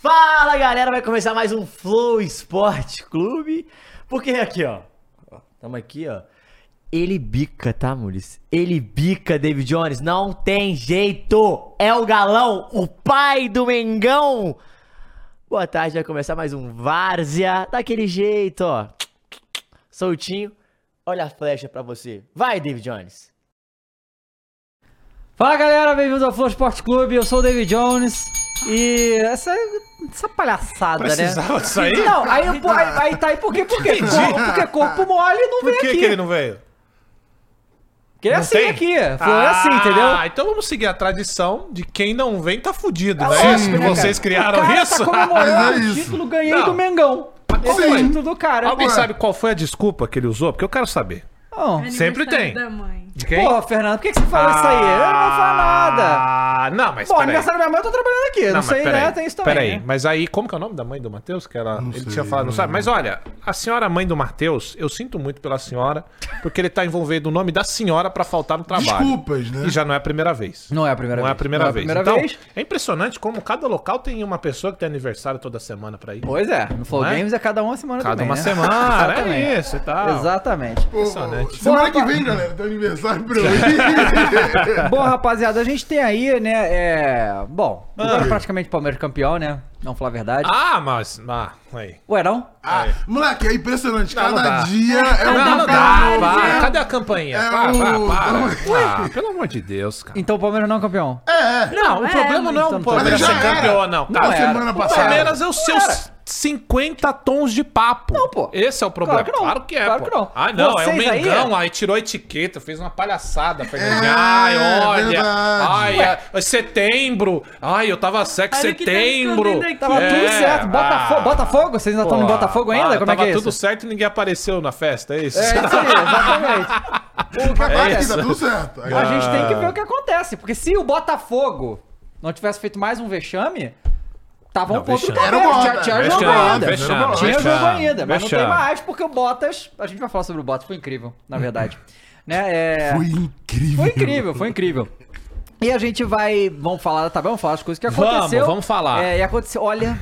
Fala galera, vai começar mais um Flow Esporte Clube. Porque aqui ó, ó, tamo aqui ó. Ele bica, tá, Mules? Ele bica, David Jones. Não tem jeito. É o galão, o pai do Mengão. Boa tarde, vai começar mais um Várzea. Daquele jeito, ó. Soltinho. Olha a flecha pra você. Vai, David Jones. Fala galera, bem-vindos ao Flow Esporte Clube, eu sou o David Jones e essa, essa palhaçada, né? Precisava disso aí? Não, aí, eu- aí, aí tá aí por quê? Por quê? Corpo, porque corpo mole não Por vem que, aqui. que ele não veio? Porque ele é não assim tem? aqui, Flow é assim, entendeu? Ah, então vamos seguir a tradição de quem não vem tá fudido, né? lógico, né, cara? Vocês o criaram cara isso? Tá comemorando Mas é o isso. título, ganhei Não. do Mengão. Esse é o Sim. título do cara. Alguém Pô, sabe qual foi a desculpa que ele usou? Porque eu quero saber. ó, Sempre tem. Da mãe. De quem? Porra, Fernando, Ah, por que, que você falou isso aí? Eu não vou falar nada. Ah, não, mas Bom, peraí. aniversário da minha mãe eu tô trabalhando aqui, não, mas sei, peraí. né? Tem isso também, Peraí, né? mas aí, como que é o nome da mãe do Matheus? Que ela, ele sei, tinha falado, não não sabe? Mas olha, a senhora mãe do Matheus, eu sinto muito pela senhora, porque ele tá envolvendo o nome da senhora pra faltar no trabalho. Desculpas, né? E já não é a primeira vez. Não é a primeira Não é a vez. primeira Não é a vez. primeira então, vez. é impressionante como cada local tem uma pessoa que tem aniversário toda semana pra ir. Pois é, no Flow Não é? Games é cada uma semana cada também, uma né? semana, Exatamente. é isso e tal. Exatamente. Pô, Impressionante. Semana que Boa, vem, galera, teu aniversário pra eu ir. Bom, rapaziada, a gente tem aí, né? É. Bom, agora praticamente Palmeiras campeão, né? Não falar a verdade. Ah, mas... Ah, aí. Ué, não? Ah, moleque, é impressionante. não Cada dá. dia é um Não, não, campeão dá, novo, para. né? Cadê a campainha? É Para, o- para, Ué. para. Ah, pelo amor de Deus, cara. Então o Palmeiras não é campeão. É, é. Não, o é, problema não é então o tá Palmeiras bom. ser Mas já era. campeão ou não. Não cara. era. Semana Não O passada. Palmeiras é os seus 50 tons de papo. Não, pô. Esse é o problema. Claro que não. é, Claro pô. que não. Ah, não, Vocês é o aí- Mengão. Aí, tirou a etiqueta, fez uma palhaçada. Pra É, Ai, olha. verdade. Ai, Ué. é- setembro. Ai, eu tava sexo Olha o que tá setembro. escondendo aqui. Tava É, tudo certo. ah, Botafogo, Botafogo? Vocês ainda estão no pô, Botafogo ainda? para, Como é que tava é isso? tudo certo e ninguém apareceu na festa, é isso? É isso aí, exatamente. Mas tá aqui, É isso. Ah. tá tudo certo. Aí, a gente tem que ver o que acontece. Porque se o Botafogo não tivesse feito mais um vexame, tava um Não, ponto do vexame. Palmeiras. Era Tinha, uma tinha onda. jogo Vexame, ainda. vexame, Tinha jogo vexame, ainda, mas não tem vexame. mais, porque o Botas. A gente vai falar sobre o Botas, foi incrível, na verdade. né? É... Foi incrível. Foi incrível, foi incrível. E a gente vai. Vamos falar, tá bom? Vamos falar as coisas que aconteceu. Vamos, vamos falar. Hum. É, e aconteceu. Olha,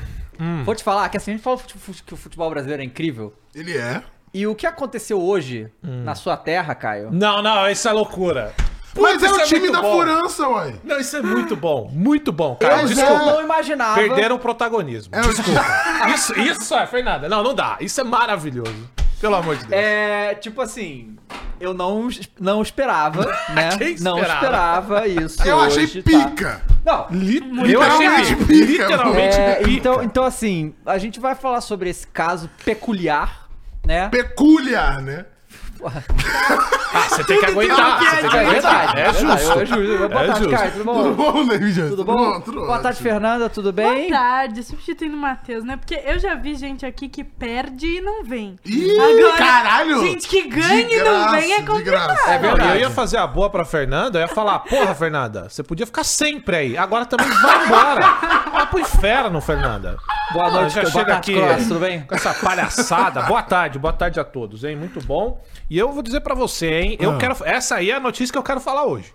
vou te falar que assim, a gente fala fut- fut- que o futebol brasileiro é incrível. Ele é. E o que aconteceu hoje Hum. na sua terra, Caio? Não, não, isso é loucura. Mas Putz, é isso o time muito da bom. furança, uai. Não, isso é muito bom. Muito bom, cara. Eu Desculpa. não imaginava. Perderam o protagonismo. É o time. Isso, isso é, foi nada. Não, não dá. Isso é maravilhoso. Pelo amor de Deus. É, tipo assim, eu não, es- não esperava, né? Quem Não esperava? esperava isso. Eu achei hoje, tá? pica. Não, Literalmente eu achei Literalmente pica, pica, literalmente é, pica. então, então, assim, a gente vai falar sobre esse caso peculiar, né? Peculiar, né? Ah, você tem que aguentar. Você tem que É aguentar. verdade, É justo. É justo. Boa É tarde, justo. Caio. Tudo bom? Tudo bom, David? Jones? Tudo bom? Tudo Boa tarde, ótimo. Fernanda. Tudo bem? Boa tarde, substituindo o Matheus, né? Porque eu já vi gente aqui que perde e não vem. Ih, caralho! Gente que ganha De e não vem é graça, de complicado. graça. É Não, e eu ia fazer a boa pra Fernanda, eu ia falar, porra, Fernanda, você podia ficar sempre aí. Agora também vai embora. Vai pro inferno, Fernanda. Boa Ah, noite, já boa chega tarde, aqui Croácia, tudo bem? com essa palhaçada. Boa tarde, boa tarde a todos, hein? Muito bom. E eu vou dizer pra você, hein? Eu Ah. quero. Essa aí é a notícia que eu quero falar hoje.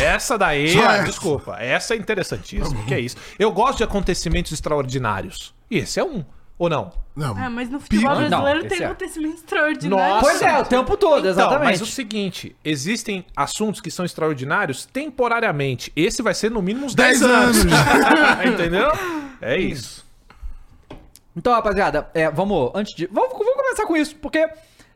Essa daí, Só ah, essa. Tá desculpa, essa é interessantíssima. que é isso? Eu gosto de acontecimentos extraordinários. E esse é um, ou não? Não. Ah, mas no futebol Pica. brasileiro Não, esse tem é. acontecimento extraordinário. Nossa. Pois é, o tempo todo, Então, exatamente. mas o seguinte, existem assuntos que são extraordinários temporariamente. Esse vai ser no mínimo uns 10 10 anos. anos. Entendeu? Hum. É isso. Então, rapaziada, é, vamos, antes de. Vamos, vamos começar com isso, porque.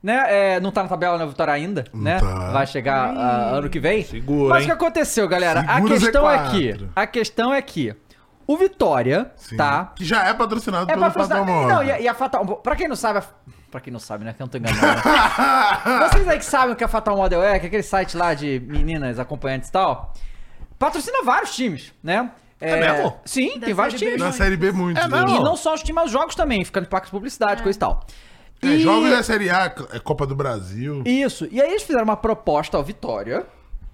Né, é, não tá na tabela na vitória ainda, né? tá. Vai chegar ah, ano que vem. Segura, Mas o hein? que aconteceu, galera? Segura a o questão é Z4. que. A questão é que. O Vitória, Sim. tá? Que já é patrocinado É pelo patrocinado. Fatal Mob. Não, e a, e a Fatal. Pra quem não sabe. A... Pra quem não sabe, né? Que eu não tô enganando. né? Vocês aí que sabem o que a Fatal Model é, que é aquele site lá de meninas acompanhantes e tal. Patrocina vários times, né? É, mesmo? Sim, Da tem vários Série B. times. Na série B, muito. né? É, não. E não só os times, mas os jogos também, ficando placa de publicidade, coisa e tal. É, E- Jogos da Série A, é Copa do Brasil. Isso. E aí eles fizeram uma proposta ao Vitória,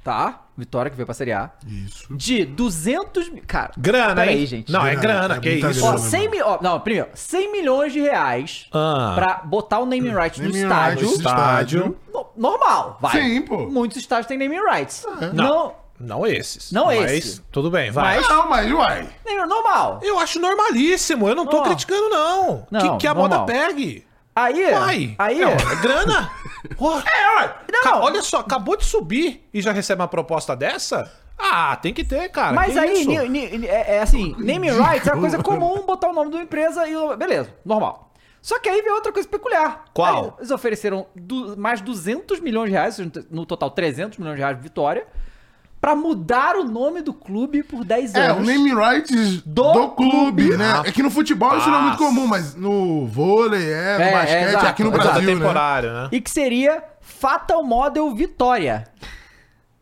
tá? Vitória que veio pra Série A. Isso. De 200 mil. Cara. Grana, pera hein? aí, gente. Não, é Grana, grana, é que muita isso. Ó, grana. 100 mil. Ó, não, primeiro, 100 milhões de reais Ah. pra botar o naming rights no Naming estádio. rights. Estádio. Estádio. No- Normal, vai. Sim, pô. É. Muitos estádios têm naming rights. Não. Não. Não esses. Não mas, esse. Tudo bem, vai. Mas- Não, mas uai. Não, Normal. Eu acho normalíssimo, eu não tô Ó. criticando, não. Não, que, que a normal. moda pegue. Aí. Vai. Aí. É, É, é grana. Pô, Não. ca- olha só, acabou de subir e já recebe uma proposta dessa? Ah, tem que ter, cara. Mas que aí, isso? ni- ni- ni- é, é assim, naming rights é uma coisa comum botar o nome de uma empresa e. o- Beleza, normal. Só que aí vem outra coisa peculiar. Qual? Aí eles ofereceram du- mais 200 milhões de reais, ou seja, no total 300 milhões de reais de vitória, pra mudar o nome do clube por 10 É, o anos. name rights Do do, clube, clube. né? É que no futebol isso não é muito comum, mas no vôlei, é, no É, é, basquete, exato, aqui no exato. Brasil, né? temporário, né? E que seria Fatal Model Vitória.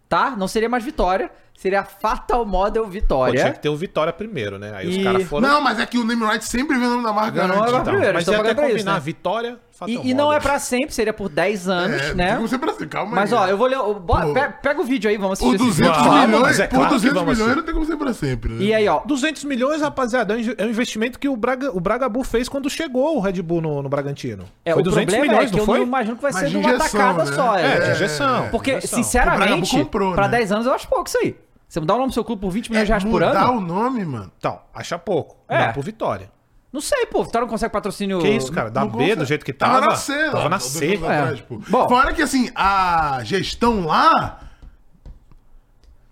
Tá? Não seria mais Vitória, seria Fatal Model Pô, tinha Vitória. que ter o Vitória primeiro, né? Aí E- os caras foram. Não, mas é que o name rights sempre vem o nome da marca Não, antes. não, então. é primeiro, eles mas tão ia até pagando pra isso, combinar né? Vitória, Fatal E, e não é Model. pra sempre, seria por 10 anos, É, né? Você precisa, calma Mas aí. ó, eu vou ler. o- bo- Pô. pe- Pega o vídeo aí, vamos Por assistir. esse 200 vídeo. Vamos, milhões, mas é claro por que 200 vamos milhões assim. não tem como ser pra sempre, né? E aí, ó. 200 milhões, rapaziada, é um inve- é um investimento que o, Braga, o Bragabu fez quando chegou o Red Bull no, no Bragantino. É, o problema é que eu não imagino que vai Mas ser de uma injeção, tacada né? só. É, de É, injeção. Porque, injeção. O sinceramente, Bragabu comprou, pra né? 10 anos eu acho pouco isso aí. Você mudar o nome do seu clube por 20 milhões de é, reais por mudar ano? o nome, mano. Então, acha pouco. É. Dá pro Vitória. Não sei, pô. Vitória não consegue patrocínio. Que isso, cara? Dá Não B consegue. do jeito que tava. Tava na C, Tava lá, na dois C. anos atrás, é. pô. Bom. Fora que, assim, a gestão lá...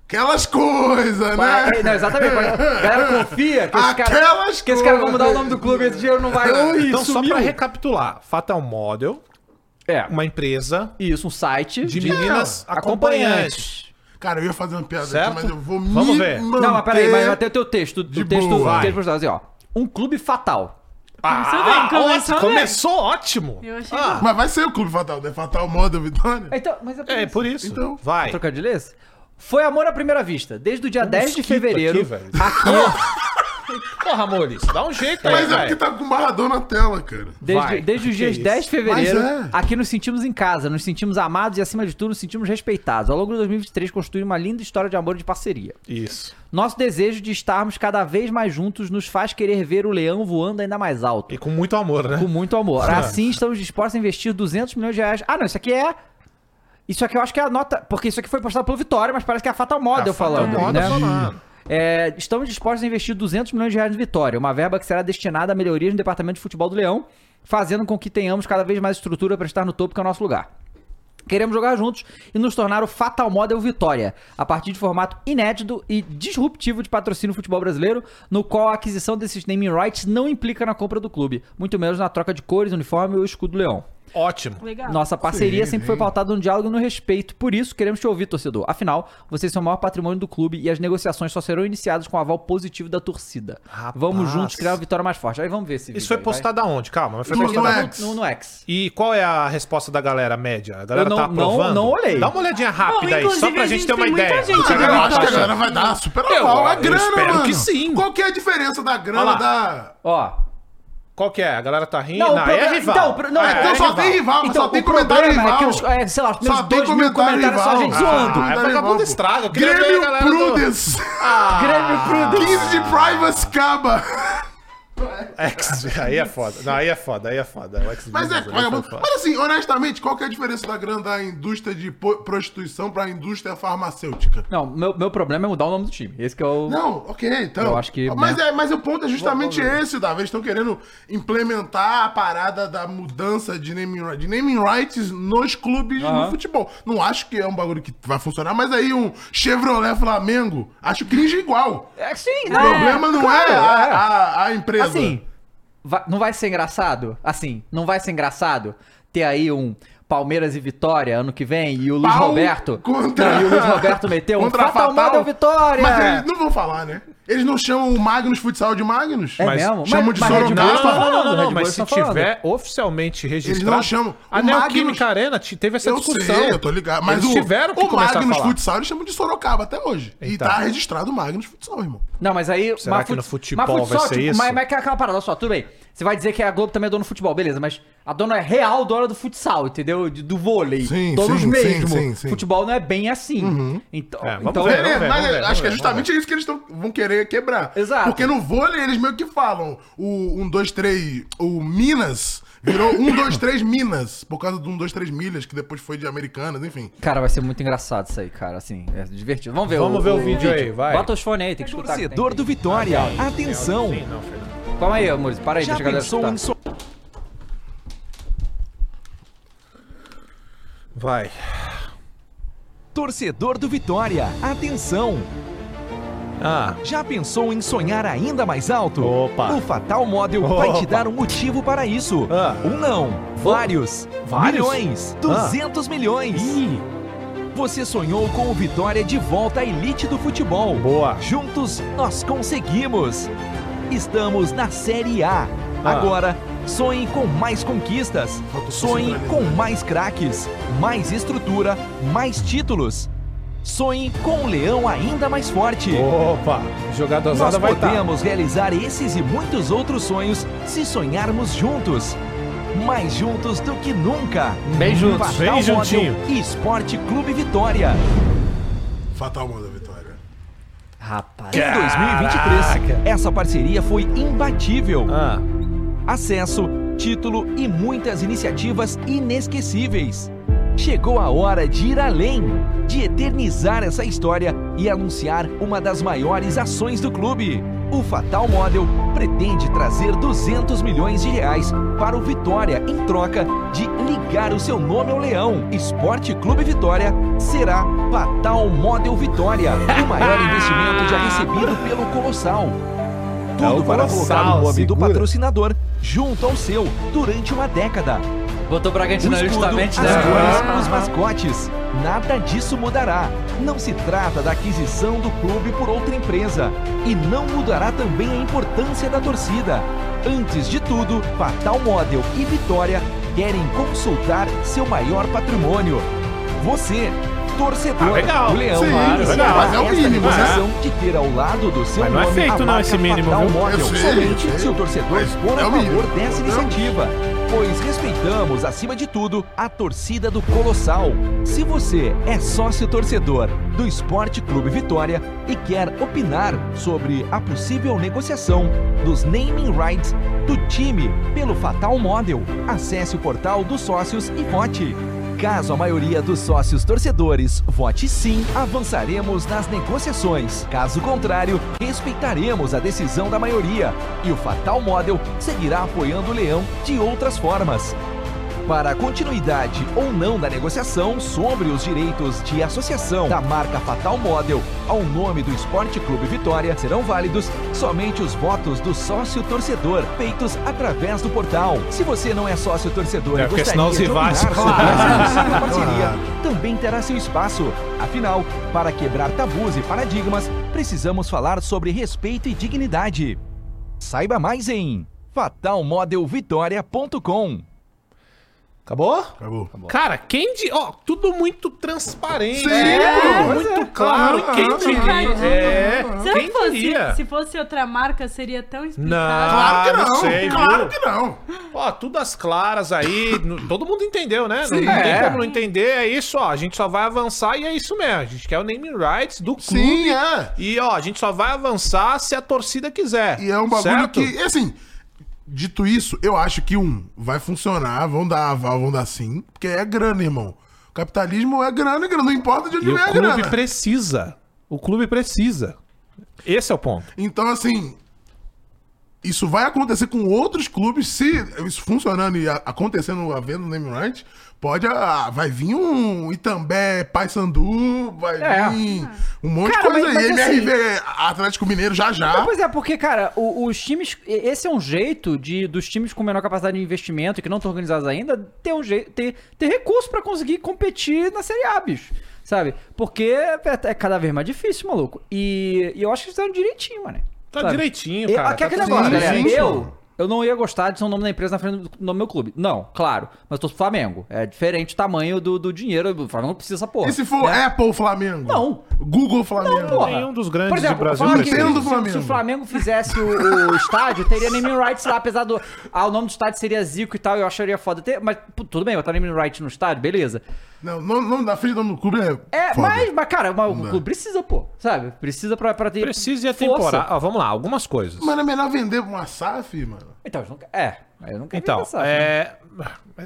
Aquelas coisas, né? Mas- é, não, exatamente. mas A galera confia que esse cara, Aquelas que esse cara vai coisas. mudar o nome do clube e esse dinheiro não vai. Ui, Então, só sumiu. pra recapitular. Fatal Model, É. uma empresa Isso, um site Ah, de meninas Não, acompanhantes. Cara, eu ia fazer uma piada Certo? aqui, mas eu vou Vamos ver. manter Não, mas peraí, mas até o teu texto. O De texto, o boa. texto postado assim, ó. Um clube fatal. Começou bem, começou bem. ótimo, Ah, né? começou ótimo. Eu achei bom. Ah. Mas vai ser o Clube Fatal, né? Fatal Moda Vitória. Então, mas é por É, isso. por isso. Então- vai. Trocadilho é esse? Foi amor à primeira vista. Desde o dia 10 de mosquito fevereiro. aqui, velho. aqui- Porra, Maurício, dá um jeito aí, Mas é porque velho. tá com barrador na tela, cara. desde, Vai. desde os Que dias isso. 10 de fevereiro, Mas é. aqui nos sentimos em casa, nos sentimos amados e, acima de tudo, nos sentimos respeitados. Ao longo de 2023, construímos uma linda história de amor e de parceria. Isso. Nosso desejo de estarmos cada vez mais juntos nos faz querer ver o leão voando ainda mais alto. E com muito amor, né? Com muito amor. Assim, estamos dispostos a investir 200 milhões de reais. Ah, não, isso aqui é. Isso aqui eu acho que é a nota. Porque isso aqui foi postado pelo Vitória, mas parece que é a Fatal Model Tá falando. falando, né? falando. É, estamos dispostos a investir 200 milhões de reais no Vitória, uma verba que será destinada a melhorias no departamento de futebol do Leão, fazendo com que tenhamos cada vez mais estrutura para estar no topo, que é o nosso lugar. Queremos jogar juntos e nos tornar o Fatal Model Vitória, a partir de formato inédito e disruptivo de patrocínio no futebol brasileiro, no qual a aquisição desses naming rights não implica na compra do clube, muito menos na troca de cores, uniforme ou escudo do Leão. Ótimo. Legal. Nossa parceria Sim, sim. sempre foi pautada no diálogo e no respeito. Por isso, queremos te ouvir, torcedor. Afinal, vocês são o maior patrimônio do clube e as negociações só serão iniciadas com o aval positivo da torcida. Rapaz. Vamos juntos criar uma vitória mais forte. Aí vamos ver se Isso foi postado aonde? Calma, mas foi No- postado no aonde? X. no, no X. E qual é a resposta da galera média? A galera Eu não- tá não- aprovando? não olhei. Dá uma olhadinha Bom, rápida aí, só inclusive, pra a gente gente ter uma tem muita ideia. gente O que a que Eu galera acho que a tá galera achando. vai dar super Eu- aval. É eu grana, espero mano. que sim. Qual que é a diferença da Olha grana lá. da... Ó. Qual que é? A galera tá rindo? Não, o Ah, problema- é rival. então, o pro- não, Ah, é Então só tem rival, mas Então, só tem o problema comentário rival. é que os, é, sei lá, os primeiros Só tem dois mil comentário comentários só a rival. gente zoando. zoando. Ah, comentário vagabundo rival, pô. estraga. Eu queria ver a Grêmio galera do- Prudes. Grêmio Prudence. 15 de Privacy Caba. X- Aí é foda. Não, aí é foda, aí é foda. O X- Mas é, aí foi vagabundo. foda. Mas assim, honestamente, qual que é a diferença da grana da indústria de po- prostituição pra indústria farmacêutica? Não, meu, meu problema é mudar o nome do time. Esse que é o. Não, ok, então. Eu acho que, Mas, né? é, mas o ponto é justamente esse, Davi. Eles estão querendo implementar a parada da mudança de naming, ri- de naming rights nos clubes Aham. no futebol. Não acho que é um bagulho que vai funcionar, mas aí um Chevrolet Flamengo, acho cringe igual. É sim, O problema não é, a, a- a empresa. Assim, va- não vai ser engraçado? Assim, não vai ser engraçado ter aí um Palmeiras e Vitória ano que vem e o Luiz Pau Roberto. contra- Não, e o Luiz Roberto meteu um Contra a Fatal, Fatal. Model Vitória! É. Mas eles não vão falar, né? Eles não chamam o Magnus Futsal de Magnus. É Mas mesmo? chamam de Red Sorocaba. Bull Não, tá não, não, falando, não, Red não, Bull mas tá se falando. tiver oficialmente registrado. chamam. A O Neoquímica Magnus- Arena te- teve essa Eu discussão. sei, eu tô ligado. Mas Eles o, tiveram que o começar a Magnus falar. Futsal eles chamam de Sorocaba até hoje. E Então. tá registrado o Magnus Futsal, irmão. Não, mas aí. Será que no futebol vai ser tipo, isso? Mas, mas que é aquela parada, olha só, tudo bem. Você vai dizer que a Globo também é dona do futebol, beleza, mas A dona é real dona do futsal, entendeu? De- Do vôlei. Sim, Todos sim, mesmo. sim, sim, sim. Futebol não é bem assim. Então, É, vamos então ver, É, vamos ver, mas vamos ver, acho que é vamos justamente isso que eles tão- vão querer quebrar. Exato. Porque no vôlei eles meio que falam o 1, 2, 3, o Minas virou 1, 2, 3 Minas, por causa do 1, 2, 3 milhas, que depois foi de Americanas, enfim. Cara, vai ser muito engraçado isso aí, cara. Assim, é divertido. Vamos ver Vamos ver o vídeo aí, vai. Bota Tá, os fones aí, tem que escutar. que tem- Torcedor do Vitória, atenção! Sim, não, Fernando. Calma aí, amores. Para aí, Já deixa a galera um pensou Tá. em escutar. so... Vai. Torcedor do Vitória, atenção! Ah, Já pensou em sonhar ainda mais alto? Opa. O Fatal Model vai te Opa. dar um motivo para isso. Ah. Um não, vários, vários? Ah. milhões, 200 milhões. Você sonhou com o Vitória de volta à elite do futebol. Boa. Juntos nós conseguimos. Estamos na Série A. Ah. Agora, sonhe com mais conquistas. Falta o Sonhe Cruzeiro com ali, né? mais craques, mais estrutura, mais títulos. Sonhe com o leão ainda mais forte. Opa. Jogada Nós ousada vai tá. estar. podemos realizar esses e muitos outros sonhos se sonharmos juntos. Mais juntos do que nunca. Bem juntos, Fatal bem Model juntinho. e Esporte Clube Vitória. Fatal modo da vitória. Rapaz. Em 2023, essa parceria foi imbatível. Ah, Acesso, título e muitas iniciativas inesquecíveis. Chegou a hora de ir além, de eternizar essa história e anunciar uma das maiores ações do clube. O Fatal Model pretende trazer 200 milhões de reais para o Vitória em troca de ligar o seu nome ao leão. Esporte Clube Vitória será Fatal Model Vitória, o maior investimento já recebido pelo Colossal. É o Tudo para Colossal, colocar o nome do segura. patrocinador junto ao seu durante uma década. Botou o Bragantino O ali escudo, as justamente, né? cores, os mascotes. Nada disso mudará. Não se trata da aquisição do clube por outra empresa. E não mudará também a importância da torcida. Antes de tudo, Fatal Model e Vitória querem consultar seu maior patrimônio. Você, torcedor, Ah, legal. o Leão, Sim, claro, legal. Mas é o esta mínimo, né? negociação de ter ao lado do seu Mas não é nome feito, a não, marca esse mínimo, Fatal viu? Model. Eu sei, Somente eu sei. se o torcedor Mas for é a o favor mínimo. dessa Não. iniciativa positiva, pois respeitamos, acima de tudo, a torcida do Colossal. Se você é sócio torcedor do Esporte Clube Vitória e quer opinar sobre a possível negociação dos naming rights do time pelo Fatal Model, acesse o portal dos sócios e vote. Caso a maioria dos sócios torcedores vote sim, avançaremos nas negociações. Caso contrário, respeitaremos a decisão da maioria e o Fatal Model seguirá apoiando o Leão de outras formas. Para a continuidade ou não da negociação sobre os direitos de associação da marca Fatal Model ao nome do Esporte Clube Vitória, serão válidos somente os votos do sócio torcedor, feitos através do portal. Se você não é sócio torcedor É, e porque gostaria senão os de opinar rivais- sobre Claro. essa possível parceria, Claro. também terá seu espaço. Afinal, para quebrar tabus e paradigmas, precisamos falar sobre respeito e dignidade. Saiba mais em fatalmodelvitoria.com. acabou? Acabou. Tá Cara, quem de. Ó, tudo muito transparente. Sim, É, pô. muito claro. Aham, quem aham, diria? aham. É, Se, quem eu diria? fosse, se fosse outra marca, seria tão explicado. Não. Claro que Ah, não, não sei, claro viu? que não. Ó, tudo as claras aí. no- todo mundo entendeu, né? Não, não tem É. como não entender. É isso, ó. A gente só vai avançar e é isso mesmo. A gente quer o naming rights do clube. Sim, é. E, ó, a gente só vai avançar se a torcida quiser. E é um bagulho certo? que, assim, dito isso, eu acho que um vai funcionar, vão dar aval, vão dar sim, porque é grana, irmão. Capitalismo é grana, grana, não importa de onde E o vem a clube grana. precisa. O clube precisa. Esse é o ponto. Então, assim, isso vai acontecer com outros clubes, se isso funcionando e a- acontecendo a venda do name right, pode, ah, vai vir um Itambé, Paysandu, vai É. vir um monte de Cara, coisa mas- assim, aí, mas MRV, Atlético Mineiro já já. Não, pois é, porque, cara, o- os times. e- Esse é um jeito de dos times com menor capacidade de investimento e que não estão organizados ainda ter um jeito, ter, ter recurso pra conseguir competir na Série A, bicho. Sabe? Porque é, é cada vez mais difícil, maluco. E, e eu acho que eles fizeram direitinho, mano. Tá Sabe? direitinho, Eu- cara. aqui é tá aquele tudo negócio, tudo galera. certo. Eu, eu não ia gostar de ser o nome da empresa na frente do do meu clube. Não, claro. Mas eu tô pro Flamengo. É diferente o tamanho do, do dinheiro. O Flamengo precisa essa porra. E se for é, né? Apple Flamengo? Não. Google Flamengo? porra. Nenhum dos grandes Por exemplo, do Brasil. falar não que tem. se- Do Flamengo. Se o Flamengo fizesse o, o estádio, teria naming rights lá, apesar do. Ah, o nome do estádio seria Zico e tal, eu acharia foda. Ter, mas pô, tudo bem, botar naming rights no estádio, beleza. Não, o nome da frente do nome do clube é. É, foda. mas, mas, cara, mas o clube precisa, pô, sabe? Precisa pra, pra ter. Precisa e é a força. temporada. Ó, vamos lá, algumas coisas. Mano, é melhor vender pra uma SAF, mano. Então, eu nunca, é. Eu nunca vi Então, pensar, né? é,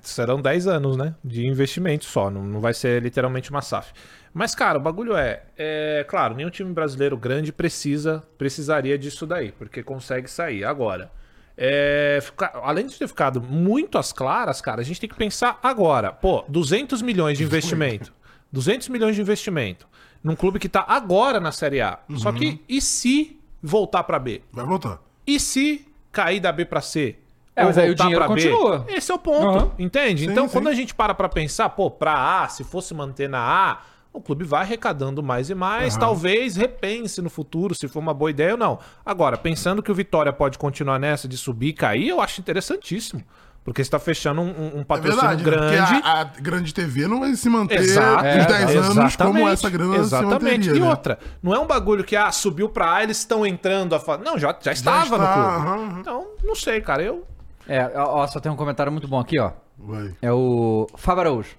serão 10 anos, né? De investimento só, não, não vai ser literalmente uma SAF. Mas, cara, o bagulho é, é. Claro, nenhum time brasileiro grande precisa, precisaria disso daí, porque consegue sair. Agora, é, fica- além de ter ficado muito às claras, cara, a gente tem que pensar agora. Pô, 200 milhões de investimento. 200 milhões de investimento. Num clube que tá agora na Série A. Só que, e se voltar pra B? Uhum. Vai voltar. E se cair da B pra C? É, mas aí o dinheiro pra continua. Esse é o ponto, Aham. entende? Sim, então, sim. quando a gente para pra pensar, pô, pra A, se fosse manter na A, o clube vai arrecadando mais e mais, talvez repense no futuro se for uma boa ideia ou não. Agora, pensando que o Vitória pode continuar nessa de subir e cair, eu acho interessantíssimo. Porque você tá fechando um- um, um É patrocínio verdade, né? grande. Porque a, a grande TV não vai se manter Exato. os 10 É, anos como exatamente, essa grana se Exatamente. manteria, E né? outra, não é um bagulho que, ah, subiu pra A, eles estão entrando a fa... Não, já, já estava está, no clube. aham, aham. Então, não sei, cara. Eu É, ó, ó, só tem um comentário muito bom aqui, ó. Vai. É o Fábio Araújo.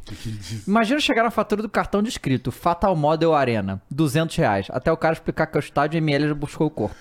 O que que diz? Imagina chegar na fatura do cartão de inscrito, Fatal Model Arena, 200 reais. Até o cara explicar que é o estádio ML já buscou o corpo.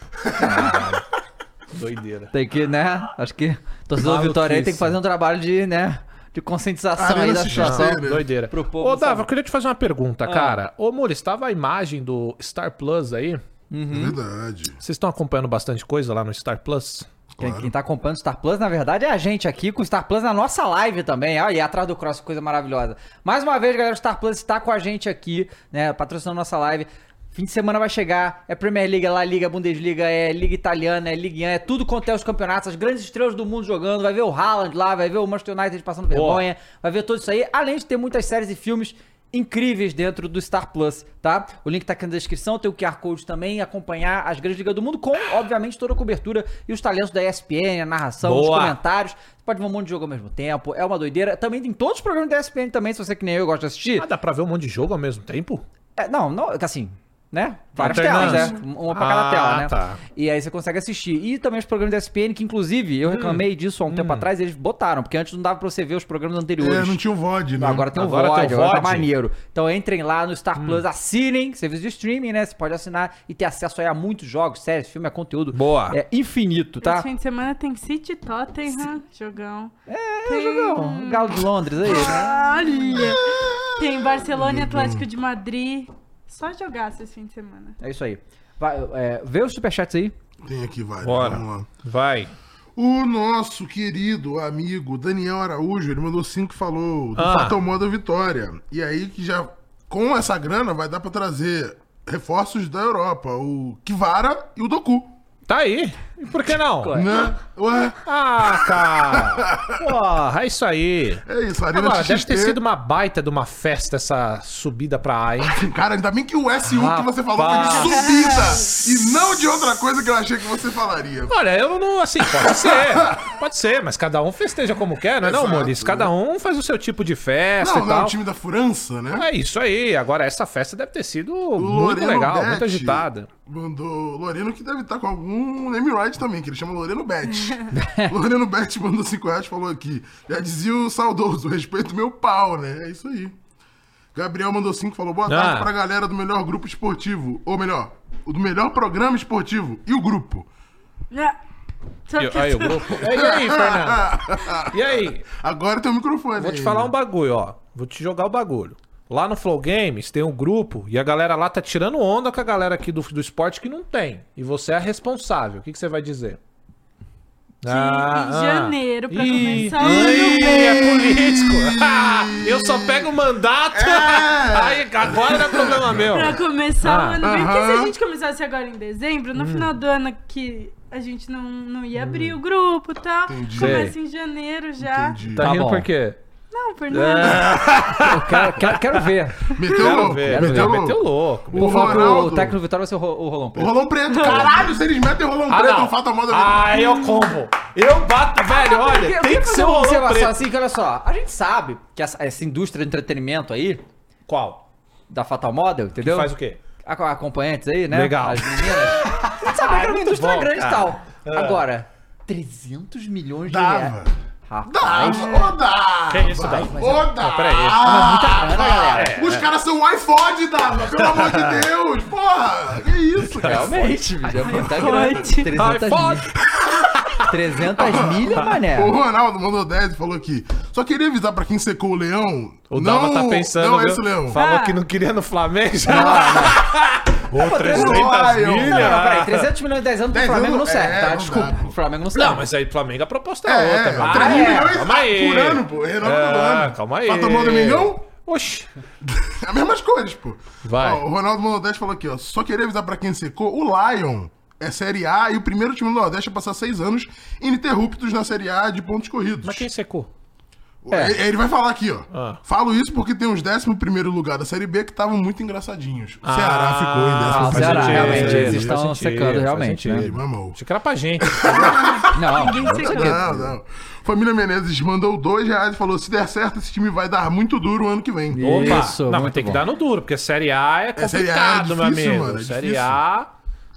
Doideira. Tem que, né? Acho que torcedor do Vitória aí tem que fazer um trabalho de, né? De Ah, conscientização aí Arena da se situação. chama. Doideira. Pro povo Ô, Dava, saber. eu queria te fazer uma pergunta, cara. Ô, Muro, estava a imagem do Star Plus aí. É verdade. Vocês estão acompanhando bastante coisa lá no Star Plus? Quem, quem tá acompanhando o Star Plus, na verdade, é a gente aqui com o Star Plus na nossa live também. Olha, e atrás do cross, coisa maravilhosa. Mais uma vez, galera, o Star Plus está com a gente aqui, né? Patrocinando nossa live. Fim de semana vai chegar, é Premier League, é La Liga, Bundesliga, é Liga Italiana, é Ligue 1, é tudo quanto é os campeonatos, as grandes estrelas do mundo jogando, vai ver o Haaland lá, vai ver o Manchester United passando vergonha, vai ver tudo isso aí, além de ter muitas séries e filmes incríveis dentro do Star Plus, tá? O link tá aqui na descrição, tem o QR Code também, acompanhar as grandes ligas do mundo com, obviamente, toda a cobertura e os talentos da ESPN, a narração, os Boa. comentários. Você pode ver um monte de jogo ao mesmo tempo, é uma doideira. Também tem todos os programas da ESPN também, se você que nem eu gosta de assistir. Ah, dá pra ver um monte de jogo ao mesmo tempo? É, não, não, assim, né? Várias telas, Alternância. né? Uma pra cada Ah, tela, né? tá. E aí você consegue assistir. E também os programas da SPN, que inclusive Hum. eu reclamei disso há um tempo atrás, eles botaram, porque antes não dava pra você ver os programas anteriores. É, não tinha o VOD, né? Agora tem o Agora VOD, tem o agora tá VOD. Hum. maneiro. Então entrem lá no Star Plus, assinem, serviço de streaming, né? Você pode assinar e ter acesso aí a muitos jogos, séries, filme, a conteúdo. Boa. É infinito, tá? Esse fim de semana tem City Tottenham, jogão. É, Não, Galo Um de Londres aí, né? Olha! Tem Barcelona e Atlético de Madrid. Só jogaço esse fim de semana. É isso aí. Vai, é, vê os superchats aí. Tem aqui, vai. Bora. Vamos lá. Vai. O nosso querido amigo Daniel Araújo, ele mandou cinco e falou é do Ah. Fatal Moda Vitória. E aí que já, com essa grana, vai dar pra trazer reforços da Europa, o Kivara e o Doku, Tá aí. E por que não? né? Ué, Ah, cara. Porra, é isso aí. é isso, Arena Agora, deve XXT. ter sido uma baita de uma festa essa subida pra A, hein? Cara, ainda bem que o S1 que você falou Rapaz. foi de subida e não de outra coisa que eu achei que você falaria. Olha, eu não, assim, pode ser. Pode ser, mas cada um festeja como quer, não é não, Exato, Maurício? né? Cada um faz o seu tipo de festa Não, e não, tal. o time da Furança, né? É isso aí. Agora, essa festa deve ter sido O muito Loreno legal, Betti muito agitada. Mandou Loreno que deve estar com algum name right também, que ele chama Loreno Bet. Loreno Bet mandou 5 reais e falou aqui. Já dizia o saudoso, respeito meu pau, né? É isso aí. Gabriel mandou 5 falou boa tarde Ah. pra galera do melhor grupo esportivo. Ou melhor, o do melhor programa esportivo e o grupo. Ah, Só E, que- aí, o grupo. E aí, Fernando? E aí? Agora tem o microfone. Vou te aí. falar um bagulho, ó. Vou te jogar o bagulho. Lá no Flow Games tem um grupo e a galera lá tá tirando onda com a galera aqui do, do esporte que não tem. E você é a responsável. O que, que você vai dizer? Que em janeiro, pra começar o ano ah. Ih, bem. é político. Ah, eu só pego o mandato. Aí, agora não é problema meu. Pra começar Ah, Hum. o ano bem. Porque se aham. a gente começasse agora em dezembro, no final do ano que a gente não, não ia abrir o grupo e tal. Entendi. Começa em janeiro já. Entendi. Tá Tá rindo bom. por quê? Não, É. Fernando. Eu quero, quero, quero ver. Meteu Quero louco. ver, Meteu meteu, louco. louco. O Vou falar que o Ronaldo. técnico do Vitória vai ser o Ro- o Rolão O Preto. rolão preto. Ah, Caralho, se eles metem o rolão preto, não. eu fato a moda. Ah, eu combo. Eu bato, velho, Eu olha, quero tem que fazer ser o uma rolão observação preto. assim, que olha só, a gente sabe que essa, essa indústria de entretenimento aí, Qual? da Fatal Model, entendeu? Faz o quê? A- Acompanhantes aí, né? Legal. As meninas. A Então, gente sabe que era uma muito indústria bom, grande e cara. tal. É. Agora, 300 milhões de Dava. reais. Rapaz. é Ah, Dá, ô dá! Que isso, Dava? Ô dá! peraí. grana, galera. Ah, Os caras são iPod, Dava, pelo amor de Deus! Porra, que isso, cara? Realmente, bicho, é muita grana. Forte. 300 milhas. 300 milhas, mané. O Ronaldo mandou 10 e falou aqui. Só queria avisar pra quem secou o leão. O Dava tá pensando. Não é viu? esse leão. Falou Ah. que não queria no Flamengo. Ô, 300 Ai, eu- Não, não, peraí, milhas. 300 milhões em 10 anos pro 10 Flamengo não né? anos, serve, é, tá? não Desculpa, dá, pô. o Flamengo não serve. é Não, mas aí Flamengo a proposta é, É, outra. mano. 3 Ah, é. milhões Calma aí. por ano, pô. Renova É, todo ano. calma aí. Fato a moda Tá um milhão? Oxi. É as mesmas coisas, pô. Vai. Ó, o Ronaldo Monodeste falou aqui, ó. Só queria avisar pra quem secou, o Lion é Série A e o primeiro time do Nordeste a passar seis anos ininterruptos na Série A de pontos corridos. Mas quem secou? É. Ele- Ele vai falar aqui, ó. Ah. Falo isso porque tem uns 11 primeiro lugar da Série B que estavam muito engraçadinhos. O Ah, Ceará ficou em Ah, décimo o faz Ceará, sentido, realmente, faz eles sentido, estão faz secando, sentido, realmente, faz né? Ele mamou. Achei que era pra gente. Ah, Não, Ninguém se cansa. Não, não. Família Menezes mandou dois reais e falou: se der certo, esse time vai dar muito duro o ano que vem. Opa. Isso, não, mas muito tem que bom. dar no duro, porque Série A é É, Série A é complicado, meu difícil, amigo. mano, é série difícil. A,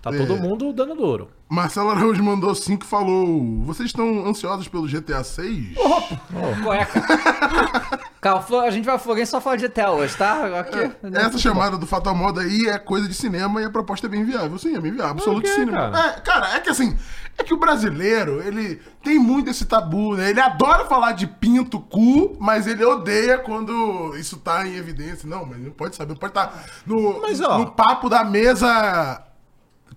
tá todo mundo dando duro. É. Marcelo Araújo mandou cinco e falou: vocês estão ansiosos pelo GTA 6? Oh. cueca. Calma, Flo- a gente vai Florença só falar de GTA hoje, tá? Aqui, É, né? Essa chamada do Fatal Moda aí é coisa de cinema e a proposta é bem viável. Sim, é bem viável. Absoluto quê, cinema. cara? É, cara, é que assim, é que o brasileiro, ele tem muito esse tabu, né? Ele adora falar de pinto, cu, mas ele odeia quando isso tá em evidência. Não, mas não pode saber, pode estar no, Mas, ó. no papo da mesa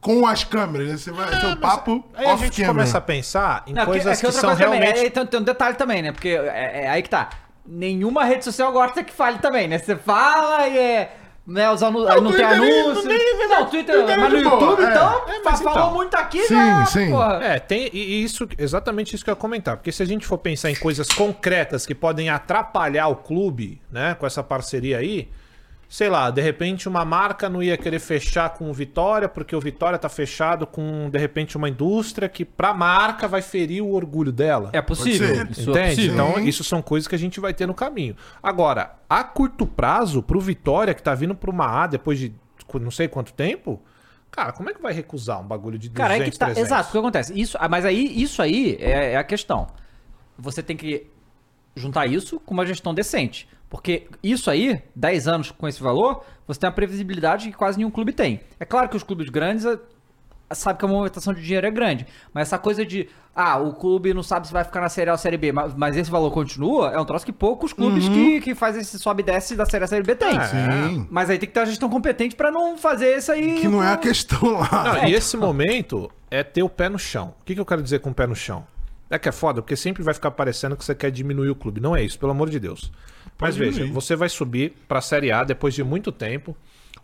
com as câmeras, né? Você vai ter um papo É, Aí a gente off-camera. começa a pensar em Não, que- coisas é que, outra são coisa também, realmente. é- é- tem, tem um detalhe também, né? Porque é, é aí que tá. Nenhuma rede social gosta que fale também, né? Você fala e é. Né, os anu... aí não tem Twitter nem- anúncio. nem- não, Twitter, Twitter é mas no de boa, YouTube, é. então, É, mas falou então. muito aqui, Sim, né? sim. Porra. É, tem e isso, exatamente isso que eu ia comentar. Porque se a gente for pensar em coisas concretas que podem atrapalhar o clube, né, com essa parceria aí, sei lá, de repente uma marca não ia querer fechar com o Vitória, porque o Vitória tá fechado com, de repente, uma indústria que pra marca vai ferir o orgulho dela. É possível. Pode Isso é Entende? possível. Então, Sim. isso são coisas que a gente vai ter no caminho. Agora, a curto prazo, pro Vitória, que tá vindo pra uma A depois de cu- não sei quanto tempo, cara, como é que vai recusar um bagulho de 200, Cara, é que tá. 300? Exato, o que acontece? Isso, ah, mas aí, isso aí é, é a questão. Você tem que juntar isso com uma gestão decente. Porque isso aí, 10 anos com esse valor, você tem uma previsibilidade que quase nenhum clube tem. É claro que os clubes grandes eh, sabe que a movimentação de dinheiro é grande. Mas essa coisa de, ah, o clube não sabe se vai ficar na Série A ou Série B, mas, mas esse valor continua, é um troço que poucos clubes Uhum. que, que fazem esse sobe e desce da Série A Série B tem. Ah, Sim. Mas aí tem que ter uma gestão competente pra não fazer isso aí. é. Que não é a questão lá. Não, e esse momento é ter o pé no chão. O que, que eu quero dizer com o pé no chão? É que é foda, porque sempre vai ficar parecendo que você quer diminuir o clube. Não é isso, pelo amor de Deus. Mas veja, você vai subir pra Série A depois de muito tempo,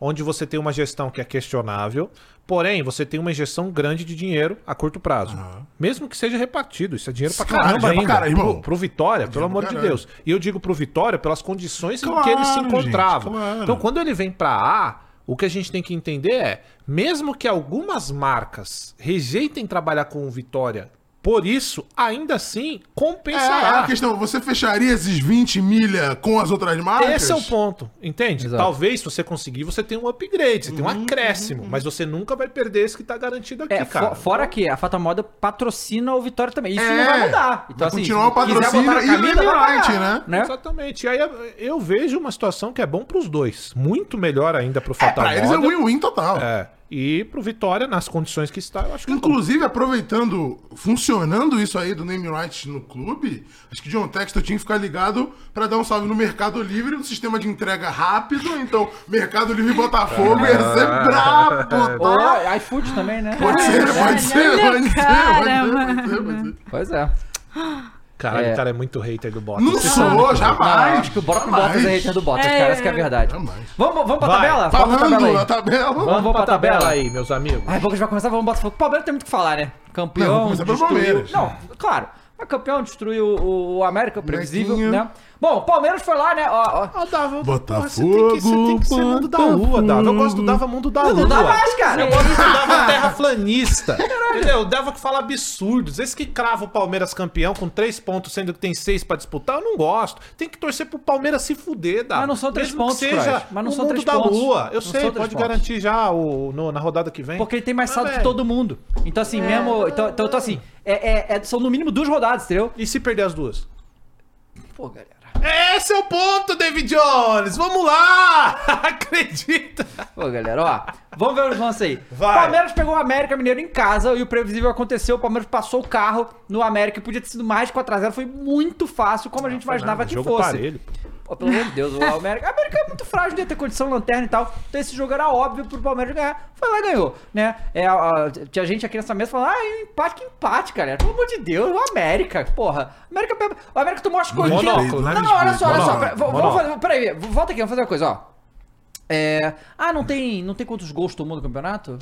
onde você tem uma gestão que é questionável, porém você tem uma injeção grande de dinheiro a curto prazo. Mesmo que seja repartido, isso é dinheiro pra Claro, caramba dinheiro ainda. pra caralho, irmão. É pro, pro Vitória, pelo amor pra de caralho. Deus. E eu digo pro Vitória pelas condições em que Claro, eles se gente, encontravam. claro. Então, quando ele vem pra A, o que a gente tem que entender é, mesmo que algumas marcas rejeitem trabalhar com o Vitória, por isso, ainda assim, É, é a compensará. questão, você fecharia esses 20 milha com as outras marcas? Esse é o ponto, entende? Exato. Talvez, se você conseguir, você tenha um upgrade, você tenha Uhum, um acréscimo, mas você nunca vai perder esse que tá garantido aqui, É, fo- cara. fora que a Fata Moda patrocina o Vitória também. Isso É, não vai mudar. Então, vai assim, continuar o se quiser patrocínio botar na e o camisa, vai Limelight, pagar, né? Exatamente. E aí eu- eu vejo uma situação que é bom pros dois. Muito melhor ainda pro É, Fatal pra eles é Model. win-win total. É. E pro Vitória, nas condições que está, eu acho que é bom. Inclusive, aproveitando, funcionando isso aí do name rights no clube, acho que John Textor tinha que ficar ligado pra dar um salve no Mercado Livre, no sistema de entrega rápido. Então, Mercado Livre e Botafogo ia ser brabo, tá? Ou iFood também, né? Pode ser, Olha, pode ser, olha, pode ser, pode cara, ser, pode ser, mano. pode ser. Pois é. Caralho, É. o cara é muito hater do Bottas. Não sou, Ah, jamais. acho que o próprio jamais. Bottas é hater do Bottas, É, cara. é, Essa que é a é. verdade. Jamais. Vamos, vamos pra Vai. tabela? Vamos pra Falando tabela na aí. tabela. Vamos, vamos pra tabela aí. aí, meus amigos. Ai, pouco a gente vai começar, vamos Botafogo. Palmeiras tem muito o que falar, né? Não, Campeão, vamos começar pelo destruiu- Palmeiras. Não, claro. Mas campeão destruiu o, o América, previsível, Molequinho. né? Bom, o Palmeiras foi lá, né? Ó, ó. Ó, Dava, Botafogo, você tem que, você tem que ser mundo da lua, Botafogo. Dava. Eu gosto do Dava Mundo da Lua. Não dá mais, cara. Eu gosto do Dava terraflanista. Entendeu? O Dava que fala absurdos. Esse que crava o Palmeiras campeão com três pontos, sendo que tem seis pra disputar, eu não gosto. Tem que torcer pro Palmeiras se fuder, Dava. Mas não são três Mesmo que pontos, Croix. seja Mas não o são mundo três da pontos. lua. Eu Não sei, são três pode pontos. garantir já o, no- na rodada que vem. Porque ele tem mais Mas, é. saldo que velho, todo mundo. Então, assim, mesmo. Então, então, então, assim, é- é- é- são no mínimo duas rodadas, entendeu? E se perder as duas? Pô, galera. Esse é o ponto, David Jones. Vamos lá! Acredita! Ô, galera, ó. Vamos ver os lances aí. Vai. Palmeiras pegou o América Mineiro em casa e o previsível aconteceu. O Palmeiras passou o carro no América. Podia ter sido mais de 4x0. Foi muito fácil, Ah, como a gente imaginava que né? jogo fosse. parelho, pô. Pô, pelo amor de Deus, o América. A América é muito frágil, ia ter condição, lanterna e tal. Então esse jogo era óbvio pro Palmeiras ganhar. Foi lá e ganhou, né? É, a- a- tinha gente aqui nessa mesa falando, ah, empate que empate, galera. Pelo amor de Deus, o América, porra. O América, bebe- o América tomou as coisas. Monóculo, não, né? não, olha só, olha só. Monóculo, pera- vou- Vamos monóculo. fazer. Peraí, volta aqui, vamos fazer uma coisa, ó. É, ah, não tem, não tem quantos gols tomou no campeonato?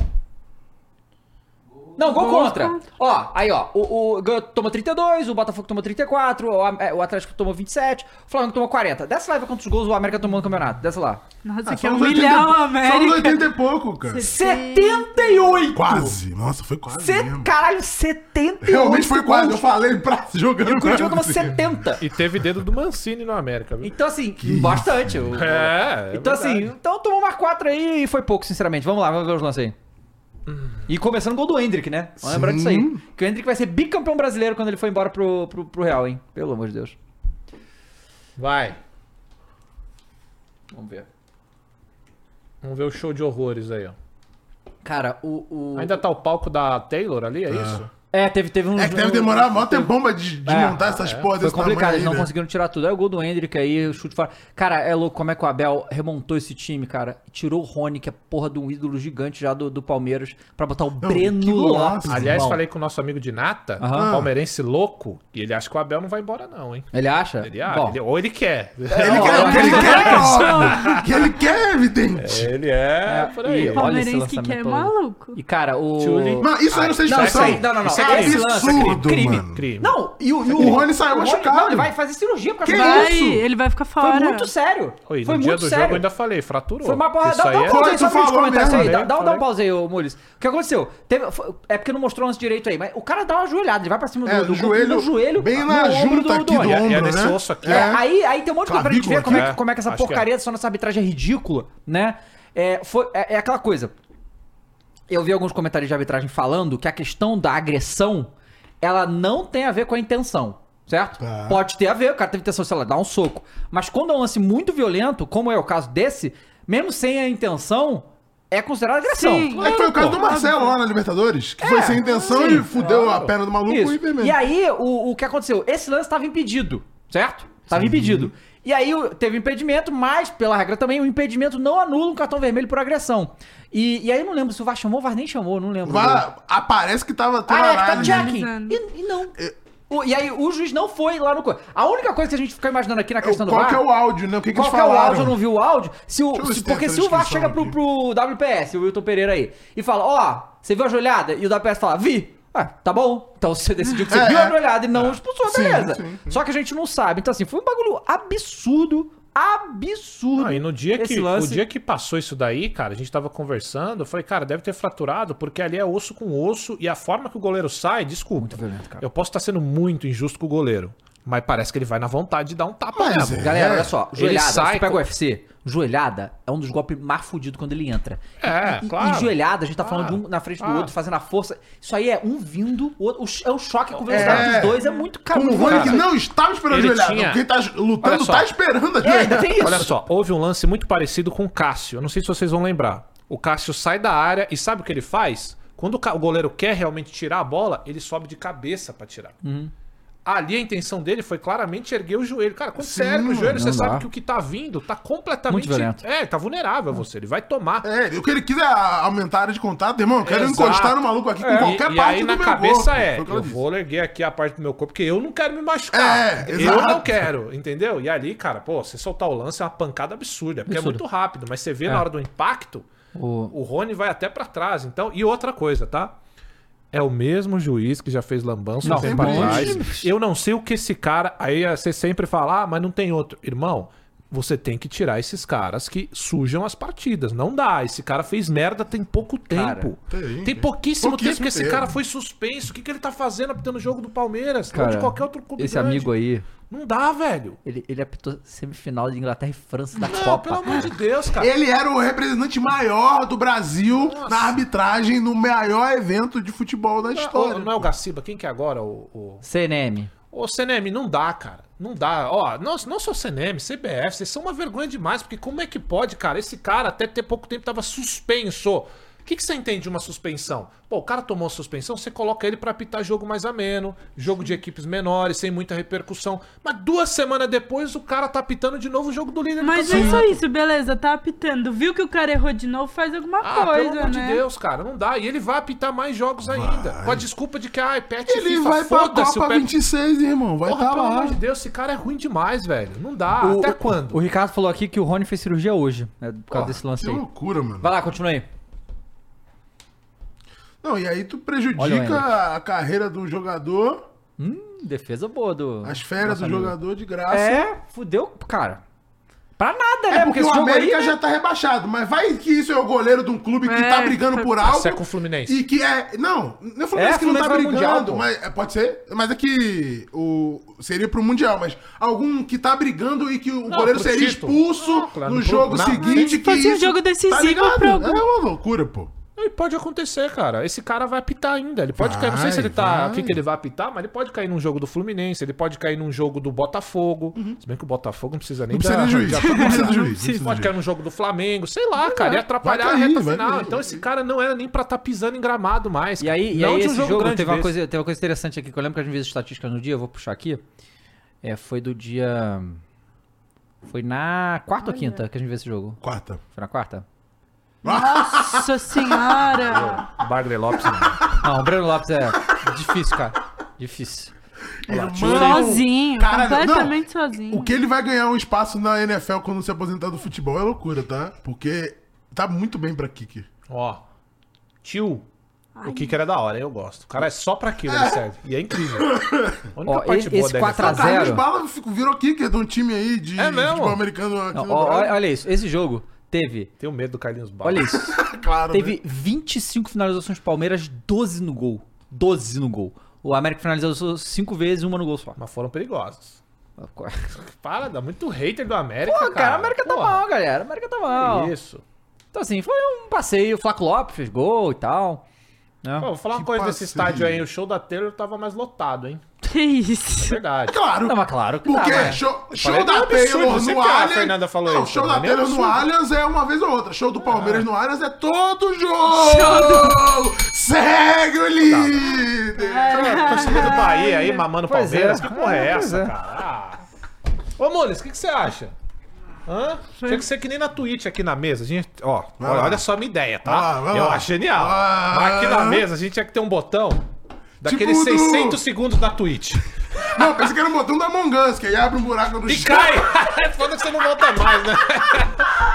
Não, gol contra. Ó, aí ó, o, o ganhou- tomou 32, o Botafogo tomou 34, o, Am- é, o Atlético tomou 27, o Flamengo tomou 40. Dessa lá e vê quantos gols o América tomou no campeonato. Dessa lá. Nossa, Ah, que é só um uns 80 e- milhão, Só nos América. 80 e pouco, cara. 78! Quase. Nossa, foi quase Se- mesmo. Caralho, 78! Realmente foi quase. Eu falei pra jogando. O Curitiba tomou assim. 70. E teve dedo do Mancini no América, viu? Então assim, bastante. o- É, é então assim, verdade. então tomou mais 4 aí e foi pouco, sinceramente. Vamos lá, vamos ver os lances aí. E começando o gol do Hendrick, né? Vamos lembrar disso aí. Que o Hendrick vai ser bicampeão brasileiro quando ele for embora pro, pro, pro Real, hein? Pelo amor de Deus. Vai. Vamos ver. Vamos ver o show de horrores aí, ó. Cara, o. o- Ainda tá o palco da Taylor ali, é isso? É, teve, teve um. É que deve demorar mó tempão pra de, de É, montar essas porras Foi desse complicado, tamanho eles aí, não né? conseguiram tirar tudo. Aí o gol do Hendrick aí, o chute fora. Cara, é louco como é que o Abel remontou esse time, cara. Tirou o Rony, que é porra de um ídolo gigante já do, do Palmeiras, pra botar o que Breno golaço. Lopes. Aliás, irmão. falei com o nosso amigo de Nata, Aham. um palmeirense louco, e ele acha que o Abel não vai embora, não, hein? Ele acha? Ele acha, Bom, ele- ou ele quer. Ele Não, quer, não, o que ele quer, é óbvio. O que ele quer, é evidente. Ele é, por aí. O Olha Palmeirense esse que quer é lançamento. maluco. E, cara, o. Tchuli. Mas isso aí não sei Não, isso expulsão. aí, não, não, não. Isso é é crime. absurdo, crime. mano. Crime. Não, e o, e O Rony saiu machucado. Não, ele vai fazer cirurgia por Que causa Vai, isso? ele vai ficar Foi fora. muito sério. Oi, no Foi dia muito do sério. jogo ainda falei, fraturou. Foi uma porra. Isso Dá, dá aí um é- pause Foi, aí, tu só pra gente falou comentar isso mesmo, aí. Dá, né? dá, dá um Falei. pause aí, ô Mules. O que aconteceu? Teve- foi- é porque não mostrou o lance direito aí, mas o cara dá uma joelhada, ele vai pra cima do, É, do no joelho, do joelho bem no na ombro junta aqui do Rony. É, é ombro, nesse né? osso aqui, É, Aí, aí tem um monte de coisa pra gente ver Clavícula como é, aqui. que- como é que essa Acho que é. porcaria dessa nossa arbitragem é ridícula, né? É, foi, é, é aquela coisa. Eu vi alguns comentários de arbitragem falando que a questão da agressão, ela não tem a ver com a intenção, certo? Tá. Pode ter a ver, o cara teve intenção, sei lá, dar um soco. Mas quando é um lance muito violento, como é o caso desse, mesmo sem a intenção, é considerado agressão. É, Sim. É que foi o caso do Marcelo lá na Libertadores, que foi sem intenção e fudeu a perna do maluco Isso. e vermelho. E aí, o, o que aconteceu? Esse lance estava impedido, certo? Estava impedido. E aí o- teve impedimento, mas, pela regra também, o impedimento não anula um cartão vermelho por agressão. E, e aí eu não lembro se o VAR chamou, o VAR nem chamou, não lembro. Vá- aparece que tava tendo Ah, é, tá análise. checking. analisando. E, e não. É. O- e aí o juiz não foi lá no... co- A única coisa que a gente fica imaginando aqui na questão do Qual VAR... que é o áudio, né? O que, que Qual eles que é o áudio? Eu falaram? não vi o áudio. Se o, Deixa eu ver se- se tem porque essa se o VAR descrição chega pro, aqui. pro WPS, o Wilton Pereira aí, e fala, ó, você viu a joelhada? E o WPS fala, vi. Ah, tá bom. Então você decidiu que você É, viu a é. joelhada e não expulsou, Sim, beleza. sim, Só que a gente não sabe. Então assim, foi um bagulho absurdo, absurdo. Não, e no dia esse que, lance. o dia que passou isso daí, cara, a gente tava conversando, eu falei, cara, deve ter fraturado, porque ali é osso com osso, e a forma que o goleiro sai, desculpa. violento, cara. Eu posso estar sendo muito injusto com o goleiro, mas parece que ele vai na vontade de dar um tapa Mas mesmo. é. Galera, olha só, Ele joelhada, sai você pega com- o UFC, joelhada é um dos golpes mais fudidos quando ele entra. É, E- e, claro. e joelhada, a gente tá falando Claro, de um na frente do claro. outro, fazendo a força. Isso aí é um vindo, o outro, o ch- é um choque com velocidade É. dos dois, é muito caro. Com o muito Rony caro. que não estava esperando a Ele joelhada. tinha- Quem tá lutando Olha só. tá esperando a É, joelhada. tem isso. Olha só, houve um lance muito parecido com o Cássio. Eu não sei se vocês vão lembrar. O Cássio sai da área e sabe o que ele faz? Quando o ca- o goleiro quer realmente tirar a bola, ele sobe de cabeça pra tirar. Ali a intenção dele foi claramente erguer o joelho. Cara, quando você Sim, ergue o joelho, não você dá. sabe que o que tá vindo tá completamente. Muito violento. é, tá vulnerável a você. Ele vai tomar. É, o que ele quiser aumentar a área de contato, irmão, eu quero Exato. encostar no maluco aqui com É, qualquer e, parte e aí do na meu cabeça corpo. é, Foi o que ela eu disse. vou erguer aqui a parte do meu corpo, porque eu não quero me machucar. É, eu exato. não quero, entendeu? E ali, cara, pô, você soltar o lance é uma pancada absurda, porque é muito rápido, mas você vê na hora do impacto, O- o Rony vai até pra trás, então. E outra coisa, tá? é o mesmo juiz que já fez lambança Não, um tempo sempre atrás. existe. Eu não sei o que esse cara. Aí você sempre fala, ah, mas não tem outro. Irmão, você tem que tirar esses caras que sujam as partidas. Não dá. Esse cara fez merda tem pouco Cara, tempo. tem, tem pouquíssimo, pouquíssimo tempo que esse tempo. cara foi suspenso. O que, que ele tá fazendo apitando o jogo do Palmeiras? Ou de Cara, qualquer outro clube Esse grande? amigo aí, Não dá, velho. ele, ele apitou semifinal de Inglaterra e França da Não, Copa. pelo amor de Deus, cara. Ele era o representante maior do Brasil na arbitragem no maior evento de futebol da Ô, história. Não é o Gaciba, quem que é agora? O, o... CNM. Ô, CNM, não dá, cara. Não dá. Ó, não, não só CNM, CBF, vocês são uma vergonha demais, porque como é que pode, cara? Esse cara até ter pouco tempo tava suspenso. O que, que você entende de uma suspensão? Pô, o cara tomou suspensão, você coloca ele pra apitar jogo mais ameno, jogo de equipes menores, sem muita repercussão. Mas duas semanas depois o cara tá apitando de novo o jogo do líder do Mas é campeonato. só isso, beleza, tá apitando. Viu que o cara errou de novo, faz alguma Ah, coisa, pelo amor né? de Deus, cara, não dá. E ele vai apitar mais jogos ainda. Com a desculpa de que, ah, é pet Ele FIFA, vai pra foda-se, o Copa pet 26, irmão. Vai Porra, estar pelo lá. amor de Deus, esse cara é ruim demais, velho. Não dá. O- Até o- quando? O Ricardo falou aqui que o Rony fez cirurgia hoje, né, por causa Porra, desse lance que aí. loucura, mano. Vai lá, continua aí. Não, e aí tu Olha o Henrique. prejudica a carreira do jogador, Defesa boa do. as férias do nosso amigo. jogador de graça. É, fudeu, cara. Pra nada, né? É porque esse o jogo aí, América né? já tá rebaixado, mas vai que isso é o goleiro de um clube que É. tá brigando por algo. Você é com o Fluminense. E que é. Não, não é o Fluminense que não É, Fluminense tá vai brigando, ao Mundial, pô. mas é, pode ser. Mas é que o, seria pro Mundial, mas algum que tá brigando e que o Não, goleiro pro seria título. expulso Não, claro, no pro- jogo na- seguinte. que fosse um isso- tá jogo decisivo ligado? pra algum- É uma loucura, pô. E pode acontecer, cara. Esse cara vai apitar ainda. Ele pode Vai, cair. Não sei se ele tá. vai. O que, que ele vai apitar, mas ele pode cair num jogo do Fluminense, ele pode cair num jogo do Botafogo. Uhum. Se bem que o Botafogo não precisa nem Não precisa da- de juiz. da- Não precisa de juiz. Ele pode cair num jogo do Flamengo, sei lá, cara. E atrapalhar Vai cair, a reta vai final. cair. então esse cara não era nem pra tá pisando em gramado mais. E cara. aí, e não aí de um esse jogo, teve, uma desse. coisa, teve uma coisa interessante aqui, que eu lembro que a gente viu as estatísticas no dia, eu vou puxar aqui. É, foi do dia... Foi na quarta ou quinta que a gente viu esse jogo? Quarta. Foi na quarta? Nossa senhora! Bargley Lopes. né? Não, o Breno Lopes é difícil, cara. Difícil. sozinho, Cara, não. completamente sozinho. O que ele vai ganhar um espaço na NFL quando se aposentar do futebol é loucura, tá? Porque tá muito bem pra kicker. Ó. Tio. O que que era da hora, hein? eu gosto. O cara é só pra aquilo, ele serve. E é incrível. A única Ó, parte e- boa esse da 4 a NFL. zero. Carlos Bala fico- virou kicker de um time aí de É mesmo? futebol americano aqui Não, no ó, Brasil. olha, olha isso, esse jogo teve... Tenho medo do Carlinhos Bala. Olha isso. Claro, né? Teve 25 finalizações Palmeiras, 12 no gol. 12 no gol. O América finalizou 5 vezes, uma no gol só. Mas foram perigosos. Pô, Para, dá muito hater do América, cara. cara, a América tá Porra, mal, galera. A América tá mal. que Isso. Então, assim, foi um passeio. O Flaco Lopes fez gol e tal. Né? Pô, vou falar uma Que coisa desse passeio. estádio aí. O show da Taylor tava mais lotado, hein? É Que isso? Verdade. Claro. Não, mas claro que Porque tava, né? show, Falei show que é um da absurdo, Taylor sempre no a Allianz. Fernanda falou não, isso, show né? da Nem é um Taylor no absurdo. Allianz é uma vez ou outra. Show do Palmeiras no Allianz é todo jogo. Segue Tá. o líder. A É. torcida do Bahia aí, mamando Pois Palmeiras. é. Que porra é, É, pois essa, é. cara? Ah. Ô, Mules, o que, que você acha? Hã? Tinha que ser que nem na Twitch aqui na mesa. A gente, ó, Vai olha, lá. olha só a minha ideia, tá? Vai lá, vai Eu lá. acho genial. Ah. Mas aqui na mesa a gente tinha que ter um botão daqueles Tipo do- 600 segundos da Twitch. Não, pensei que era um botão da Among Us, que aí abre um buraco no E cai! É foda que você não volta mais, né?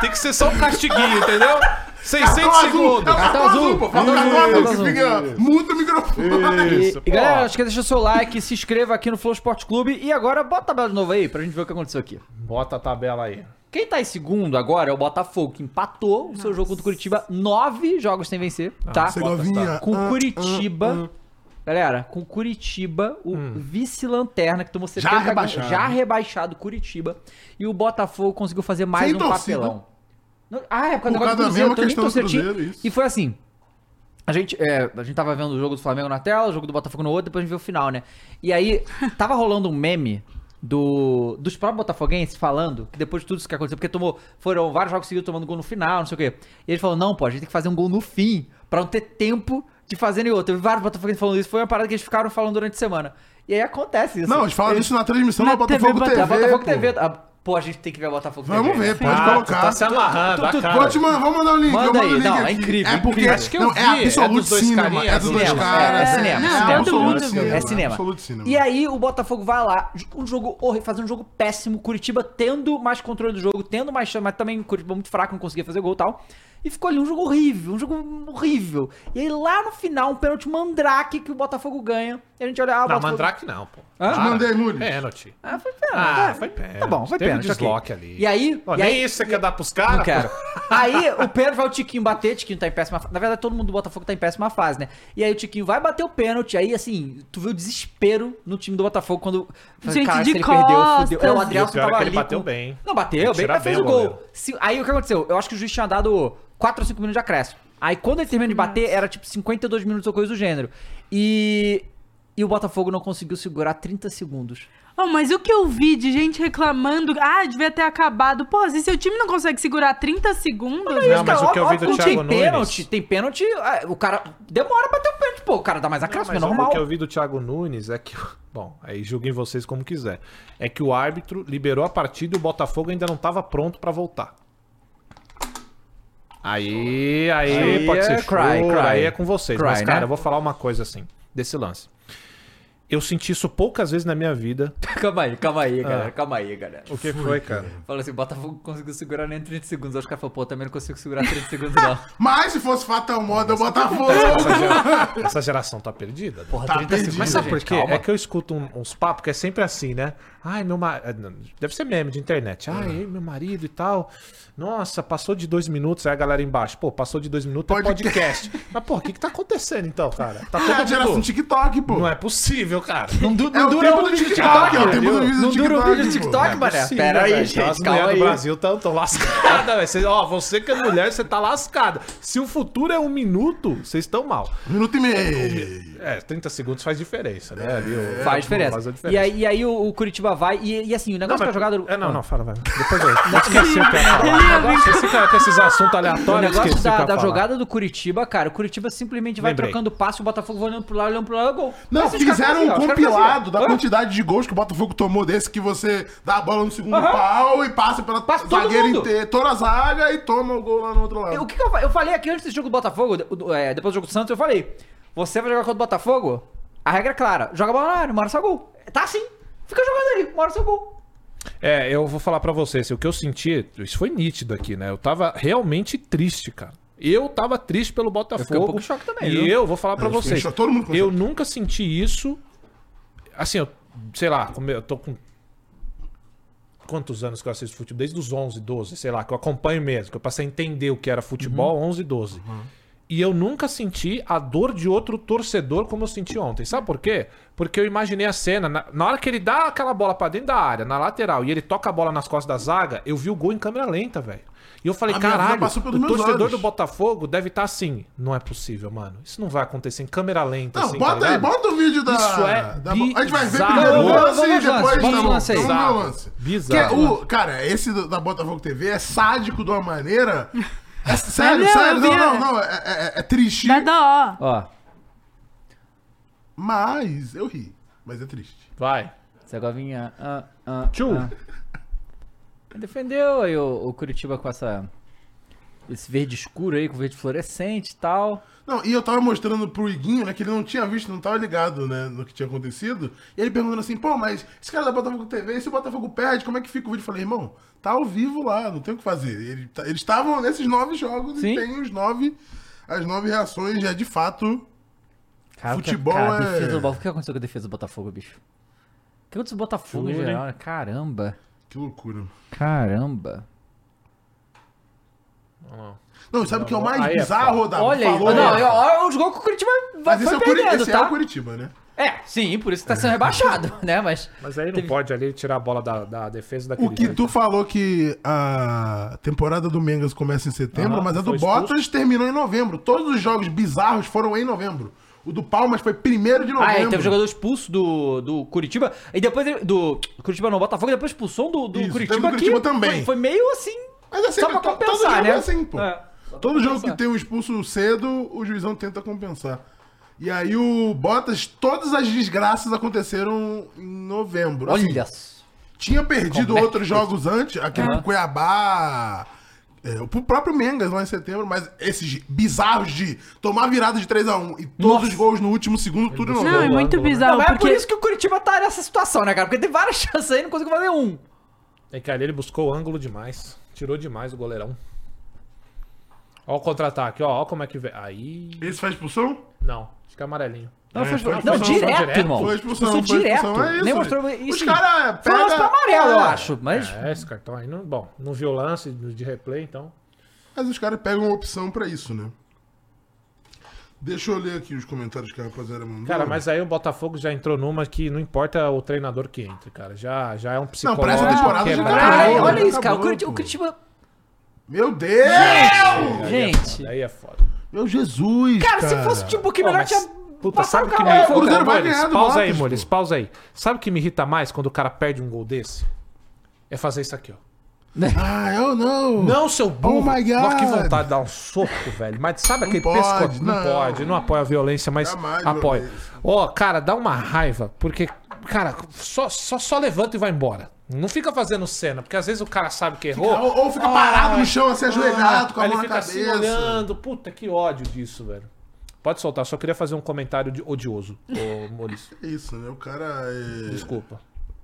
Tem que ser só um castiguinho, entendeu? 600 Cartão azul. segundos. É o cartão Cartão azul, azul. pô. Falta Isso, agora, cartão que azul. fica... Muda o microfone. E, Isso, e pô. galera, não esqueça de deixar o seu like, se inscreva aqui no Flow Esporte Clube. E agora, bota a tabela de novo aí pra gente ver o que aconteceu aqui. Bota a tabela aí. Quem tá em segundo agora é o Botafogo, que empatou o seu jogo do Curitiba. Nove jogos sem vencer, tá? Segovinha. Com ah, Curitiba. Galera, com Curitiba, o vice-lanterna que tomou 70 gols, rebaixado. já rebaixado Curitiba. E o Botafogo conseguiu fazer mais Sem um torcida. papelão. Não- Ah, é por causa Por do negócio do causa da Cruzeiro, mesma eu nem questão do torcia, tinha- Cruzeiro, isso. E foi assim. A gente, é, a gente tava vendo o jogo do Flamengo na tela, o jogo do Botafogo no outro, depois a gente viu o final, né? E aí, tava rolando um meme do, dos próprios botafoguenses falando que depois de tudo isso que aconteceu, porque tomou, foram vários jogos seguidos tomando gol no final, não sei o quê. E ele falou, não, pô, a gente tem que fazer um gol no fim, pra não ter tempo de fazer nenhum outro. Eu vi vários botafoguenses falando isso, foi uma parada que eles ficaram falando durante a semana. E aí acontece isso. Não, eles falam isso na transmissão da Na TV, Botafogo TV. Botafogo- da Botafogo pô. TV. ah, pô, a gente tem que ver a Botafogo TV. Vamos né? ver, pode Ah, tu colocar. tá se amarrando, a cara. Vou te mandar, vou mandar o link. Manda eu mando aí, o link não, é aqui. incrível, É porque incrível. Acho que eu não, vi, é é absoluto dos dois cinema. carinhas, né? É dos dois cinema, caras. é, é cinema, cinema. absoluto É É cinema. absoluto cinema. E aí o Botafogo vai lá, um jogo horrível, fazendo um jogo péssimo, Curitiba tendo mais controle do jogo, tendo mais chance, mas também o Curitiba muito fraco, não conseguia fazer gol e tal. E ficou ali um jogo horrível, um jogo horrível. E aí lá no final, um pênalti mandrake que o Botafogo ganha. E a gente olha, ah, o Não, Botafogo... Mandrake não, pô. Hã? Te mandei, Mules. Pênalti. Ah, foi pênalti. Ah, é. foi pênalti. Tá bom, foi Teve pênalti. ok. desloque ali. E aí... Pô, e nem aí- isso é você quer dar pros Não caras? quero. pô? Aí o pênalti vai o Tiquinho bater, o Tiquinho tá em péssima fase. Na verdade, todo mundo do Botafogo tá em péssima fase, né? E aí o Tiquinho vai bater o pênalti, aí assim, tu vê o desespero no time do Botafogo quando. Gente, Cara, de se ele perdeu, costas. fudeu. É, o E o Adrielson pior é tava que ele ali. bateu bem. Não, bateu bem, Tira mas bem fez o o gol. goleiro. Se- Aí o que aconteceu? Eu acho que o juiz tinha dado 4 ou 5 minutos de acréscimo. Aí quando ele termina de bater, era tipo 52 minutos ou coisa do gênero. E. E o Botafogo não conseguiu segurar 30 segundos. Oh, mas o que eu vi de gente reclamando, ah, devia ter acabado. Pô, se seu time não consegue segurar 30 segundos. Não, mas tá o que eu vi do Óbvio, Thiago tá, tem Nunes- pênalti, tem pênalti, ah, o cara demora pra ter o pênalti, pô, o cara dá mais Não, acréscimo, é mas O normal. que eu vi do Thiago Nunes é que. Bom, aí julguem vocês como quiser. É que o árbitro liberou a partida e o Botafogo ainda não estava pronto pra voltar. Aí, aí, Aí pode é ser cry, cry, cry. aí é com vocês. Cry, mas, cara, né? eu vou falar uma coisa assim, desse lance. Eu senti isso poucas vezes na minha vida. Calma aí, calma aí, galera, calma aí, galera. Ah. O que foi, cara? Fala assim, o Botafogo conseguiu segurar nem 30 segundos, acho que ela falou, pô, também não consigo segurar 30 segundos não. Mas se fosse Fatal Moda, eu tá Botafogo. Essa geração tá perdida. né? Porra, Tá 30 perdido. segundos, Mas sabe por gente, quê? calma. É que eu escuto um- uns papos que é sempre assim, né? Ai, meu marido. Deve ser meme de internet. Ai, ei, meu marido e tal. Nossa, passou de dois minutos. Aí a galera embaixo. Pô, passou de dois minutos é Podcast. podcast. Mas, pô, o que, que tá acontecendo então, cara? Tá É a todo geração mundo... TikTok, pô. Não é possível, cara. Não, du- É o tempo do TikTok, é o tempo do entendeu? vídeo não do TikTok. dura o vídeo do pô. TikTok, mané. Sim, Pera né, aí, velho? gente, As calma mulheres aí. do Brasil estão tão lascadas, velho. Você- Ó, você que é mulher, você tá lascada. Se o futuro é um minuto, vocês estão mal. Um Minuto e meio. É, 30 segundos faz diferença, né? Ali, o- É, Faz diferença. Faz a E aí, e aí o, o Curitiba vai, e, e assim, o negócio da mas- jogada... É, não, não, fala, vai. Depois eu. Eu esqueci o que eu ia falar. Ele ia Agora, esse cara com esses assuntos O aleatórios, eu negócio esqueci o da, que eu ia da falar. jogada do Curitiba, cara, o Curitiba simplesmente vai Lembrei. trocando passe, o Botafogo vai olhando pro lado, olhando pro lado, é gol. Não, Mas os caras fizeram fazem, um ó, os caras compilado fazem, da ó. quantidade de gols que o Botafogo tomou desse que você dá a bola no segundo Um pau e passa pela Passa todo zagueira mundo. inteira, toda a zaga e toma o gol lá no outro lado. Eu- O que, que eu, fa- eu falei aqui antes do jogo do Botafogo, do- do- é, depois do jogo do Santos, eu falei: você vai jogar contra o Botafogo? A regra é clara: joga a bola na área, mora seu gol. Tá assim, fica jogando aí, mora seu gol. É, eu vou falar pra vocês, o que eu senti, isso foi nítido aqui, né? Eu tava realmente triste, cara. Eu tava triste pelo Botafogo. fiquei um pouco em choque também, E viu? eu vou falar pra Eu fiquei em vocês. choque, todo mundo ficou em eu choque. nunca senti isso. Assim, eu, sei lá, como eu tô com. Quantos anos que eu assisto futebol? Desde os 11, 12, sei lá, que eu acompanho mesmo, que eu passei a entender o que era futebol, Uhum. 11, 12. E eu nunca senti a dor de outro torcedor como eu senti ontem. Sabe por quê? Porque eu imaginei a cena. Na, na hora que ele dá aquela bola pra dentro da área, na lateral, e ele toca a bola nas costas da zaga, eu vi o gol em câmera lenta, velho. E eu falei, A minha vida caralho, passou pelos o meus torcedor olhos." do Botafogo deve estar assim. Não é possível, mano. Isso não vai acontecer em câmera lenta. Não, assim, tá bota aí, ligado?" bota o vídeo da. Isso é da- a gente vai ver bizarro. primeiro o Vamos- lance e vamos ver o lance, depois vamos tá bom. ver o lance aí. Vamos ver o Bizarro. lance. Bizarro. né? Que é o- cara, esse do- da Botafogo TV é sádico de uma maneira. É sério, Não, sério. Não, eu vi, não, é. não. É, é- é triste. Dá dó. Ó, Mas eu ri. Mas é triste. Vai. Segovinha. Ah, Tchum. Defendeu aí o, o Curitiba com essa. Esse verde escuro aí, com verde fluorescente e tal. Não, e eu tava mostrando pro Iguinho, né, que ele não tinha visto, não tava ligado, né, no que tinha acontecido. E ele perguntando assim, pô, mas esse cara da Botafogo TV, e se o Botafogo perde, como é que fica o vídeo? Eu falei, irmão, tá ao vivo lá, não tem o que fazer. Ele tá- eles estavam nesses nove jogos Sim. e tem os nove, as nove reações, já de fato, Cara, Futebol cara, a é- defesa do Botafogo. O que aconteceu com a defesa do Botafogo, bicho? O que aconteceu com o Botafogo em Jura, geral? né? Caramba. que loucura. Caramba. Não, sabe o que é o mais aí é bizarro, foda. da Olha aí, falou, não, eu- olha os gols que o Curitiba vai Mas esse, é foi o, Curi- perdendo, esse é o tá? Curitiba, né? É, sim, por isso que tá sendo rebaixado, né? Mas. Mas aí não Teve- pode ali tirar a bola da, da defesa daquele O que jeito. tu falou que a temporada do Mengas começa em setembro, Aham, mas a do foi expulso. Bottas terminou em novembro. Todos os jogos bizarros foram em novembro. O do Palmas foi primeiro de novembro. Ah, é, teve um jogador expulso do, do Curitiba. E depois ele- do Curitiba não, Botafogo, e depois expulsou um do, do Isso, Curitiba. teve do que Curitiba também. Foi, foi meio assim. Mas é só sempre pra to- todo compensar, jogo né? é assim, pô. É, só pra Todo jogo compensar. que tem um expulso cedo, o juizão tenta compensar. E aí o Bottas, todas as desgraças aconteceram em novembro. Assim, Olha só. Tinha perdido Como é que outros jogos antes, aquele Aham. do Cuiabá. é, o próprio Mengas lá em setembro, mas esses bizarros de tomar virada de 3x1 e todos os gols no último segundo, tudo não. Não, é muito bizarro, Não, mas é porque... por isso que o Curitiba tá nessa situação, né, cara? Porque tem várias chances aí, não conseguiu fazer um. É que ali ele buscou o ângulo demais. Tirou demais o goleirão. Ó o contra-ataque, ó, ó como é que vem. Aí. Esse faz expulsão? Não, fica amarelinho. Não, É, foi, foi não, expulsão, foi direto, direto. irmão. Foi expulsão, Expulsou foi direito. expulsão, é isso, Nem mostrou. velho. e, Os assim, cara é, Foi um lance pra pega- amarelo, eu é. acho. Mas. É, esse cartão aí não. Bom, não viu o lance de replay, então. Mas os caras pegam opção pra isso, né? Deixa eu ler aqui os comentários que a rapaziada mandou. Cara, mas aí o Botafogo já entrou numa que não importa o treinador que entre, cara. Já, já é um psicológico. pra essa temporada já quebrado. tá Ai, Acabou, olha isso, acabou, cara. O Curiti- pô. o Curitiba. Meu Deus! Gente. Aí é foda. Meu Jesus! Cara, se fosse tipo o que melhor mas, tinha. Puta, passado sabe o que me carro. irrita? O Cruzeiro vai Mores, ganhar do pausa aí, Matos, Mores, pô. pausa aí. Sabe o que me irrita mais quando o cara perde um gol desse? É fazer isso aqui, ó. Ah, eu não! Oh Não, seu burro! my God. Nossa, que vontade de dar um soco, velho. Mas sabe aquele pode, pescoço? Não, não. pode, não apoia a violência, mas Jamais apoia. violência. Ó, cara, dá uma raiva, porque, cara, só, só, só levanta e vai embora. Não fica fazendo cena, porque às vezes o cara sabe que errou. Ou, ou fica parado no chão, assim, ajoelhado, com a Aí mão ele na fica assim cabeça. olhando. Puta, que ódio disso, velho. Pode soltar, só queria fazer um comentário de- odioso, ô Maurício. É isso, né? O cara é. Desculpa.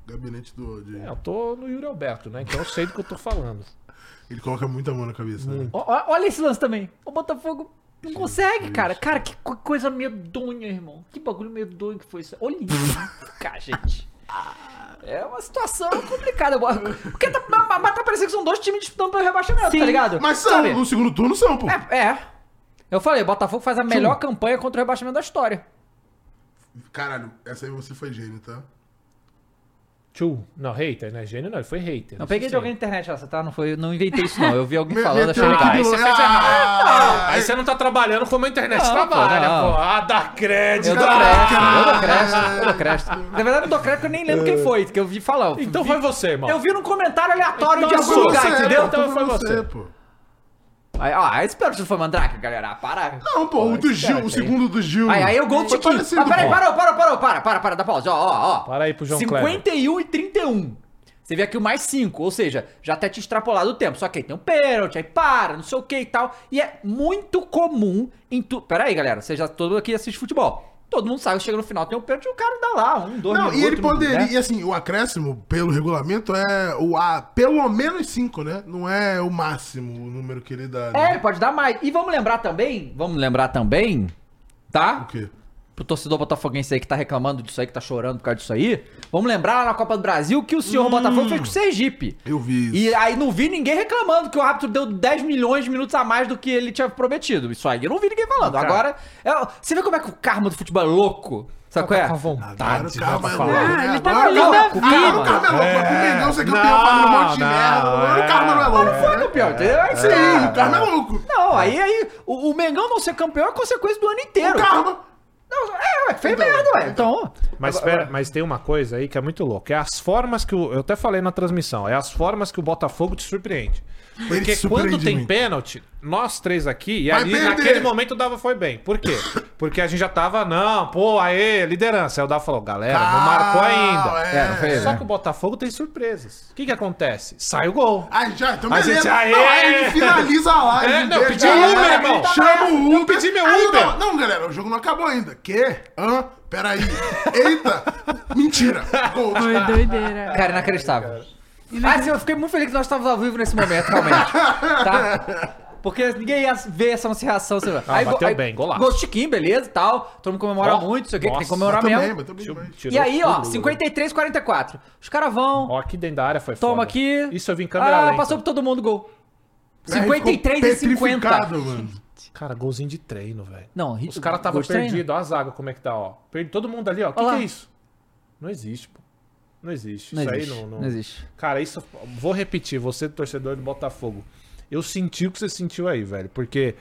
Gabinete do ódio. É, eu tô no Yuri Alberto, né? Então eu sei do que eu tô falando. Ele coloca muita mão na cabeça. Né? Ó, ó, Olha esse lance também. O Botafogo não consegue, cara. Cara, que co- coisa medonha, irmão. Que bagulho medonho que foi isso. Olha isso. cara, Ah, gente. É uma situação complicada. Porque tá, ma- ma- mas tá parecendo que são dois times disputando pelo rebaixamento, Sim. tá ligado? Mas são, Sabe? no segundo turno são, pô. É, é. Eu falei, o Botafogo faz a melhor campanha contra o rebaixamento da história. Hum. Caralho, essa aí você foi gênio, tá? Tchu. Não, hater, né? Gênio não, ele foi hater. Não peguei de alguém na internet essa, tá? Não, foi, não inventei isso, não. Eu vi alguém Me- falando, achei meteu legal. aqui Aí do- você fez Ah, Aí você não tá trabalhando como a internet trabalha, pô, não. pô. Ah, dá É crédito. Eu dou crédito, eu dou crédito, eu dou crédito. Na verdade, eu dou crédito, eu nem lembro É. quem foi, que eu vi falar. Eu Então vi- foi você, irmão. Eu vi num comentário aleatório de Então algum foi lugar, você, entendeu? pô, Então foi você. pô. Aí, ó, aí espero que não foi Mandrake, galera. Ah, Para. Não, pô, o do Gil, o segundo do Gil. Aí, aí o gol do Foi Tiquinho. parecido, Mas peraí, pô. parou, parou, parou, para, para, para, dá pausa. Ó, ó, ó. Para aí pro João 51 e 31. Você vê aqui o mais 5, ou seja, já até tinha extrapolado o tempo. Só que aí tem um pênalti, aí para, não sei o que e tal. E é muito comum em tu... Pera aí, galera, você já todo mundo aqui assiste futebol. Todo mundo sabe, chega no final, tem um pênalti, o cara dá lá, um, dois Não, minutos. e ele poderia. né? E assim, o acréscimo, pelo regulamento, é o a, pelo menos 5, né? Não é o máximo o número que ele dá. É, Né? ele pode dar mais. E vamos lembrar também, vamos lembrar também, O tá? quê? Pro torcedor botafoguense aí que tá reclamando disso aí, que tá chorando por causa disso aí. Vamos lembrar lá na Copa do Brasil que o senhor Botafogo fez com o Sergipe. Hum. Eu vi isso. E aí não vi ninguém reclamando que o árbitro deu 10 milhões de minutos a mais do que ele tinha prometido. Isso aí eu não vi ninguém falando. Agora, é- você vê como é que o karma do futebol é louco? Sabe qual é? Com a vontade. Agora o Carmo é louco, falando. né? Ah, ele tá Agora o feliz da Carmo- Agora o vida. Carmo é louco. mas pro Mengão ser campeão Não, fazendo um monte de não, merda. Agora o Carmo não é louco. Não foi campeão, entendeu? É isso aí. Sim, o Carmo é louco. Não, aí, aí o, o Mengão não ser campeão é consequência do ano inteiro. O Carmo. Não, é, ué, fez merda, ué. Então. Mas, espera, mas tem uma coisa aí que é muito louca. É as formas que o. Eu até falei na transmissão. É as formas que o Botafogo te surpreende. Porque te quando surpreende tem muito. pênalti, nós três aqui, e Vai ali perder. naquele momento o Dava foi bem. Por quê? Porque a gente já tava, não, pô, aê, liderança. Aí o Dava falou, galera, não marcou ainda. Ah, é. não fez, Só que o Botafogo tem surpresas. O que que acontece? Sai o gol. Aí já, então Aí beleza. você- aê! Não, aí ele finaliza a live. É, não, deixa pedi a galera, Uber, Tá irmão. Chama o Uber. pedi meu Aí, Uber. Não, não, galera, o jogo não acabou ainda. Quê? Hã? Peraí. Eita. Mentira. Gol. Foi doideira. Cara, inacreditável. Ah, sim, eu fiquei muito feliz que nós estávamos ao vivo nesse momento, realmente. tá? Porque ninguém ia ver essa nossa reação. Sei lá. Ah, bateu bem, golaço. Gol de Chiquinho, beleza e tal. Todo mundo comemora Ó, muito, isso aqui, que tem que nossa, comemorar Bateu bem, mesmo. bateu bem demais. E aí, ó, 53, 44. Os caras vão, Ó, aqui dentro da área foi toma foda. aqui. Isso eu vi em câmera Ah, lenta. passou por todo mundo, gol. Aí ficou 53 e 50. petrificado, mano. Cara, golzinho de treino, velho. Não, Os caras estavam gostei, né? perdidos, ó a zaga como é que tá, ó. Perdi todo mundo ali, ó. O que, Olha lá. que é isso? Não existe, pô. Não existe. Não isso existe, aí não, não- não existe. Cara, isso. Vou repetir, você torcedor do Botafogo. Eu senti o que você sentiu aí, velho. Porque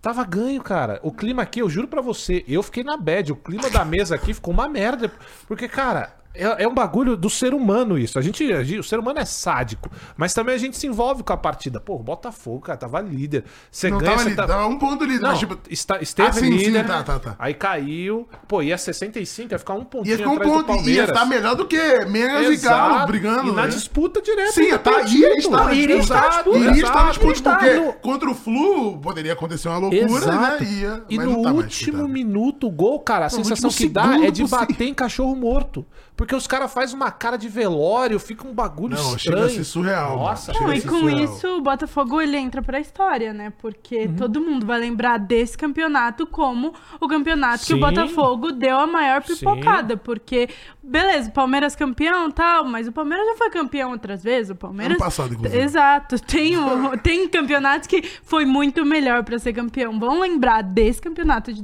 tava ganho, cara. O clima aqui, eu juro pra você, eu fiquei na bad. O clima da mesa aqui ficou uma merda. Porque, cara. É é um bagulho do ser humano isso. A gente, a gente- o ser humano é sádico, mas também a gente se envolve com a partida. Pô, o Botafogo, cara, tava líder. Você Não ganha, tava você ali, tá- tava um ponto ali. não, Mas, tipo, está, esteve Ah, sim, sim, líder, tá, tá, tá. aí caiu, pô, ia 65, ia ficar um pontinho ia ficar um atrás do ponto. Ia Palmeiras. estar melhor do que Megas e Exato, Galo brigando. E na né? disputa direto. Sim, ainda tá, pelo iria título. estar na iria disputa. estar na disputa, Iria estar na exato, disputa, iria porque estar no- contra o Flu poderia acontecer uma loucura, Exato. né? Ia, E mas no não tá mais, último coitado. minuto, o gol, cara, a no sensação último que dá é segundo de possível. bater em cachorro morto. Porque os caras fazem uma cara de velório, fica um bagulho Não, chega a estranho. ser surreal. Nossa, mano. Não, Chega a e ser com surreal. isso, o Botafogo ele entra pra história, né? Porque Uhum. todo mundo vai lembrar desse campeonato como o campeonato que o Sim. Botafogo deu a maior pipocada. Porque, beleza, o Palmeiras campeão tal, mas o Palmeiras já foi campeão outras vezes. O Palmeiras. Ano passado, inclusive. Exato. Tem, o- tem campeonatos que foi muito melhor pra ser campeão. Vão lembrar desse campeonato de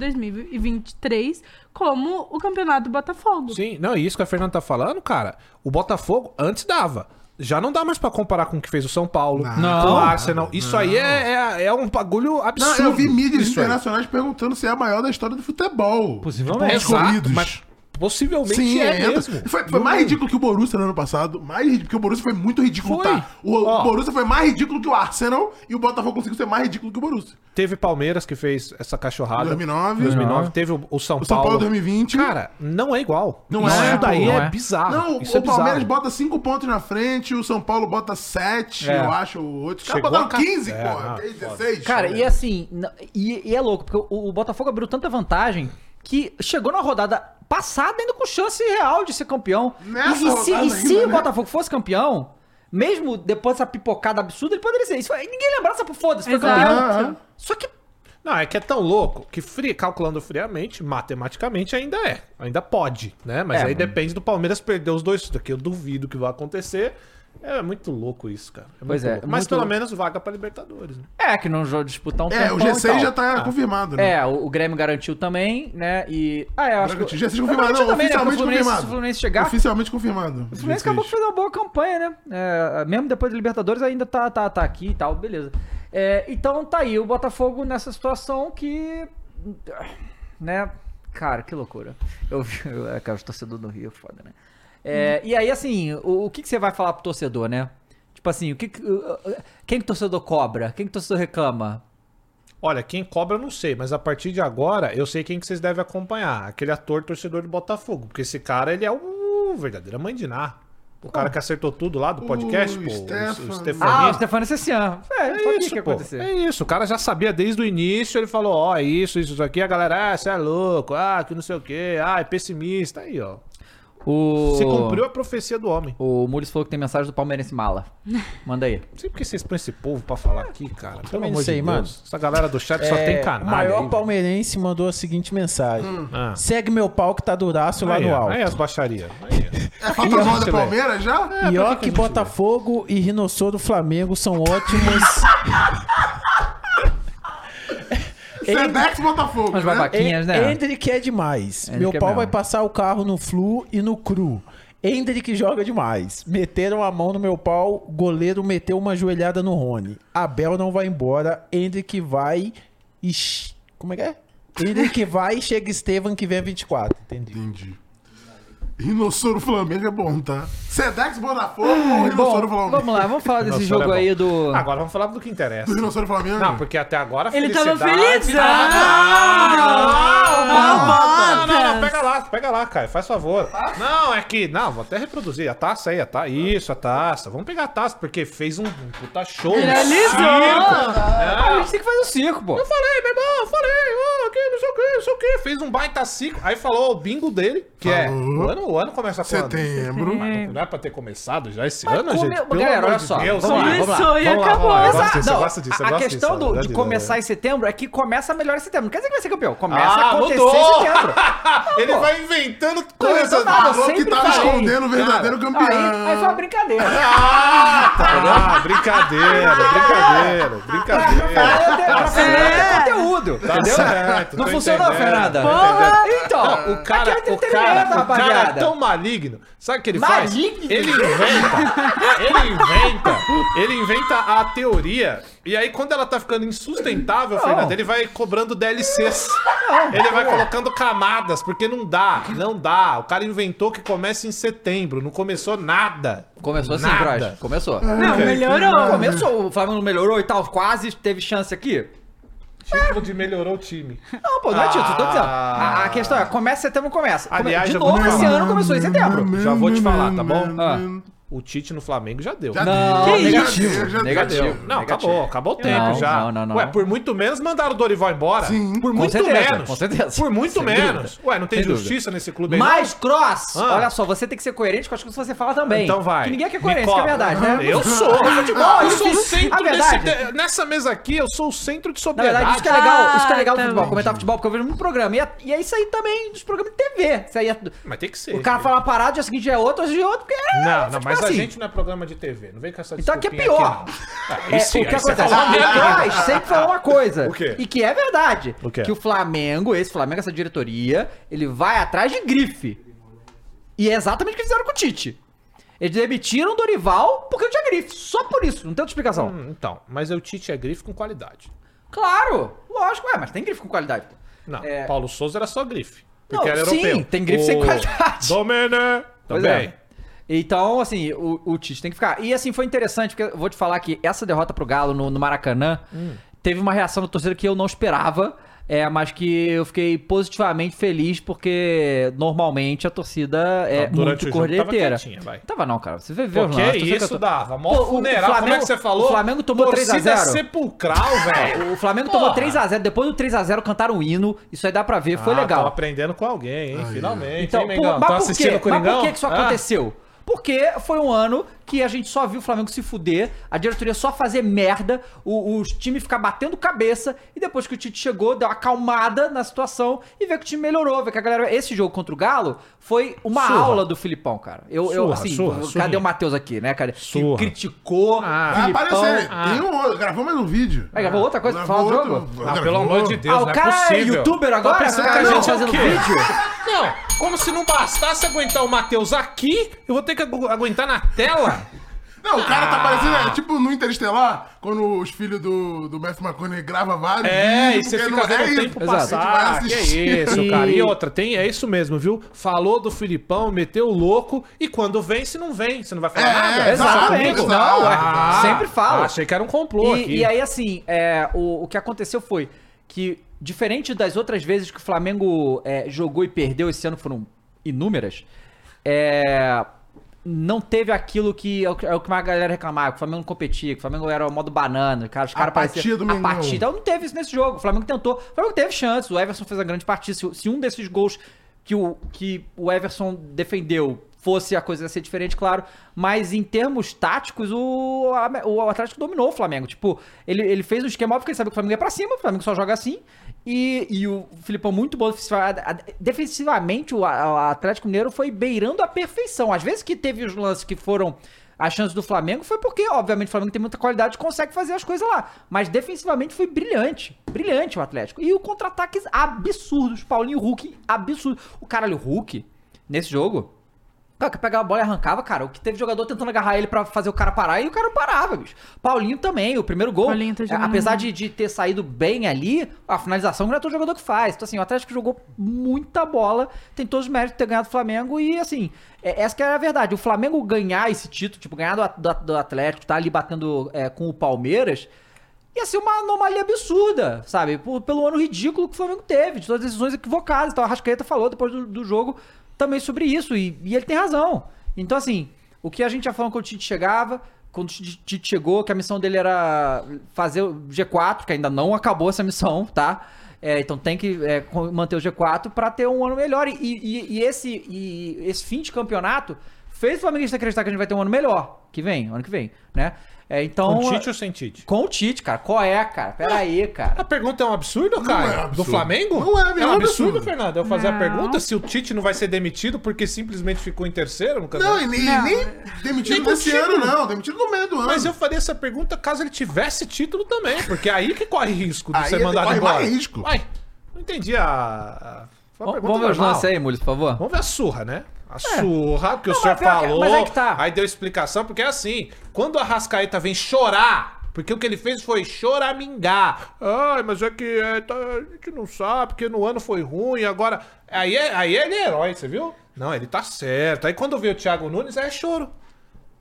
2023 como o campeonato do Botafogo. Sim, não, e isso que a Fernanda tá falando, cara, o Botafogo antes dava. Já não dá mais pra comparar com o que fez o São Paulo, Não. com o Arsenal. Isso aí é, é, é um bagulho Não, absurdo. eu vi mídias isso aí. internacionais perguntando se é a maior da história do futebol. Possivelmente. Pontos Exato, corridos. mas possivelmente Sim, é, entra. mesmo. Foi, foi mais ridículo que o Borussia no ano passado. Mais ridículo, porque o Borussia foi muito ridículo, Foi. tá? O, o Ó. Borussia foi mais ridículo que o Arsenal e o Botafogo conseguiu ser mais ridículo que o Borussia. Teve Palmeiras que fez essa cachorrada. 2009. 2009. Teve o, o São O São Paulo, Paulo. 2020. Cara, não é igual. Não isso é, pô, daí não é, é. bizarro. não, isso o é Palmeiras bizarro. bota 5 pontos na frente, o São Paulo bota 7, É. eu acho, 8. Os caras Chegou botaram a ca- 15, É, porra. não, 10, 16. Cara, e assim, n- e, e é louco, porque o, o Botafogo abriu tanta vantagem que chegou na rodada passada ainda com chance real de ser campeão. Nessa e, e se, rodada e se ainda, o né? Botafogo fosse campeão, mesmo depois dessa pipocada absurda, ele poderia ser. Isso, aí ninguém lembrava dessa foda-se, foi Exato. campeão. Só que Não, é que é tão louco que fri- calculando friamente, matematicamente ainda é. Ainda pode, né? Mas É, aí mas- depende do Palmeiras perder os dois. Isso que eu duvido que vai acontecer. É muito louco isso, cara. Pois muito é, louco. é Mas muito pelo louco. menos vaga pra Libertadores. Né? Ah. é que não joga disputar um É, o tempão e G6 tal. já tá confirmado, né? É, o, o Grêmio garantiu também, né? E. Ah, é, eu acho que. Bragantino, G6 O confirmado, Bragantino não, também, né? Porque oficialmente o Fluminense- confirmado. Se o Fluminense chegar, Oficialmente confirmado. O Fluminense acabou que fez uma boa campanha, né? É, mesmo depois da Libertadores, ainda tá, tá, tá aqui e tal, beleza. É, então tá aí o Botafogo nessa situação que. Né? Cara, que loucura. Eu vi. eu- é, Cara, os torcedores do Rio, é foda, né? É, E aí, assim, o, o que, que você vai falar pro torcedor, né? Tipo assim, o que, que- quem que o torcedor cobra? Quem que o torcedor reclama? Olha, quem cobra eu não sei, mas a partir de agora eu sei quem que vocês devem acompanhar. Aquele ator torcedor do Botafogo. Porque esse cara, ele é o verdadeira mãe de Ná. O cara que acertou tudo lá do podcast, O pô. Stefano. O Ah, o Stefanini. Stefano Cessian. É, É eu sabia isso, que ia pô. acontecer. É isso. O cara já sabia desde o início. Ele falou: Ó, é isso, isso, isso aqui. A galera, ah, você é louco. Ah, que não sei o quê. Ah, é pessimista. Aí, ó. O... Se cumpriu a profecia do homem. O Mules falou que tem mensagem do Palmeirense Mala. Manda aí. Não sei porque vocês põem esse povo pra falar aqui, cara. Pelo também amor sei, de Deus. mano. Essa galera do chat só É, tem o canal. maior palmeirense mandou a seguinte mensagem. Ah. Segue meu pau que tá duraço lá Aí, no ó. alto. aí as baixarias. Aí, É fantasma da Excelente. Palmeiras já? É, E ó que Botafogo e Rinossauro do Flamengo são ótimos. Sedex é Botafogo, Mas né? babaquinhas, né? Hendrick é demais. Hendrick Meu é pau mesmo. vai passar o carro no flu e no cru. Hendrick joga demais. Meteram a mão no meu pau, goleiro meteu uma joelhada no Rony. Abel não vai embora, Hendrick vai e... sh- Como é que é? Hendrick vai e chega Estevam que vem a 24. Entendi. Entendi. Rinossauro Flamengo é bom, tá? Sedex Botafogo ou Bom, Rinossauro Flamengo? vamos lá, vamos falar desse Nossa, jogo olha, aí é do. bom. Agora vamos falar do que interessa. Do Rinossauro Flamengo? Não, porque até agora a Ele tava felicidade- feliz. Ah, não, não, não, não, Botas. pega lá, pega lá, Caio, faz favor. Não, é que, não, vou até reproduzir a taça aí, a taça, isso, a taça. Vamos pegar a taça, porque fez um, um puta show. um Realizou! circo. Ah, é a gente tem que fazer o circo, pô. Eu falei, meu irmão, eu falei, ó, que não sei o que, não sei o que. Fez um baita ciclo. Aí falou o bingo dele, que é. Falou. O ano, o ano começa quando? Setembro. Mas Não é pra ter começado já esse ano, come- gente? galera, olha só, vamos lá, vamos lá. Começou e acabou. Eu gosto Exato. disso, eu Não, gosto disso, eu a gosto questão disso, do- é de verdade, começar é. em setembro é que começa melhor em setembro. Não quer dizer que vai ser campeão. Começa a Ah, acontecer mudou! em setembro. Ele pô. vai inventando eu coisas. tô falando, Falou que sempre tá tava falei. escondendo o verdadeiro campeão. Aí, aí foi uma brincadeira. Ah, brincadeira, brincadeira, brincadeira. Pra- pra Fernanda É. ter conteúdo. Tá entendeu? certo, Não tô funcionou, entendendo, Fernanda? tô entendendo. O Então, cara, aqui é o cara, entretenimento, o cara é rapaziada. tão maligno. Sabe o que ele Maligno? faz? Ele inventa. Ele inventa. Ele inventa a teoria. E aí, quando ela tá ficando insustentável, Fernanda, ele vai cobrando DLCs. Ele vai colocando camadas, porque não dá, não dá. O cara inventou que começa em setembro, não começou nada. Começou assim, Nada. Cross. Começou. Não, melhorou. Começou, o Flamengo não então, melhorou e tal, quase teve chance aqui. Título de melhorou o time. Não, pô, não é título, tô dizendo. Ah. A, a questão é, começa em setembro, começa. Come- Aliás, de eu vou novo, te esse falar. ano começou em setembro. Já vou te falar, tá bom? Ah. O Tite no Flamengo já deu. Já Não, deu, já negativo, deu, já deu. negativo. Deu. Não, Negativo. acabou, acabou o tempo Não, já. não, não, não. Ué, por muito menos mandaram o Dorival embora. Sim. Por muito certeza, menos. com certeza. Por muito Sem menos. dúvida. Ué, não tem Sem justiça nesse clube aí, Mas, Cross, Ah. olha só, você tem que ser coerente com as coisas que você fala também. Então vai. Que ninguém aqui é Me coerente, que é cobra. verdade, né? Eu sou. futebol, eu isso- sou o centro a verdade- desse- nessa mesa aqui, eu sou o centro de Na sobriedade. verdade, isso que é legal, isso que é legal do Ah, futebol, tá. comentar futebol, porque eu vejo muito programa. E é, e é isso aí também dos programas de TV. Isso aí é- Mas tem que ser. o cara fala uma parada, dia seguinte é outro, dia é outro, porque é. Não, não, mas futebol a assim. gente não é programa de TV. Não vem com essa Então aqui é desculpinha pior. não. Ah, É, isso, o que aí você acontece? fala merda. Lá atrás sempre falou uma coisa. O quê? E que é verdade. O quê? Que o Flamengo, esse Flamengo, essa diretoria, ele vai atrás de grife. E é exatamente o que fizeram com o Tite. Eles demitiram o Dorival porque não tinha grife. Só por isso, não tem outra explicação. Hum, Então, mas o Tite é grife com qualidade. Claro, lógico, é, mas tem grife com qualidade. pô. Não, É. Paulo Souza era só grife. Não, Porque era sim, europeu. tá tem grife sem qualidade. Domene! Pois Também. é. Então, assim, o, o Tite tem que ficar. E assim, foi interessante, porque eu vou te falar que essa derrota pro Galo no, no Maracanã Hum. teve uma reação do torcedor que eu não esperava, é, mas que eu fiquei positivamente feliz, porque normalmente a torcida é Não, durante muito o jogo tava corneteira. quietinha, vai. Tava não, cara. Você vê, vê Porque as torcidas isso cantam- dava. Mó Pô, o- o funeral. Como é Flamengo- que você falou? O Flamengo tomou 3 a Torcida é 0 sepulcral, velho. O Flamengo tomou 3x0. Depois do 3x0 cantaram o hino. Isso aí dá pra ver. Foi Ah, legal. Tô aprendendo com alguém, hein? Finalmente. Então, hein, por- Mengão? mas, Tá por quê? assistindo o mas Coringão? por que que isso Ah, aconteceu? Porque foi um ano que a gente só viu o Flamengo se fuder, a diretoria só fazer merda, o- os times ficar batendo cabeça, e depois que o Tite chegou, deu uma acalmada na situação e vê que o time melhorou, vê que a galera. Esse jogo contra o Galo foi uma Surra. aula do Filipão, cara. Eu, eu Surra, assim, surra, cadê surra. o Matheus aqui, né, cara? Que Surra. criticou. Ah. Ah, Filipão. apareceu. Tem um outro. Gravou mais um vídeo. Hum. Aí gravou outra coisa pra falar do Gravou jogo? outro- Ah, gravou. pelo amor de Deus, ah, o não é cara é, possível. youtuber agora, Tá pensando pensando que a gente é o fazendo quê? vídeo. Não, como se não bastasse aguentar o Matheus aqui, eu vou ter que agu- aguentar na tela. Não, o cara Ah. tá parecendo, é, tipo no Interestelar, quando os filhos do, do Matthew McConaughey gravam vários. É, e vídeos, você porque fica vendo é o isso. tempo A gente passar. vai Que é assistir. isso, E- cara. E outra, tem, é isso mesmo, viu? Falou do Filipão, meteu o louco, e quando vem, se não vem, você não vai falar É, nada. é, exatamente. Exato. Não, é, Ah, sempre falo. Achei que era um complô e, aqui. e aí, assim, é, o, o que aconteceu foi que, diferente das outras vezes que o Flamengo é, jogou e perdeu, esse ano foram inúmeras, é, não teve aquilo que é o que é o que uma galera reclamava, que o Flamengo não competia, que o Flamengo era o modo banana, cara, os caras Apatia pareciam do Mengão. apatia. Então não teve isso nesse jogo. O Flamengo tentou. O Flamengo teve chances. O Everson fez a grande partida. Se, se um desses gols que o, que o Everson defendeu fosse a coisa ia ser diferente, claro. Mas em termos táticos, o, a- o Atlético dominou o Flamengo. Tipo, ele, ele fez um esquema óbvio porque ele sabia que o Flamengo ia pra cima, o Flamengo só joga assim. E, e o Filipão muito bom defensiva- a- a- defensivamente, o, a- o Atlético Mineiro foi beirando a perfeição. Às vezes que teve os lances que foram a chance do Flamengo foi porque, obviamente, o Flamengo tem muita qualidade e consegue fazer as coisas lá. Mas defensivamente foi brilhante. Brilhante o Atlético. E o contra-ataques absurdos. Paulinho Hulk, absurdo. O caralho, o Hulk, nesse jogo. Cara, que pegava a bola e arrancava, cara. O que teve jogador tentando agarrar ele pra fazer o cara parar e o cara não parava, bicho. Paulinho também, o primeiro gol. Paulinho tá jogando apesar de, de ter saído bem ali, a finalização não é todo jogador que faz. Então, assim, o Atlético jogou muita bola, tem todos os méritos de ter ganhado o Flamengo e, assim, é- essa que é a verdade. O Flamengo ganhar esse título, tipo, ganhar do, At- do At- do Atlético, tá ali batendo é, com o Palmeiras, ia ser uma anomalia absurda, sabe? Por- pelo ano ridículo que o Flamengo teve, de todas as decisões equivocadas. Então, a Rascaeta falou depois do, do jogo também sobre isso e, e ele tem razão. Então, assim, o que a gente já falou quando o Tite chegava, quando o Tite Tite chegou, que a missão dele era fazer o G4, que ainda não acabou essa missão, tá? É, então tem que é, co- manter o G4 pra ter um ano melhor. E, e- e esse, e esse fim de campeonato fez o Flamenguista acreditar que a gente vai ter um ano melhor que vem, ano que vem, né? É, então, Com Tite ou sem Tite? com o Tite, cara. Qual é, cara? Pera aí, cara. A pergunta é um absurdo, cara? é absurdo. Do Flamengo? Não é, É um nenhum absurdo, absurdo. Fernando. Eu fazer a Não. pergunta se o Tite não vai ser demitido porque simplesmente ficou em terceiro no Não, campeonato. e nem, Não. nem Nem demitido com desse título. ano, não. Demitido no meio do ano. Mas eu faria essa pergunta caso ele tivesse título também, porque é aí que corre risco de Aí ser ele mandado corre embora. mais risco. Uai, não entendi a. a- Foi uma Vamos pergunta vamos ver os normal. lances aí, Mules, por favor. É. Vamos ver a surra, né? A surra, porque o Não, senhor mas pior que- falou. mas é que tá. Aí deu explicação, porque é assim: quando a Rascaeta vem chorar, porque o que ele fez foi choramingar. Ai, mas é que é, tá, a gente não sabe, porque no ano foi ruim, agora. Aí, é- aí ele é herói, você viu? Não, ele tá certo. Aí quando vê o Thiago Nunes, é choro.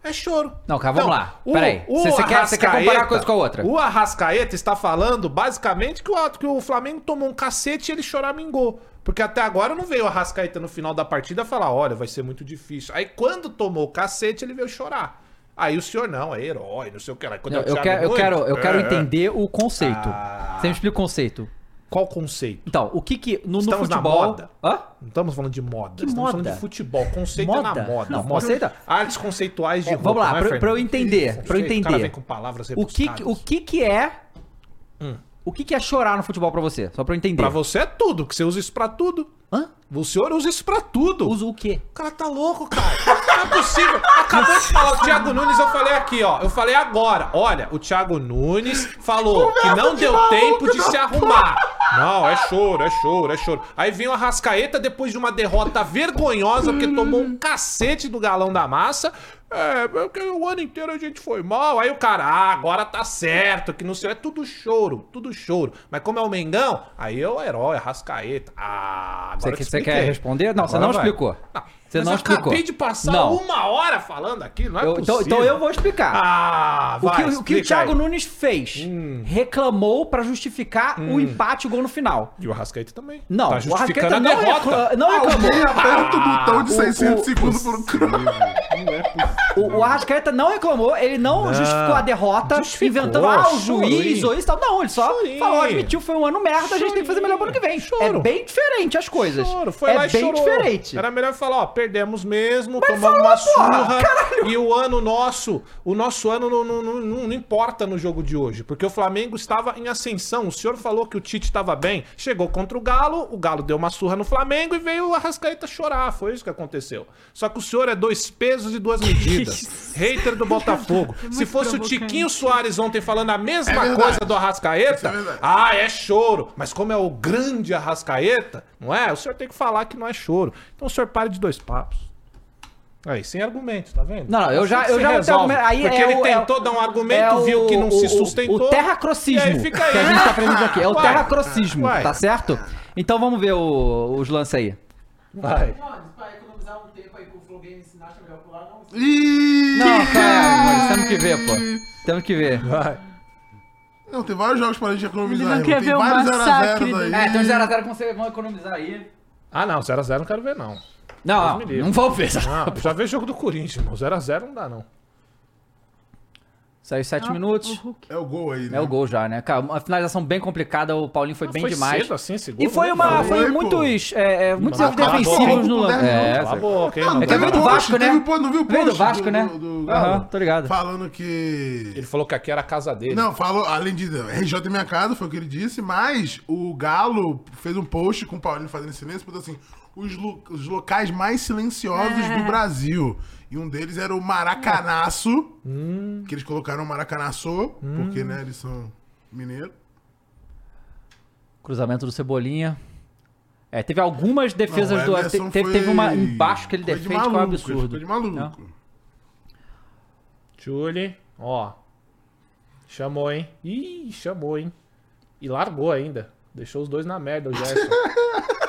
É choro. Não, cara, vamos Então, lá. o- Peraí. o Você- você quer- você quer comparar uma coisa com a outra? O Arrascaeta está falando basicamente que o, que o Flamengo tomou um cacete e ele choramingou. Porque até agora não veio o Arrascaeta no final da partida falar, olha, vai ser muito difícil. Aí quando tomou o cacete, ele veio chorar. Aí o senhor não, é herói, não sei o que lá. Quando Não, é o eu, Thiago quero, eu, Nunes, quero, eu quero é, é. entender o conceito. Você me explica o conceito. Qual conceito? Então, o que que no, no Estamos na futebol... moda? Hã? Não estamos falando de moda. Que estamos falando moda? de futebol. Conceito é Moda? na moda. Não, moda. conceito- Artes conceituais de É, vamos lá, né, pra- pra eu Fernando? entender, Isso, pra eu conceito. O cara entender. vem com palavras O que, que- rebuscadas. o que que é... O que que é chorar no futebol pra você? Só pra eu entender. Hum. Pra você é tudo, que você usa isso pra tudo. Hã? O senhor usa isso pra tudo. Uso o quê? O cara tá louco, cara. Não é possível. Acabou de falar o Thiago Nunes, eu falei aqui, ó. Eu falei agora. Olha, o Thiago Nunes falou que não deu tempo de se arrumar. Não, é choro, é choro, é choro. Aí vem o Arrascaeta depois de uma derrota vergonhosa, porque tomou um cacete do galão da massa. É, porque o ano inteiro a gente foi mal. Aí o cara, ah, agora tá certo, que não sei. É tudo choro, tudo choro. Mas como é o Mengão, aí é o herói, Arrascaeta. Ah, agora Você, que- eu você quer expliquei. responder? Não, você Agora não vai. explicou. Você Mas não eu explicou. acabei de passar Não. uma hora falando aqui, não é Eu- então, possível. então eu vou explicar. Ah, O que, vai, o que o explica Thiago aí. Hum. Nunes fez? Reclamou pra justificar o empate e o gol no final. E o Arrascaeta também. Não, tá o justificando Arqueta a não, derrota. Ah, recla- Ah, não reclamou. Alguém né? aperta o botão de o- 600 Ah, o- segundos por é O, o Arrascaeta não reclamou, ele não, justificou a derrota, Justificou, inventando, ah, o chorinho. juiz ou isso e tal. Não, ele só Chorinho. falou, admitiu, foi um ano merda, a gente tem Chorinho. que fazer melhor pro ano que vem. Choro. É bem diferente as coisas. Choro, foi é lá e bem chorou. diferente. Era melhor falar, ó, perdemos mesmo, tomamos uma surra. e o ano nosso, o nosso ano não, não, não, não- não importa no jogo de hoje. Porque o Flamengo estava em ascensão. O senhor falou que o Tite estava bem. Chegou contra o Galo, o Galo deu uma surra no Flamengo e veio o Arrascaeta chorar. Foi isso que aconteceu. Só que o senhor é dois pesos e duas medidas. Hater do Botafogo. É Se fosse o provocante. Tiquinho Soares ontem falando a mesma É verdade. coisa do Arrascaeta, é verdade. ah, é choro. Mas como é o grande Arrascaeta, não é? O senhor tem que falar que não é choro. Então o senhor pare de dois papos. Aí, sem argumento, tá vendo? Não, não, eu já- que eu se já não tenho resolve. argumento. Aí Porque é ele o- é o- tentou dar um argumento, É viu que não o- se o- sustentou. O terracrocismo E aí fica aí. que a gente tá aprendendo aqui. É o Uai. terracrocismo, Uai. tá certo? Então vamos ver o- os lances aí. Vai. Ih! Não, cara, é mas temos que ver, pô. Temos que ver. Não, tem vários jogos pra gente economizar. Ele não irmão. quer tem ver o vários 0 a 0 massacre do- aí. É, tem um 0x0 que vocês vão economizar aí. Ah, não, 0x0 não quero ver, não. Não, Deus me não, livre. não vamos ver. Ah, já vê jogo do Corinthians, irmão. 0x0 não dá, não. Saiu 7 Ah, O minutos. Hulk. É o gol aí, né? Ah, É o gol já, né? Cara, uma finalização bem complicada, o Paulinho foi bem Foi demais. cedo assim, segundo. E foi né? Ah, uma. Foi, Foi, pô. muitos. É, é, muitos Mas erros acabou. defensivos Acabou com no lance. dez É, Cala a foi. boca, hein, Não, irmão. que é teve veio do post, Vasco, né? teve po- Não viu o post Veio do Vasco, né? do Galo? Aham, tô ligado. Falando que... Ele falou que aqui era a casa dele. Não, falou, além de RJ é minha casa, foi o que ele disse, mas o Galo fez um post com o Paulinho fazendo silêncio, botou assim, os, lo- os locais mais silenciosos É. do Brasil. E um deles era o Maracanaço, Hum. que eles colocaram Maracanaço, porque, né, eles são mineiros. Cruzamento do Cebolinha. É, teve algumas defesas Não, o do. Emerson te- teve, foi- teve uma embaixo que ele coisa de defende que é um maluco, ele ficou absurdo. de maluco. Julie, ó. Chamou, hein? Ih, chamou, hein? E largou ainda. Deixou os dois na merda, o Gerson.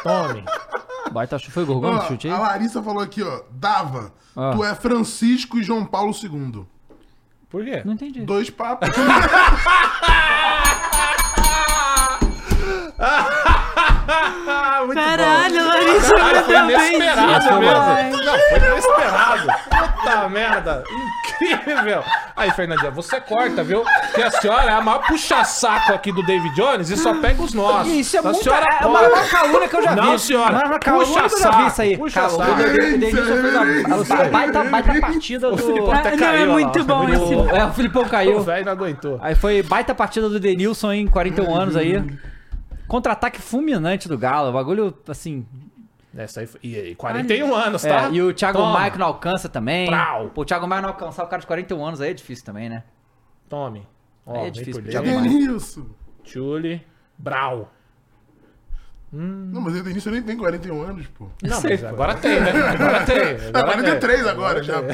Tome. Ah, Baita chute. Foi Gorgon Ó, que um chute aí? a Larissa falou aqui, ó, Dava, Ah. tu é Francisco e João Paulo II. Por quê? Não entendi. Dois papos. Caralho, Larissa, Cara, me foi deu bem. inesperado demais. mesmo. Não, foi inesperado. Puta merda. Incrível. Aí, Fernandinha, você corta, viu? Porque a senhora é a maior puxa-saco aqui do David Jones e só pega os nossos. Isso é a muito. senhora É uma, corta. uma calúnia que eu já vi. Não, senhora. Uma- Uma calúnia Puxa que eu já vi saco, isso aí. puxa Cara, saco. o Denilson fez a- a- a baita, baita partida do. Filipão até Ah, não, caiu, é olha lá. muito bom Foi esse- É, o Filipão O caiu. velho não aguentou. Uhum. Aí foi baita partida do Denilson em 41 anos aí. Contra-ataque fulminante do Galo. O bagulho, assim. Essa Né, aí foi... E aí, 41 anos, é, tá? e o Thiago Toma, Maicon não alcança também. Prau. Pô, o Thiago Maicon não alcançar o cara de 41 anos aí é difícil também, né? Tome. Ó, Aí é vem difícil por pro dentro. Thiago Maia. Denilson. Tchule. Brau. Hum. Não, mas o Denilson nem tem 41 anos, pô. Não, mas agora tem, né? Agora tem. É Agora 43 tem. agora já, pô.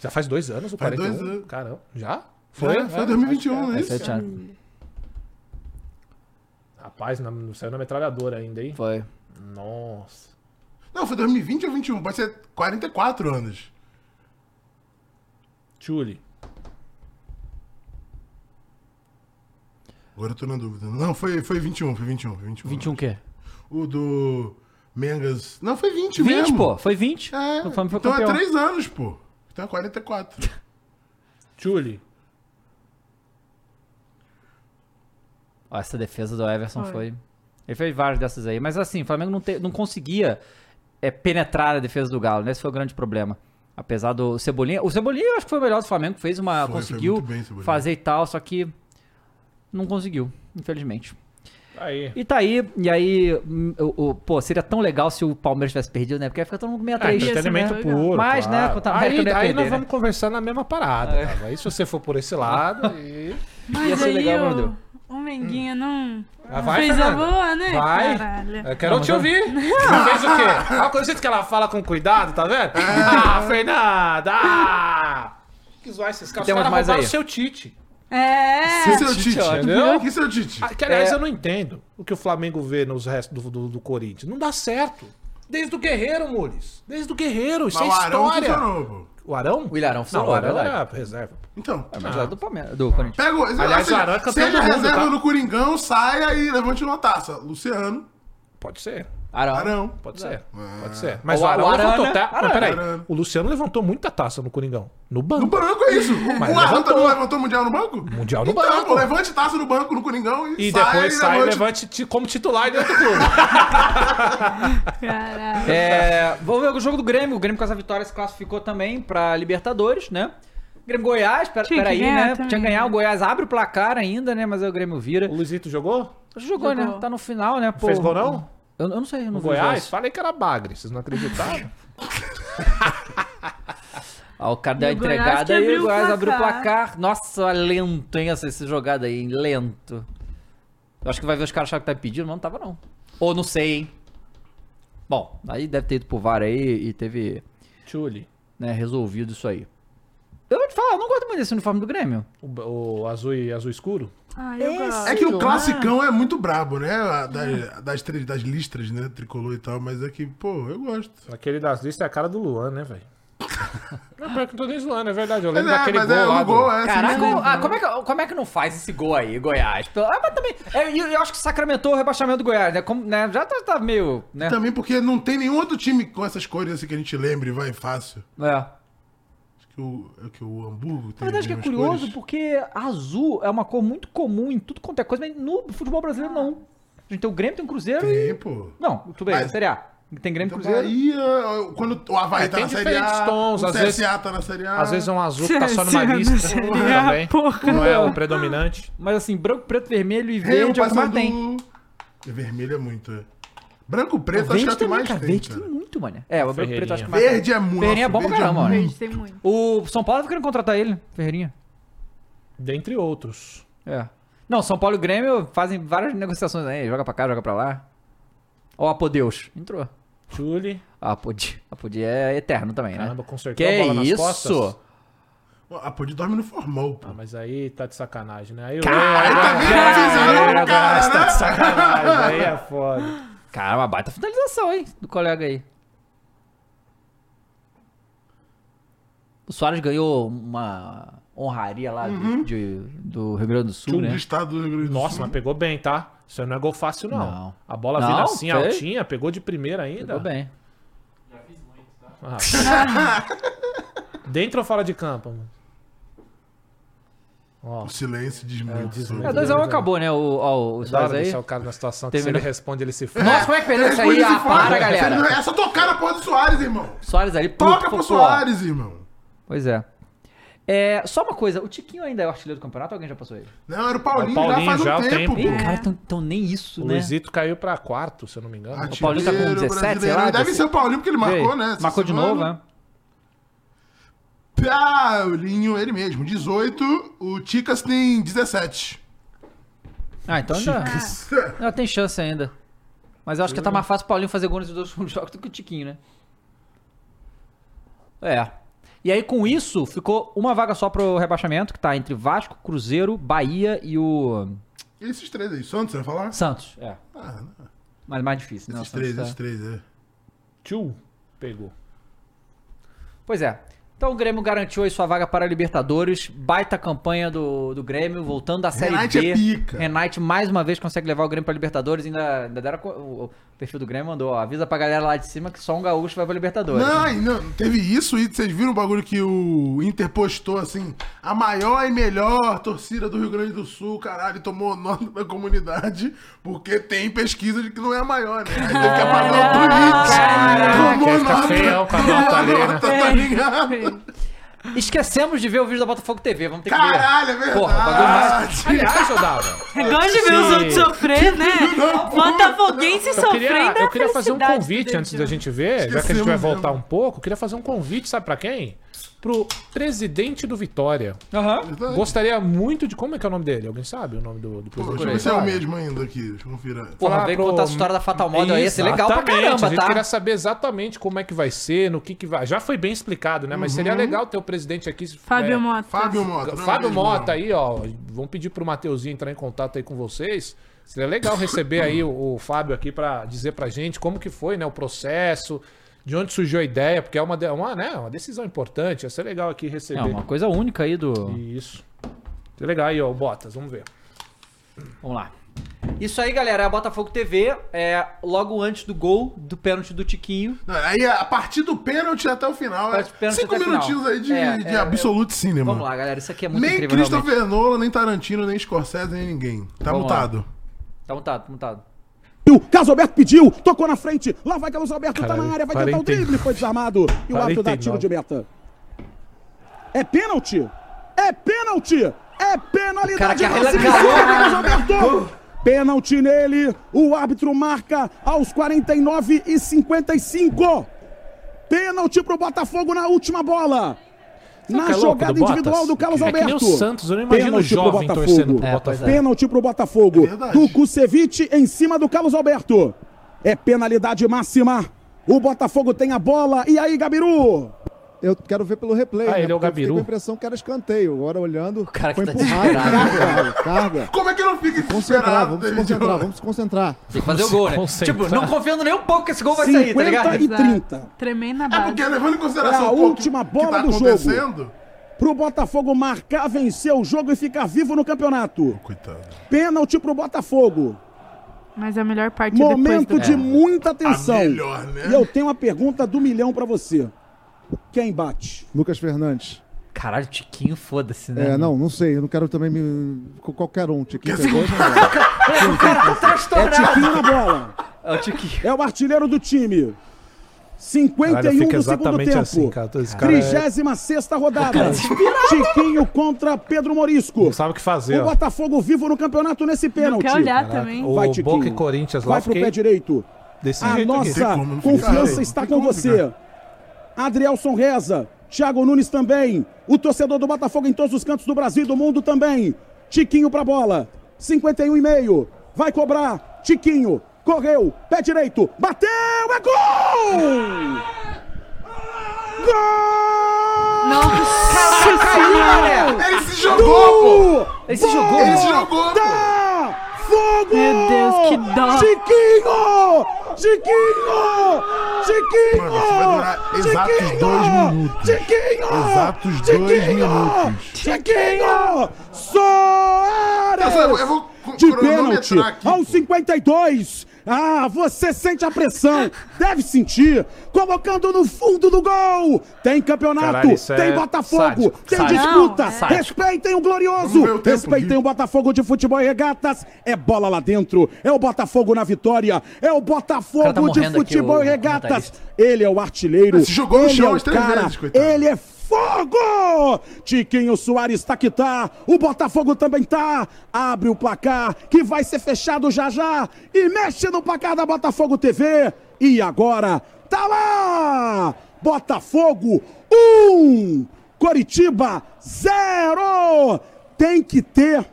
Já faz dois anos o Faz 41? dois anos. Caramba. Já? Foi, foi, É, 2021, né? É, sete anos. Rapaz, na- não saiu na metralhadora ainda, hein? Foi. Nossa. Não, foi 2020 ou 21, pode ser 44 anos. Tchule. Agora eu tô na dúvida. Não, foi, foi 21, foi 21, foi 21. 21 o quê? O do Mengas. Não, foi 20, 20, mesmo. pô. Foi 20. É, O Flamengo foi então campeão. é 3 anos, pô. Então é 44. Julie. Ó, essa defesa do Everson Foi. foi... Ele fez várias dessas aí. Mas assim, o Flamengo não, te- não conseguia é, penetrar a defesa do Galo, né? Esse foi o grande problema. Apesar do Cebolinha... O Cebolinha eu acho que foi o melhor do Flamengo. Fez uma... Foi, foi conseguiu muito bem, Cebolinha. fazer e tal, só que... Não conseguiu, infelizmente. Aí. E tá aí, e aí, hum, o, o- pô, seria tão legal se o Palmeiras tivesse perdido, né? Porque aí fica todo mundo meio Ah, triste. então- entretenimento Ia ser melhor. puro. Mas, né, claro. contra a América aí, não ia aí perder, nós né? vamos conversar na mesma parada. É. Tava. Aí se você for por esse lado. E... Ia Mas ser aí legal, mas não o, o Menguinha não Ah, vai, fez Fernanda. a boa, né? Vai. Caralho. Eu quero Não, te mas ouvir. Você fez o quê? Ah, quando você diz que ela fala com cuidado, tá vendo? Ah, Fernanda! Ah! Tem Que zoar esses caras. Temos Os caras mais roubaram aí. o seu Tite. É. Que seu Tite? Entendeu? Que seu Tite? É. Ah, Que, aliás, eu não entendo o que o Flamengo vê nos restos do, do, do Corinthians. Não dá certo. Desde o Guerreiro, Mules. Desde o Guerreiro. Isso Mas é o Arão história. funcionou, pô. O Arão? O Ilharão funcionou, Não, o Arão é verdade. era reserva. Então, Mas é do Palmeiras, do Corinthians. pega o. Ah. Aliás, seja, o Arão é campeão seja do mundo, reserva tá? no Coringão, saia e levante uma taça. Luciano, Pode ser. Arão. Arão. Pode ser. Pode ser. Mas É. O- É. o, o Arão Arana- levantou. Tá? Mas peraí. Arana. O Luciano levantou muita taça no Coringão. No banco. No banco é isso. Mas o Arão levantou. também levantou o Mundial no banco? Mundial no então, banco. Pô, levante taça no banco no Coringão e, E depois sai e levante ti- como titular dentro do clube. Caralho. É, vamos ver o jogo do Grêmio. O Grêmio com essa vitória se classificou também pra Libertadores, né? Grêmio Goiás, pera, Tinha que peraí, ganhar né? também. Tinha que ganhar, o Goiás abre o placar ainda, né? Mas aí o Grêmio vira. o Luizito jogou? Jogou, né? Tá no final, né? Pô, Fez gol não? Eu, eu não sei, eu não No vi o Goiás? jogo. Falei que era bagre. Vocês não acreditaram? Ah, o cara deu E a o Goiás que entregada e abriu o o Goiás placar. abriu o placar. Nossa, lento, hein, essa, essa jogada aí, hein? lento. Eu acho que vai ver os caras achar que tá pedindo, mas não tava não. Ou não sei, hein. Bom, aí deve ter ido pro VAR aí e teve, Tchuli. né, resolvido isso aí. Eu vou te falar, eu não gosto muito desse uniforme do Grêmio. O, b- o azul e azul escuro? Ai, eu gosto. É que o classicão é muito brabo, né? A- Das, das, três- das listras, né? Tricolor e tal, mas é que, pô, eu gosto. Aquele das listas é a cara do Luan, né, velho? Não, pior que eu não tô nem zoando, é verdade. Eu Mas lembro é, daquele mas gol é lá. o do- gol, é assim. Caraca, mesmo. ah, como, é que, como é que não faz esse gol aí, Goiás? Pelo- Ah, mas também. é, e Eu, acho que sacramentou o rebaixamento do Goiás, né? Como, né? Já tá, tá meio. Né? Também porque não tem nenhum outro time com essas cores assim que a gente lembre, vai fácil. É. Acho que o, é que o Hamburgo Na tem. verdade que é as curioso, cores. porque azul é uma cor muito comum em tudo quanto é coisa, mas no futebol brasileiro não. A gente tem o Grêmio, tem o Cruzeiro e... Tem, pô. Não, tudo bem, é Mas- Série A. Tem Grêmio, Então, Cruzeiro... Bahia, quando o Havaí É, tá tem na Série diferentes A, tons, o às CSA vezes- tá na Série A. Às vezes é um azul que tá só numa Sim, sim, lista. né, sim. Também. Porra. Não é o predominante. Mas assim, branco, preto, vermelho e Remo, verde é o que mais tem. Paysandu. E Vermelho é muito, é. Branco preto acho que é Verde o que também, mais cara. tem, Verde cara. tem muito, mano. É, o branco, preto Ferreirinha. acho que mais tem. Verde é muito. Ferreirinha é bom pra verde caramba, né? muito. Gente, tem muito. O São Paulo tá querendo contratar ele, Ferreirinha. Dentre outros. É. Não, São Paulo e Grêmio fazem várias negociações aí. Joga pra cá, joga pra lá. Ó, Apodeus. Entrou. Tchuli. Apodi. Apodi é eterno também, né? Caramba, consertou Que a bola nas isso? costas. Ah, pô, de dorme no formal, pô. Ah, mas aí tá de sacanagem, né? Aí o Aí também não fizeram Agora o cara, tá de né? sacanagem, aí é foda. Cara, é uma baita finalização, hein? Do colega aí. O Soares ganhou uma honraria lá do- Uhum. de- do Rio Grande do Sul, Sul né? do estado do Rio Grande do Nossa, Sul. mas pegou bem, tá? Isso aí não é gol fácil, não. Não. A bola Não, vira assim, foi. altinha, pegou de primeira ainda. Tudo bem. Ah. Dentro ou fora de campo, mano? Ó, O silêncio diz muito. diz sobre- É, muito. 2x1 acabou, né? O, ó, o É da hora Soares aí. deixar o cara na situação que se Terminou. ele responde, ele se Nossa, fala. como é que perdeu isso Ele se aí? Ah, fala, para, Não, galera. É só tocar na porra do Soares, irmão. Soares ali, puto, Toca pro fofo, ó. Soares, irmão. Pois é. é. Só uma coisa, o Tiquinho ainda é o artilheiro do campeonato ou alguém já passou ele? Não, É, era o Paulinho, O É Paulinho já faz já há um tempo, tempo. Ih, pô. cara, tão, tão nem isso, O né? Luizito caiu pra quarto, se eu não me engano. Artilheiro, O Paulinho tá com 17, sei lá, brasileiro. Deve 17. ser o Paulinho porque ele Vê aí. marcou, né? essa Marcou de semana. novo, é. né? Paulinho, ele mesmo, 18. O Ticas tem 17. Ah, então ainda, ainda tem chance ainda. Mas eu acho que tá mais fácil o Paulinho fazer gol nesses dois últimos jogos do que o Tiquinho, né? É. E aí, com isso, ficou uma vaga só pro rebaixamento, que tá entre Vasco, Cruzeiro, Bahia e o Esses três aí. Santos, você vai falar? Santos. É. Ah, não. Mas mais difícil, né? O Esses é. Santos três, esses tá- três, é. Tchu, pegou. Pois é. Então o Grêmio garantiu aí sua vaga para a Libertadores. Baita campanha do, do Grêmio, voltando da Série Renate B. é pica. Renate mais uma vez consegue levar o Grêmio para a Libertadores. Ainda, ainda deram, co- o, o perfil do Grêmio mandou, ó, avisa pra galera lá de cima que só um gaúcho vai para a Libertadores. Não, e não, teve isso e vocês viram o bagulho que o Inter postou assim, a maior e melhor torcida do Rio Grande do Sul, caralho, tomou o nome da comunidade, porque tem pesquisa de que não é a maior, né? Aí teve que apagar o tweet. Caraca, Tomou fica nota. feião com a nota ali, né? Tá ligado? É. Esquecemos de ver o vídeo da Botafogo TV, vamos ter que ver. Caralho, é verdade. Porra, bagulho Aliás, ô Dava, Gosto É de ver os outros sofrer, né? Botafoguense eu queria, sofrendo é eu queria a fazer um felicidade convite do antes David da gente ver, já que a gente vai Esquecemos voltar mesmo. um pouco, eu queria fazer um convite, sabe pra quem? Pro presidente do Vitória. Ah. Gostaria muito de. Como é que é o nome dele? Alguém sabe o nome do, do presidente? Deixa eu ver se é o mesmo ainda aqui, deixa eu conferir. Porra, Falar vem pro- contar a história da Fatal Model aí, ia ser legal pra Ah, Exatamente, caramba, A gente tá? queria saber exatamente como é que vai ser, no que que vai. Já foi bem explicado, né? Mas Uhum. seria legal ter o presidente aqui. se- Fábio é, Mota. Fábio Mota. não é o Fábio mesmo, Mota não. aí, ó. Vamos pedir pro Mateuzinho entrar em contato aí com vocês. Seria legal receber aí o, o Fábio aqui pra dizer pra gente como que foi, né, o processo, de onde surgiu a ideia, porque é uma, de- uma, né, uma decisão importante. Ia ser legal aqui receber. É uma coisa única aí do... Isso. Seria legal aí, ó, o Botas, vamos ver. Vamos lá. Isso aí, galera, é a Botafogo TV, é logo antes do gol do pênalti do Tiquinho. Não, aí é a partir do pênalti até o final, Parte do é pênalti cinco até o final. minutinhos aí de, É, de é, absolute cinema. Vamos lá, galera, isso aqui é muito Nem incrível realmente. Christopher Nolan, nem Tarantino, nem Scorsese, nem ninguém. Tá Vamos lá. mutado. Tá mutado, tá mutado. pediu, Carlos Alberto pediu, tocou na frente, lá vai Carlos Alberto, tá Caralho, na área, vai tentar o 49. drible, foi desarmado e o árbitro dá 49. tiro de meta. É pênalti! É pênalti! É Cara, penalidade! carrega- Marcelo calou. Alberto! Pênalti nele, o árbitro marca aos 49 e 55. Pênalti pro Botafogo na última bola. Na que é louco jogada do individual Botas? do Carlos É que nem Alberto. o Santos, eu não imagino Pênalti pro jovem Botafogo. torcendo pro É, pois é. Pênalti pro Botafogo. É verdade. do Kusevic em cima do Carlos Alberto. É penalidade máxima. O Botafogo tem a bola. E aí, Gabiru? Eu quero ver pelo replay. Ah, né? ele é o Porque eu fiquei Gabiru. com a impressão que era escanteio. Agora olhando. O cara que tá desesperado. carga, carga. Como é que não fica Concentrar, desesperado, vamos se David concentrar, Jones? vamos se concentrar. Tem que fazer o gol, né? Concentrar. Tipo, não confiando nem um pouco que esse gol vai sair, tá 50 ligado? e Exato. 30. Tremendo na É base. porque levando em consideração É a o pouco última bola que tá do jogo. acontecendo. Pro Botafogo marcar, vencer o jogo e ficar vivo no campeonato. Coitado. Pênalti pro Botafogo. Mas a melhor parte é depois Momento do de muita tensão. A Tá melhor, né? E eu tenho uma pergunta do milhão pra você. Quem bate? Lucas Fernandes. Caralho, Tiquinho, foda-se, né? É, não, não sei. Eu não quero também me. com Qualquer um. Tiquinho Quer pegou. O cara tá É transtornado. Tiquinho na bola. É o Tiquinho. É o artilheiro do time. 51 Caralho, fica do segundo exatamente tempo. assim, cara. Esse cara é- 36 rodada. Tiquinho contra Pedro Morisco. Não sabe o que fazer, O ó. Botafogo vivo no campeonato nesse Não pênalti. quer olhar também. O Vai, Tiquinho. Boca e Corinthians lá, Vai pro fiquei pé direito. desse A jeito aqui. Ah, nossa como não ficar, confiança velho. está Não com tem como você. Adrielson reza. Thiago Nunes também. O torcedor do Botafogo em todos os cantos do Brasil e do mundo também. Tiquinho pra bola. 51 e meio. Vai cobrar. Tiquinho. Correu. Pé direito. Bateu. É gol! Gol! Nossa né? senhora! Ele se jogou, pô! Ele se jogou. Ele se jogou, pô! Fogo! né? Meu Deus, que dó. Tiquinho! Tiquinho! Tiquinho! Mano, isso vai durar exatos Tiquinho! dois minutos. Tiquinho! Exatos Tiquinho! dois minutos. Tiquinho! Eu vou- eu Soares! vou cro- De cronometrar pênalti um aqui, aos pô. 52. Ah, você sente a pressão, deve sentir, colocando no fundo do gol. Tem campeonato, Caralho, isso é tem Botafogo, sádico, tem sádico. disputa. Não, é- Sádico. Respeitem o glorioso, Vamos ver o tempo, respeitem Gui. o Botafogo de futebol e regatas. É bola lá dentro, é o Botafogo na vitória, é o Botafogo O cara tá de morrendo aqui, futebol o e regatas. comentarista. Ele é o artilheiro, Se jogou no ele chão é o as três cara, vezes, coitado. ele é fogo! Tiquinho Soares tá que tá, o Botafogo também tá. Abre o placar, que vai ser fechado já já, e mexe no placar da Botafogo TV. E agora, tá lá! Botafogo 1, um, Coritiba 0! Tem que ter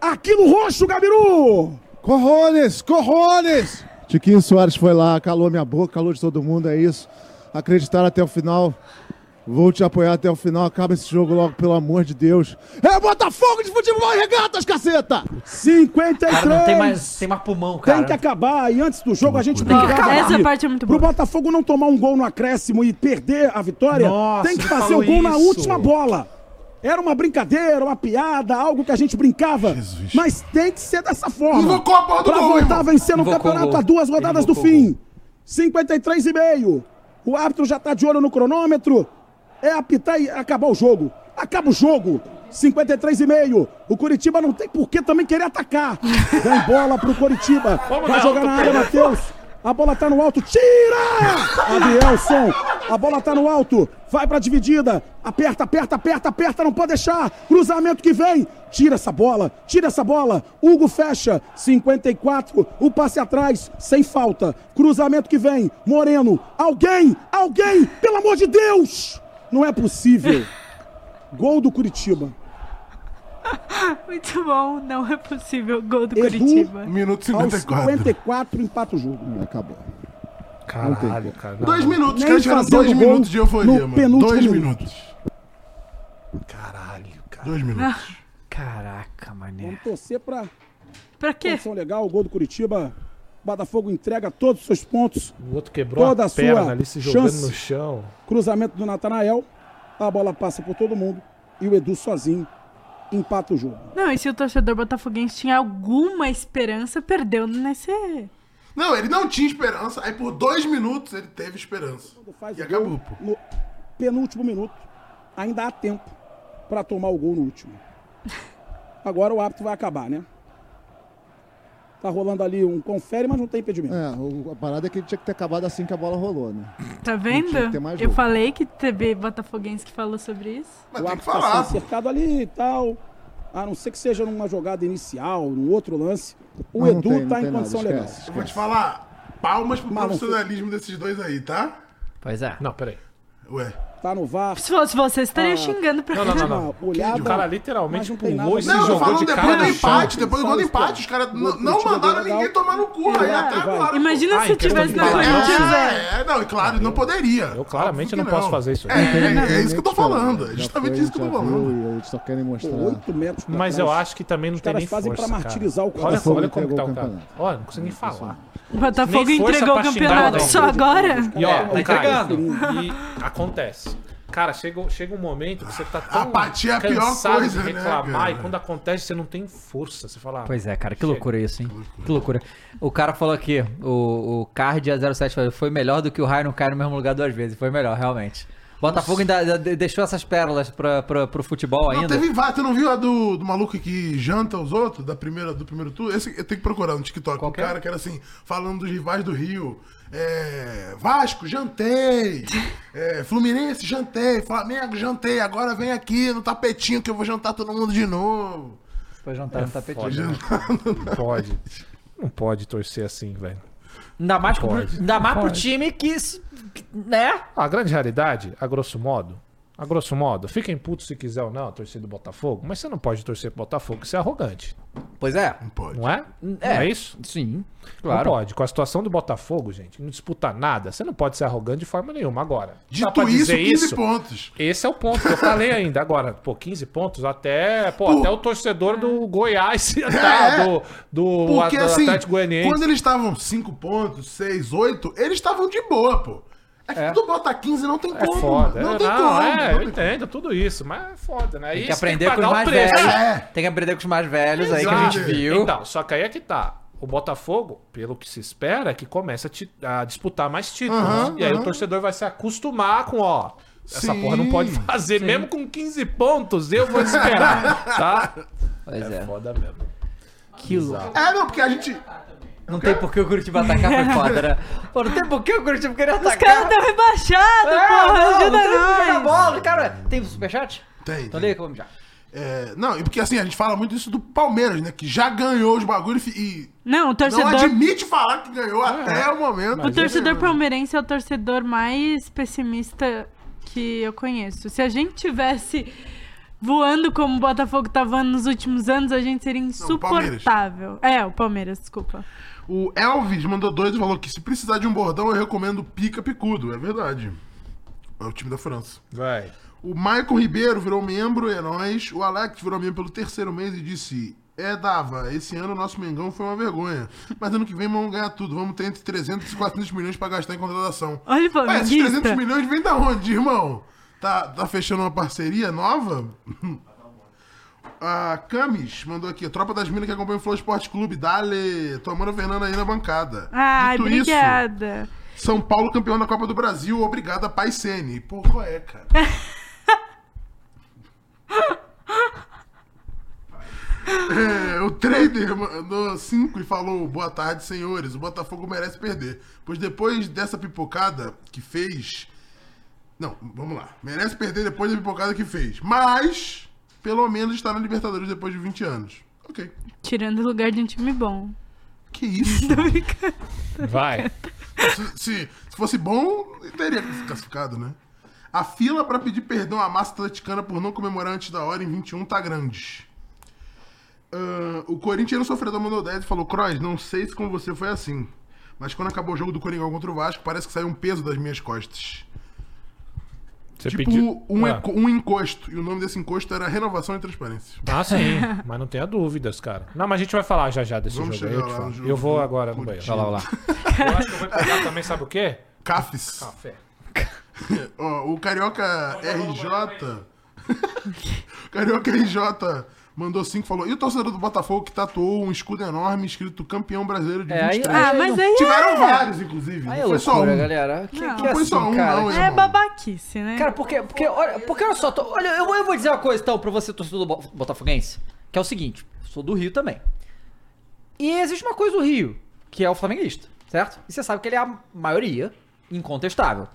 aquilo roxo, Gabiru! Corrones! Corrones! Tiquinho Soares foi lá, calou minha boca, calou de todo mundo, é isso. Acreditaram até o final. Vou te apoiar até o final. Acaba esse jogo logo, pelo amor de Deus. É Botafogo de futebol e regatas, caceta! 53! Cara, não tem mais, tem mais pulmão, cara. Tem que acabar. E antes do jogo, a gente tem que Ó, acabar. essa parte é muito Pro boa. Botafogo não tomar um gol no acréscimo e perder a vitória, Nossa, tem que ele fazer o falou gol na isso. última bola. Era uma brincadeira, uma piada, algo que a gente brincava. Jesus. Mas tem que ser dessa forma. Invocou a porra do pra gol, voltar irmão. a vencer no Invocou o campeonato gol. a duas Ele rodadas do invocou o fim. 53 e meio. O árbitro já tá de olho no cronômetro. É apitar e acabar o jogo. Acaba o jogo. 53 e meio. O Curitiba não tem por que também querer atacar. Vem bola pro Curitiba. Vamos Vai dar jogar alto, na área, Matheus. A bola tá no alto. Tira! Abielson. A bola tá no alto. Vai pra dividida. Aperta, aperta, aperta, aperta. Não pode deixar. Cruzamento que vem. Tira essa bola. Tira essa bola. Hugo fecha. 54. O passe atrás. Sem falta. Cruzamento que vem. Moreno. Alguém! Alguém! Pelo amor de Deus! Não é possível. Gol do Curitiba. Muito bom, não é possível. Gol do Edu, Curitiba. Minuto Aos 54. 54, empata o jogo. Acabou. Caralho, cara. não, Dois não. minutos, Nem cara tiveram fazendo dois gol minutos de euforia, no mano. penúltimo Dois minuto. minutos. Caralho, cara. Dois minutos. Caraca, mané. Vamos torcer pra Pra quê? condição legal. O gol do Curitiba. Botafogo entrega todos os seus pontos. O outro quebrou Toda a a perna sua ali, se jogando chance. no chão. Cruzamento do Natanael. A bola passa por todo mundo. E o Edu sozinho empata o jogo. Não, e se o torcedor botafoguense tinha alguma esperança, perdeu nesse... Não, ele não tinha esperança. Aí por dois minutos ele teve esperança. Faz E o gol acabou, pô. No penúltimo minuto. Ainda há tempo pra tomar o gol no último. Agora o árbitro vai acabar, né? Tá rolando ali um confere, mas não tem impedimento. É, o- a parada é que ele tinha que ter acabado assim que a bola rolou, né? Tá tinha que vendo? ter mais Eu jogo. falei que teve botafoguense que falou sobre isso. Mas o tem que árbitro tá sendo falar, pô. cercado ali e tal. A não ser que seja numa jogada inicial, num outro lance. O Ah, Não, não Edu tem- não tá tem em nada, condição esquece. legal. Eu vou te falar. Palmas pro Mas não profissionalismo desses dois aí, tá? Pois é. Não, peraí. Ué. Tá no VAR. Se fosse você, estaria xingando pra Não, não, não, caramba. não. Uma olhada- O cara literalmente Mas não tem pulou nada e se a ver. Não, eu tô jogou falando de depois cara do no chão. empate, depois do gol do empate. Os caras n- não é mandaram ninguém tomar no cu, É, aí até agora. Imagina se questão tivesse de na balanço. Corinthians, é. É, é, não, e claro, não poderia. Eu claramente Óbvio não que posso fazer isso. É, é, é isso que eu tô Realmente, cara, falando. É já justamente foi, isso que eu já tô falando. viu, e Eles só querem mostrar. Oito metros pra Mas trás. eu acho que também não tem caras nem fazem força, pra martirizar cara. o cara. Olha, Botafogo olha como que tá entregou o o cara. campeonato. Olha, não consegui nem falar. O Botafogo Nem força entregou o pra xingar campeonato alguém. só agora? E É, ó, tá o cara, entregando. e acontece. Cara, chega, um- chega um momento que você tá tão A apatia é a pior cansado coisa, né, de reclamar cara? e quando acontece você não tem força. Você fala, ah, Pois é, cara, que loucura isso, hein? Que loucura. O cara falou aqui, o, o Card A07 falou, foi melhor do que o Raio não cair no mesmo lugar duas vezes. Foi melhor, realmente. Botafogo ainda, ainda de- deixou essas pérolas pra, pra, pro futebol Não, ainda. teve várias. Você não viu a do, do maluco que janta os outros, da primeira, do primeiro turno? Esse, eu tenho que procurar no TikTok. Qual um que é? cara que era assim, falando dos rivais do Rio. É, Vasco, jantei. É, Fluminense, jantei. Flamengo, jantei. Agora vem aqui no tapetinho que eu vou jantar todo mundo de novo. É né? Foi jantar tá no tapete. foda. "Ah, Não pode. Não pode torcer assim, velho. Ainda mais, pro, Pode. ainda mais pro time que, s- que- né? A grande realidade, a grosso modo, a grosso modo, fiquem putos se quiser ou não, torcer do Botafogo, mas você não pode torcer pro Botafogo e ser arrogante, Pois é. Não pode. não é? Não é isso? Sim, Não claro. pode. Com a situação do Botafogo, gente, não disputa nada, você não pode ser arrogante de forma nenhuma. Agora, dá Dito pra isso, dizer 15 isso, pontos. esse é o ponto que eu falei ainda. Agora, pô, 15 pontos até, pô, até o torcedor do Goiás, tá, do, do, É. Porque do assim, Atlético Goianiense. quando eles estavam 5 pontos, 6, 8, eles estavam de boa, pô. É que tu botar 15 não tem É como. foda. mano. Não é, tem como. não É, eu tem como. entendo tudo isso, mas é foda, né? Tem que Isso aprender com os pagar o mais preço. velhos. É. Tem que aprender com os mais velhos aí que a Exato. gente viu. Então, só que aí é que tá. O Botafogo, pelo que se espera, é que começa a, ti- a disputar mais títulos. Aham, e aí aham. o torcedor vai se acostumar com, ó. Essa Sim. porra não pode fazer. Mesmo com 15 pontos, eu vou esperar. tá? Pois é. Foda mesmo. Que louco. É, não, porque a gente. Não tem por que o Curitiba Tipo, atacar, foi foda, né? Pô, não tem por que o Curitiba querer Os atacar. caras tão rebaixados, É, porra. não, ajuda não tem por que jogar Ah, nós. bola, cara. Tem superchat? Tem. Então tem. lê que vamos já. É, não, e porque assim, a gente fala muito isso do Palmeiras, né? Que já ganhou os bagulhos e Não, o não torcedor admite falar que ganhou Ah, é. até o momento. O torcedor palmeirense é o torcedor mais pessimista que eu conheço. Se a gente tivesse voando como o Botafogo tá voando nos últimos anos, a gente seria insuportável. é, o Palmeiras, desculpa. O Elvis mandou dois e falou que se precisar de um bordão, eu recomendo pica picudo. É verdade. É o time da França. Vai. O Maicon Ribeiro virou membro, é nóis. O Alex virou membro pelo terceiro mês e disse: É, dava, esse ano o nosso Mengão foi uma vergonha. Mas ano que vem vamos ganhar tudo. Vamos ter entre 300 e 400 milhões pra gastar em contratação. Olha ele Ué, esses 300 flamenguista. milhões vem da onde, irmão? Tá, tá fechando uma parceria nova? A Camis mandou aqui, tropa das minas que acompanha o Flow Esporte Clube, dale, tomando Fernanda aí na bancada. Ai, Dito isso, obrigada. São Paulo campeão da Copa do Brasil, obrigado a Paisene. Pô, qual é, cara? É, o trader mandou 5 e falou: Boa tarde, senhores. O Botafogo merece perder. Pois depois dessa pipocada que fez. Não, vamos lá. Merece perder depois da pipocada que fez. Mas, pelo menos está na Libertadores depois de 20 anos. Ok. Tirando o lugar de um time bom. Que isso? Vai. se, se- se fosse bom, teria classificado, né? A fila pra pedir perdão à massa atleticana por não comemorar antes da hora em 21 tá grande. Ahn, o corintiano sofredor mandou 10 e falou: Cross, não sei se com você foi assim, mas quando acabou o jogo do Coringão contra o Vasco, parece que saiu um peso das minhas costas. Você tipo, pediu. um, Tá Ah. eco- um encosto. E o nome desse encosto era Renovação e Transparência. Ah, sim. mas não tenha dúvidas, cara. Não, mas a gente vai falar já já desse Vamos jogo. aí, chegar Eu, te lá falo. no jogo. eu vou agora no banheiro. Vai lá, vai lá. Eu acho que eu vou pegar também, sabe o quê? Cafes. Café. Ó, o Carioca RJ. o Carioca RJ mandou 5 falou. E o torcedor do Botafogo que tatuou um escudo enorme escrito campeão brasileiro de É, aí- 23. Ah, mas aí Tiveram vários, inclusive. Aí é não foi só loucura, um. galera. Que, Não. que Não é foi assim, só um, cara? não, é, babaquice, né? Cara, porque, porque, olha, porque olha só, tô- olha, eu, vou- eu vou dizer uma coisa então pra você, torcedor do Bo- Botafoguense, que é o seguinte, sou do Rio também. E existe uma coisa do Rio, que é o flamenguista, certo? E você sabe que ele é a maioria, incontestável.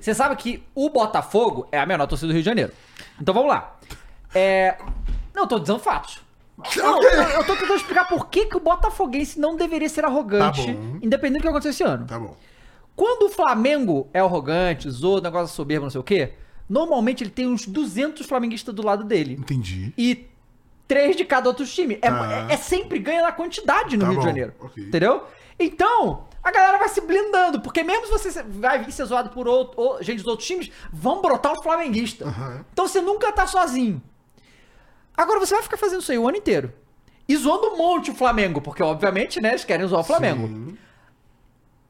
Você sabe que o Botafogo é a menor torcida do Rio de Janeiro. Então vamos lá. É... Não, eu tô dizendo fatos. Não, eu, eu tô tentando explicar por que, que o botafoguense não deveria ser arrogante, Tá bom. independente do que acontecer esse ano. Tá bom. Quando o Flamengo é arrogante, zoa, negócio soberbo, não sei o quê, normalmente ele tem uns 200 flamenguistas do lado dele. Entendi. E três de cada outro time. É, Tá. é- é sempre ganha na quantidade no Tá Rio de bom, Janeiro. ok. Entendeu? Então, a galera vai se blindando, porque mesmo se você se- vai vir ser zoado por outro, ou- gente dos outros times, vão brotar os flamenguistas. Aham. Então você nunca tá sozinho. Agora você vai ficar fazendo isso aí o ano inteiro. E zoando um monte o Flamengo, porque obviamente, né, eles querem zoar o Flamengo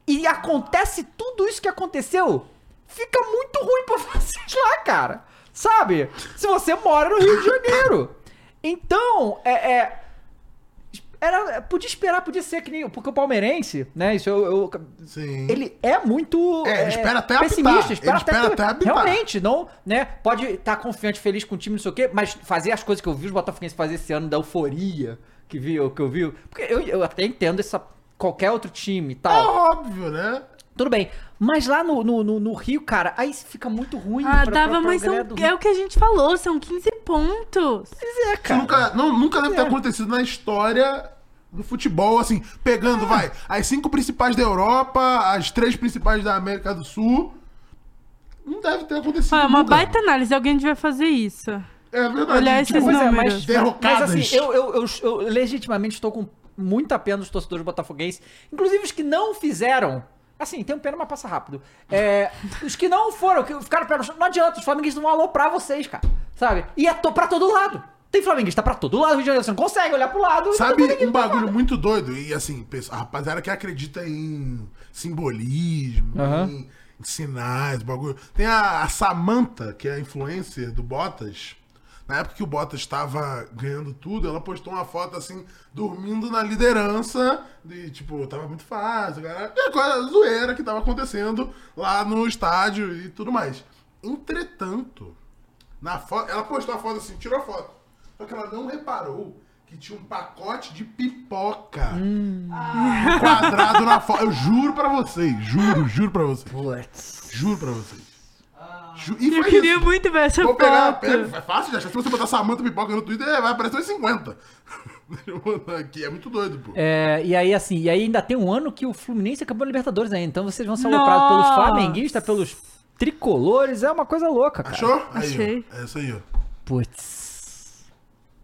e acontece tudo isso que aconteceu, fica muito ruim pra vocês lá, cara. Sabe? Se você mora no Rio de Janeiro. Então, é. é, era, podia esperar, podia ser que nem. Porque o palmeirense, né? Isso eu. eu- Sim. ele é muito. É, ele espera até apitar. pessimista, espera, Ele até, espera até até apitar. Realmente, não, né? Pode estar confiante, feliz com o time, não sei o quê, mas fazer as coisas que eu vi os botafoguenses fazer esse ano da euforia que vi, que eu vi. Porque eu, eu até entendo essa qualquer outro time e É tal. óbvio, né? Tudo bem. Mas lá no, no, no- no Rio, cara, aí fica muito ruim. Ah, pra- dava, pra- pra mas são, galera do Rio. é o que a gente falou, são 15 pontos. Pois é, Isso cara. nunca, não, nunca deve ter acontecido na história do futebol, assim, É. pegando, vai, as cinco principais da Europa, as três principais da América do Sul. Não deve ter acontecido. Olha, é uma nunca. baita análise, alguém devia fazer isso. É verdade. Olhar esses tipo, é, números. mas- Mas derrocadas. assim, eu, eu, eu, eu legitimamente estou com muita pena dos torcedores botafoguenses. Inclusive os que não fizeram. Assim, tem um pena, mas passa rápido. É, os que não foram, que ficaram pé no chão, não adianta, os flamenguistas vão aloprar vocês, cara. Sabe? E é to, pra todo lado. Tem flamenguista pra todo lado, Rio de Janeiro, você não consegue olhar pro lado. e tem Sabe flamenguista um pra bagulho muito doido? E assim, pensa- a rapaziada que acredita em simbolismo, em, em sinais, bagulho. Tem a, a Samanta, que é a influencer do Botas. Na época que o Bottas estava ganhando tudo, ela postou uma foto assim, dormindo na liderança. De tipo, tava muito fácil, cara. É coisa zoeira que tava acontecendo lá no estádio e tudo mais. Entretanto, na foto, ela postou a foto assim, tirou a foto. Só que ela não reparou que tinha um pacote de pipoca Hum. quadrado na foto. Eu juro pra vocês, juro, juro pra vocês. Juro pra vocês. Ju- e Eu foi queria isso. muito ver essa Vou foto. pegar, é, é fácil de achar. Se você botar Samanta pipoca no Twitter, vai aparecer uns 50. Deixa eu botar aqui, é muito doido, pô. É, e aí, assim, e aí ainda tem um ano que o Fluminense acabou na Libertadores ainda. Então vocês vão ser aloprados pelos Nossa. flamenguistas, pelos tricolores. É uma coisa louca, cara. Achou? Aí, Achei. Ó, é isso aí, ó. Putz.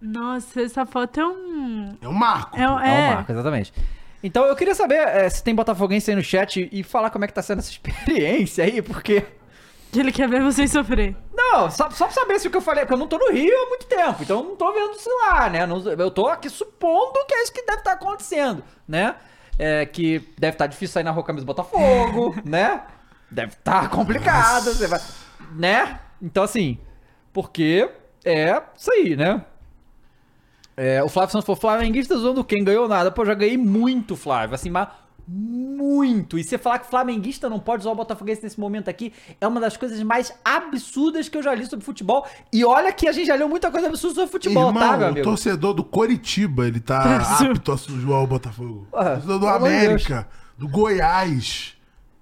Nossa, essa foto é um. É o Marco. É, um- É. um é. marco, exatamente. Então eu queria saber é, se tem botafoguense aí no chat e falar como é que tá sendo essa experiência aí, porque porque ele quer ver vocês sofrer. Não, só, só pra saber se o que eu falei, porque eu não tô no Rio há muito tempo, então eu não tô vendo isso lá, né? Não- eu tô aqui supondo que é isso que deve estar acontecendo, né? É, que deve estar difícil sair na rua com a camisa do Botafogo, né? Deve estar complicado, você vai, né? Então assim, porque é isso aí, né? É, o Flávio Santos falou, flamenguista zoando quem ganhou nada. Pô, eu já ganhei muito, Flávio, assim, mas muito. E você falar que flamenguista não pode zoar o Botafoguense nesse momento aqui é uma das coisas mais absurdas que eu já li sobre futebol. E olha que a gente já leu muita coisa absurda sobre futebol, Irmão, tá, meu o amigo? torcedor do Coritiba, ele tá apto a sujar o Botafogo. O Ah, torcedor do pelo amor de América, do Goiás.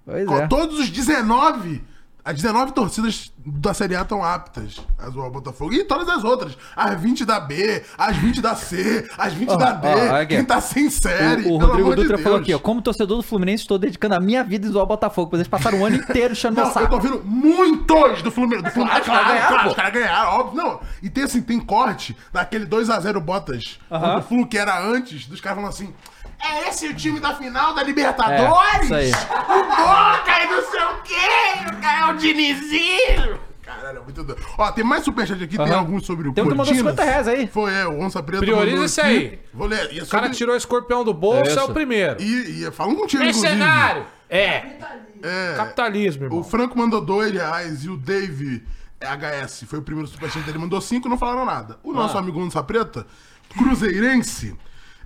Pois Co- é. Todos os 19. As 19 torcidas da Série A estão aptas a zoar o Botafogo. E todas as outras. As 20 da B, as 20 da C, as 20 da D. ó, olha aqui. quem tá sem série. O, pelo o Rodrigo amor de Dutra falou Deus. aqui, ó. Como torcedor do Fluminense, estou dedicando a minha vida a zoar o Botafogo. Vocês passaram um ano inteiro enchendo meu Não, eu tô saco. vendo muitos do Fluminense. Do Fluminense. claro, claro, ganharam, claro, pô. os caras ganharam, óbvio. Não, e tem assim, tem corte daquele 2x0 Botas contra o Flu, que era antes, dos caras falando assim, é esse o time da final da É, Libertadores? isso aí. O Boca e não sei o quê, é o Dinizinho. Caralho, é muito doido. Ó, tem mais superchat aqui, tem Aham. alguns sobre o Tem um que mandou Cortinas. 50 reais aí. Foi, é, o Onça Preta Prioriza mandou esse aqui. aí. Vou ler. E é O cara sobre- tirou o escorpião do bolso, é, isso. o primeiro. E, um e falam contigo, Mercenário! É, É. capitalismo, O irmão. Franco mandou dois reais e o Dave HS foi o primeiro superchat dele, mandou cinco não falaram nada. O Ah. nosso amigo Onça Preta, cruzeirense,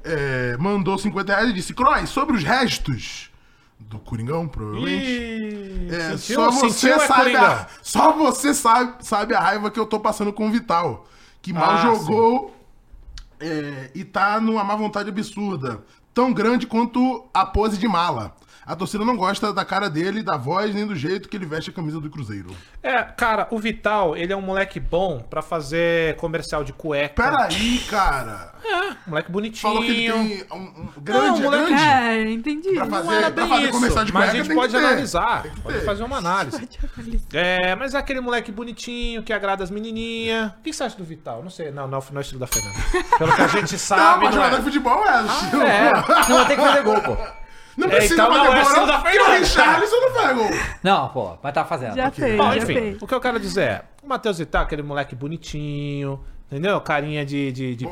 é, mandou 50 reais e disse: Croy, sobre os restos do Coringão, provavelmente. Ih, é, sentiu- só você sentiu, é sabe, Coringão. a, só você sabe, sabe a raiva que eu tô passando com o Vital, que mal Ah, jogou é, e tá numa má vontade absurda, tão grande quanto a pose de mala. A torcida não gosta da cara dele, da voz, nem do jeito que ele veste a camisa do Cruzeiro. É, cara, o Vital, ele é um moleque bom pra fazer comercial de cueca. Peraí, cara. Moleque bonitinho. Falou que ele tem um, um grande, É. Não, moleque- grande. É, entendi. Pra fazer, Não era pra bem fazer isso, comercial de mas cueca a gente tem que pode ter. analisar, Tem que pode ter. fazer uma análise. É, mas é aquele moleque bonitinho que agrada as menininhas. O que você acha do Vital? Não sei, não, não, não é o estilo da Fernanda. Pelo que a gente Não, sabe, mas não jogador de é. futebol é. não, É, não vai ter que fazer gol, pô. não É, precisa então não, fazer é gol, só não, da porque o frente. Richarlison não faz gol. Não, pô, mas tá fazendo. Já fez, Bom, já enfim, fez. o que eu quero dizer é, o Matheus Vital, aquele moleque bonitinho, entendeu? Carinha de, de, de Bom